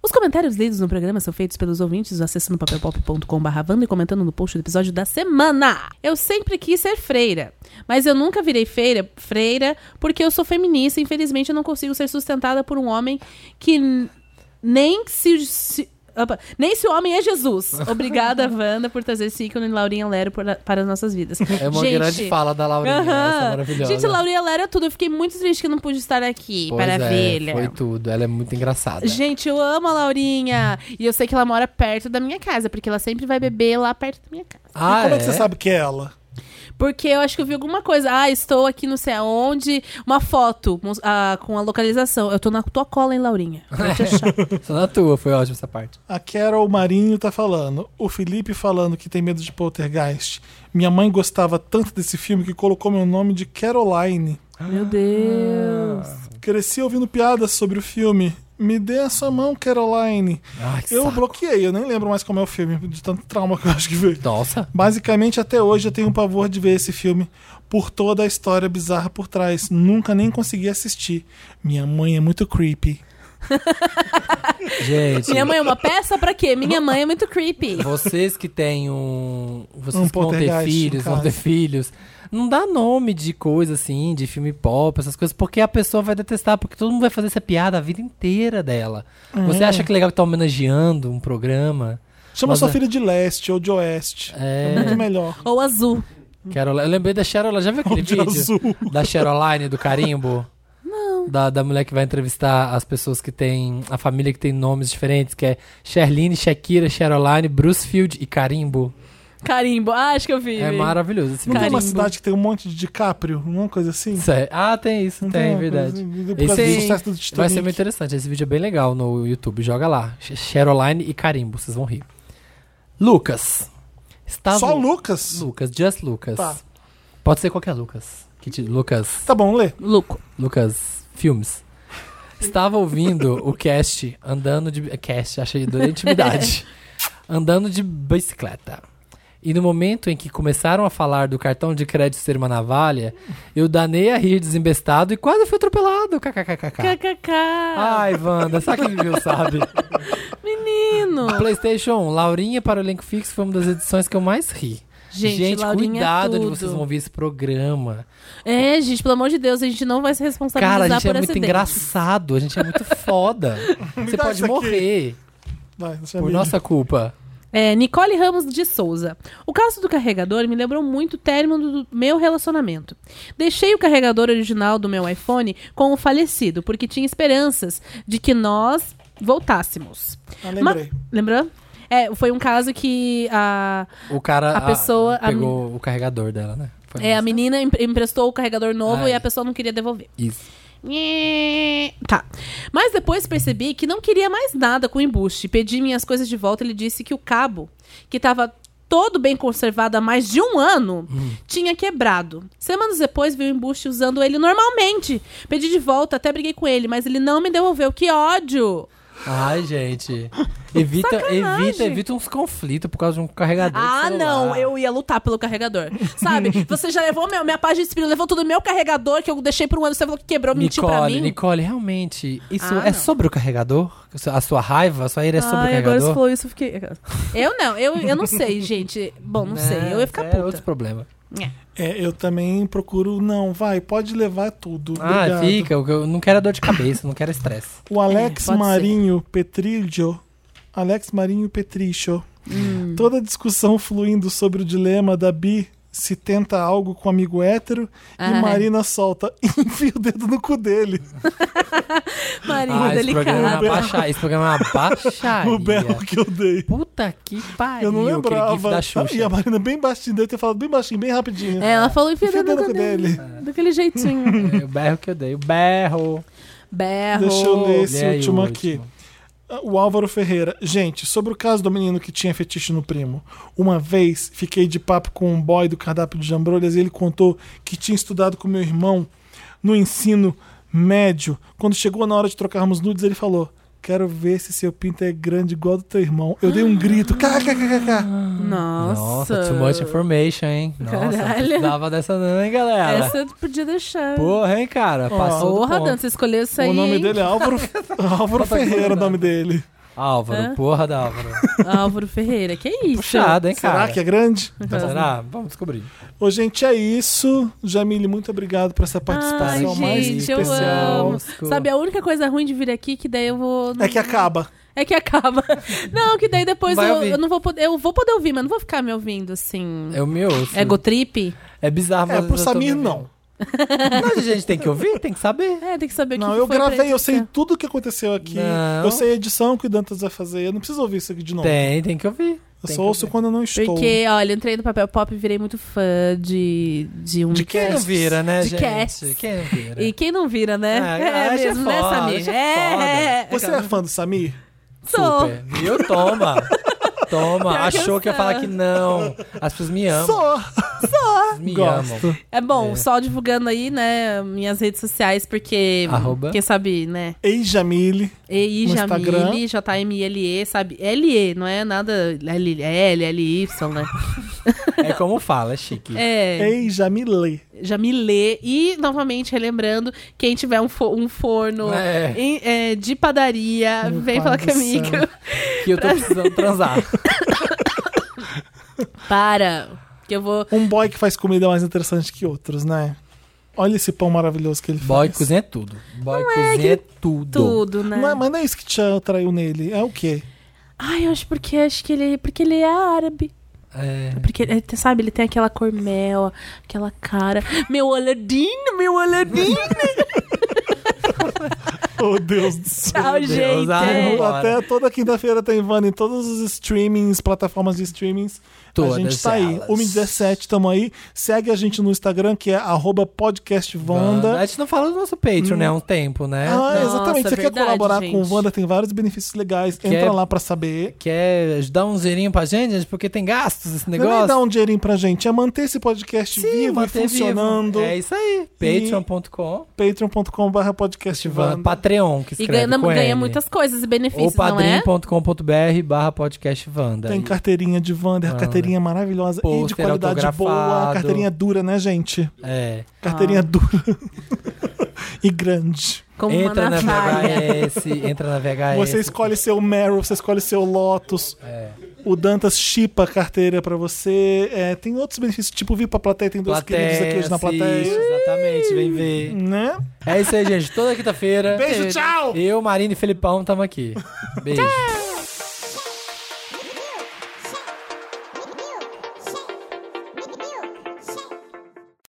S2: Os comentários lidos no programa são feitos pelos ouvintes acessando papelpop.com.br e comentando no post do episódio da semana. Eu sempre quis ser freira, mas eu nunca virei freira, freira porque eu sou feminista e infelizmente eu não consigo ser sustentada por um homem que n- nem se... se- opa, nem se o homem é Jesus. Obrigada, Wanda, por trazer esse ícone e Laurinha Lero por- para as nossas vidas.
S3: É uma
S2: Gente,
S3: grande fala da Laurinha,
S2: Aham.
S3: essa maravilhosa.
S2: Gente, Laurinha Lera é tudo. Eu fiquei muito triste que não pude estar aqui.
S3: Pois é,
S2: Maravilha.
S3: foi tudo. Ela é muito engraçada.
S2: Gente, eu amo a Laurinha. E eu sei que ela mora perto da minha casa, porque ela sempre vai beber lá perto da minha casa.
S3: ah,
S1: e como é? que você sabe que é ela?
S2: Porque eu acho que eu vi alguma coisa. Ah, estou aqui não sei aonde. Uma foto mos- ah, com a localização. Eu tô na tua cola, hein, Laurinha? Vou te achar.
S3: Só na tua, foi ótima essa parte.
S1: A Carol Marinho tá falando. O Felipe falando que tem medo de poltergeist. Minha mãe gostava tanto desse filme que colocou meu nome de Caroline.
S2: Meu Deus.
S1: Cresci ouvindo piadas sobre o filme. Me dê a sua mão, Caroline.
S3: Ai, que
S1: eu
S3: saco.
S1: bloqueei, eu nem lembro mais como é o filme, de tanto trauma que eu acho que veio.
S3: Nossa.
S1: Basicamente, até hoje eu tenho pavor de ver esse filme por toda a história bizarra por trás. Nunca nem consegui assistir. Minha mãe é muito creepy.
S3: Gente.
S2: Minha mãe é uma peça pra quê? Minha mãe é muito creepy.
S3: Vocês que têm um. Vocês
S1: Um
S3: que vão ter
S1: poltergeist,
S3: filhos,
S1: no
S3: vão ter
S1: caso.
S3: filhos. Não dá nome de coisa assim, de filme pop, essas coisas, porque a pessoa vai detestar, porque todo mundo vai fazer essa piada a vida inteira dela.
S1: É.
S3: Você acha que legal que tá homenageando um programa?
S1: Chama
S3: Mas
S1: sua
S3: é-
S1: filha de leste ou de oeste. É,
S3: É.
S1: muito melhor.
S2: Ou azul.
S3: Carola, eu lembrei da Cherola, já viu aquele
S1: De
S3: vídeo
S1: azul.
S3: da Cheroline do carimbo? Não. Da, da mulher que vai entrevistar as pessoas que têm. A família que tem nomes diferentes, que é Sherline, Shakira, Cheroline, Brucefield e Carimbo.
S2: Carimbo. Ah, acho que eu vi.
S3: É maravilhoso esse
S1: Não tem
S2: Carimbo.
S1: uma cidade que tem um monte de DiCaprio? Uma coisa assim?
S3: Sé- Ah, tem isso,
S1: Não
S3: tem,
S1: uma
S3: verdade.
S1: coisa assim? Por
S3: Esse
S1: causa do
S3: aí
S1: sucesso do
S3: vai ser
S1: Titanic.
S3: muito interessante. Esse vídeo é bem legal no YouTube. Joga lá. Ch- Cheroline e Carimbo, vocês vão rir. Lucas. Estava...
S1: Só Lucas?
S3: Lucas, just Lucas.
S1: Tá.
S3: Pode ser qualquer Lucas. Que te- Lucas.
S1: Tá bom, lê.
S2: Louco.
S3: Lucas, filmes. Estava ouvindo o cast andando de. Cast, achei durante intimidade. andando de bicicleta. E no momento em que começaram a falar do cartão de crédito ser uma navalha, eu danei a rir desembestado e quase fui atropelado. KKKKK.
S2: KKK.
S3: Ai, Wanda, sabe o que eu sabe?
S2: Menino.
S3: PlayStation 1, Laurinha para o elenco fixo foi uma das edições que eu mais ri.
S2: Gente, Laurinha é
S3: cuidado onde
S2: tudo.
S3: vocês vão ver esse programa.
S2: É, gente, pelo amor de Deus, a gente não vai se
S3: Cara,
S2: responsabilizar
S3: a gente
S2: por
S3: é muito
S2: acidente.
S3: engraçado, a gente é muito foda. Você
S1: dá
S3: pode
S1: isso aqui.
S3: morrer
S1: Vai, deixa
S3: por
S1: eu
S3: nossa culpa.
S2: É, Nicole Ramos de Souza. O caso do carregador me lembrou muito o término do meu relacionamento. Deixei o carregador original do meu iPhone com o falecido, porque tinha esperanças de que nós voltássemos.
S1: Ah, lembrei.
S2: Ma- Lembrou? É, foi um caso que a,
S3: O cara
S2: A pessoa- a
S3: pegou o carregador dela, né? Foi
S2: é, a menina em- emprestou o carregador novo
S3: Ai.
S2: e a pessoa não queria devolver.
S3: isso.
S2: Nhê. Tá. Mas depois percebi que não queria mais nada com o embuste. Pedi minhas coisas de volta. Ele disse que o cabo, que estava todo bem conservado há mais de um ano,
S3: Hum.
S2: tinha quebrado. Semanas depois vi o embuste usando ele normalmente. Pedi de volta, até briguei com ele, mas ele não me devolveu. Que ódio!
S3: Ai, gente. Evita,
S2: Sacanagem.
S3: evita, evita uns conflitos por causa de um carregador. de
S2: Ah,
S3: celular.
S2: não, eu ia lutar pelo carregador. Sabe? Você já levou meu- minha página de espírito, levou todo o meu carregador que eu deixei por um ano, você falou que quebrou, mentiu pra
S3: Nicole,
S2: mim.
S3: Nicole, realmente, isso
S2: Ah,
S3: é
S2: não.
S3: sobre o carregador? A sua raiva, a sua ira é sobre o carregador?
S2: isso, eu fiquei. Eu não, eu, eu não sei, gente. Bom, não, sei, eu ia ficar
S3: é
S2: puta.
S3: outro problema.
S1: É, eu também procuro. Não, vai, pode levar tudo.
S3: Ah,
S1: Obrigado.
S3: fica, eu- eu não quero é dor de cabeça, não quero estresse.
S1: O Alex
S2: É, pode
S1: Marinho Petrilho. Alex Marinho Petricho.
S2: Hum.
S1: Toda discussão fluindo sobre o dilema da Bi se tenta algo com amigo hétero
S2: Ai.
S1: e Marina solta enfia o dedo no cu dele.
S2: Marinho
S3: Ah, esse programa, é uma
S2: delicado.
S3: baixa, esse programa é uma baixaria.
S1: O berro que eu dei.
S3: Puta que pariu.
S1: Eu não
S3: aquele gif
S1: lembrava.
S3: da
S1: E a
S3: Xuxa.
S1: Marina bem baixinho, deve ter falado bem baixinho, bem rapidinho.
S2: É, ela falou enfia
S1: Enfia
S2: o dedo
S1: o
S2: no
S1: dedo
S2: dele. Daquele jeitinho.
S3: É, O berro que eu dei. O berro.
S2: Berro.
S1: Deixa eu ler esse
S3: Lê aí o
S1: último
S3: último.
S1: aqui. Ah, O Álvaro Ferreira. Gente, sobre o caso do menino que tinha fetiche no primo. Uma vez fiquei de papo com um boy do cardápio de jambrolhas e ele contou que tinha estudado com meu irmão no ensino médio. Quando chegou na hora de trocarmos nudes, ele falou: Quero ver se seu pinto é grande igual ao do teu irmão. Eu dei um grito. KKKKK.
S2: Nossa.
S3: Nossa, too much information, hein? Nossa, não
S2: Caralho.
S3: precisava dessa não, hein, galera?
S2: Essa tu podia deixar.
S3: Porra, hein, cara? Passou do
S2: Porra,
S3: ponto.
S2: Dan, você escolheu isso aí. Tá né?
S1: O nome
S2: hein?
S1: dele é Álvaro, Álvaro Ferreira, o nome dele.
S3: Álvaro,
S2: Hã?
S3: porra da Álvaro.
S2: Álvaro Ferreira. Que isso?
S3: Puxado, hein, cara?
S1: Será que é grande?
S3: Será? Vamos descobrir.
S1: Ô, gente, é isso. Jamile, muito obrigado por essa
S2: Ai,
S3: Tá
S1: participação mais
S2: gente, eu
S1: especial.
S2: amo. Sabe, a única coisa ruim de vir aqui que daí eu vou.
S1: É que acaba.
S2: É que acaba. Não, que daí depois eu,
S3: Vai ouvir.
S2: eu não vou poder. Eu vou poder ouvir, mas não vou ficar me ouvindo assim.
S3: Eu me ouço.
S2: Ego trip?
S3: É bizarro,
S1: É,
S3: mas
S1: pro
S3: eu tô me
S1: Samir,
S3: ouvindo.
S1: não.
S3: Mas a gente tem que ouvir, tem que saber.
S2: É, tem que saber o que
S1: Não,
S2: que
S1: eu
S2: foi
S1: gravei,
S2: pra
S1: eu sei
S2: editar.
S1: tudo o que aconteceu aqui.
S3: Não.
S1: Eu sei a edição que o Dantas vai fazer. Eu não preciso ouvir isso aqui de novo.
S3: Tem, tem que ouvir.
S1: eu
S3: Tem
S1: só
S3: que
S1: ouço
S3: ouvir.
S1: quando eu não estou.
S2: Porque, olha, eu entrei no papel pop e virei muito fã de, de um.
S1: De
S3: Quem não vira, né,
S2: De
S3: gente?
S2: cast.
S3: Quem não vira?
S2: E quem não vira, né?
S3: Ah,
S2: é
S3: acha
S2: mesmo, né,
S3: foda,
S2: Samir?
S3: acha
S2: É, é.
S1: Você é fã do Samir?
S2: Sou.
S3: Super. Viu? Toma. Toma.
S2: Pior que
S3: Achou
S2: eu
S3: que ia
S2: sou.
S3: falar que não. As pessoas me amam.
S1: Sou!
S3: Elas me
S1: Gosto.
S3: amam.
S2: É bom,
S3: É.
S2: só divulgando aí, né, minhas redes sociais, porque.
S3: Arroba.
S2: Quem sabe, né?
S1: Ei, Jamile.
S2: EI
S1: No
S2: Jamile,
S1: Instagram.
S2: J-M-I-L-E, sabe? L-E, não é nada L, L, L-Y, né?
S3: É como fala, é chique.
S2: É,
S1: Ei, Jamile.
S2: Jamile. E, novamente, relembrando, quem tiver um, fo- um forno
S3: É.
S2: em- é, de padaria,
S1: Meu
S2: vem
S1: pai
S2: falar
S1: do
S2: comigo.
S1: céu.
S3: Que eu tô precisando transar.
S2: Para, que eu vou...
S1: Um boy que faz comida é mais interessante que outros, né? Olha esse pão maravilhoso que ele
S3: Boy
S1: faz.
S3: cozinha tudo. Boy cozinha tudo.
S2: é Tudo, né?
S1: Não, é- mas não é isso que te atraiu nele. É o quê?
S2: Ai, eu acho porque acho que ele, porque ele é árabe.
S3: É.
S2: Porque, ele- sabe, ele tem aquela cor mel, aquela cara. Meu Aladino, meu Aladino.
S1: Oh, Deus do céu.
S2: Tchau,
S3: Deus, ah,
S2: Ah, gente.
S3: ai,
S2: É.
S3: não. Bora.
S1: Até toda quinta-feira tem Vani em todos os streamings, plataformas de streamings.
S3: Todas
S1: a gente tá aí.
S3: elas.
S1: 1h17, tamo aí. Segue a gente no Instagram, que é arroba
S3: Wanda.
S1: podcastvanda.
S3: A gente não fala do nosso Patreon, né? Há um tempo, né?
S1: Hum. Ah,
S3: Né?
S1: exatamente.
S2: Nossa,
S1: Você quer
S2: verdade,
S1: colaborar com
S2: gente.
S1: o Wanda, tem vários benefícios legais.
S3: Que
S1: Entra
S3: é-
S1: lá pra saber.
S3: Quer ajudar um dinheirinho pra gente, gente? Porque tem gastos esse
S1: Não é nem
S3: negócio.
S1: dar um dinheirinho pra gente, é manter esse podcast vivo e
S3: manter vivo.
S1: funcionando.
S3: É isso aí.
S1: E-
S3: Patreon.com.
S1: Patreon.com.barra podcastvanda.
S3: Patreon, que
S2: E
S3: escreve
S2: ganha,
S3: com
S2: ganha
S3: N.
S2: muitas coisas e
S3: Ou
S2: benefícios, não é?
S3: padrim.com.br barra podcast Wanda.
S1: Tem carteirinha de Wander,
S3: Wanda.
S1: carteirinha maravilhosa e de
S3: Pôster
S1: qualidade boa.
S3: autografado.
S1: Carteirinha dura, né, gente?
S3: É.
S1: Carteirinha dura e grande.
S2: Como
S3: entra
S2: uma
S3: na
S2: navalha.
S3: VHS, entra na VHS.
S1: Você escolhe seu Meryl, você escolhe seu Lotus.
S3: É.
S1: O Dantas chipa a carteira pra você. É, tem outros benefícios, tipo vir pra plateia, tem dois queridos
S3: Plateia,
S1: aqui hoje na plateia.
S3: assiste, exatamente, vem ver.
S1: Né?
S3: É isso aí, gente. Toda quinta-feira.
S1: Beijo, tchau!
S3: Eu, Marina e Felipão estamos aqui. Beijo.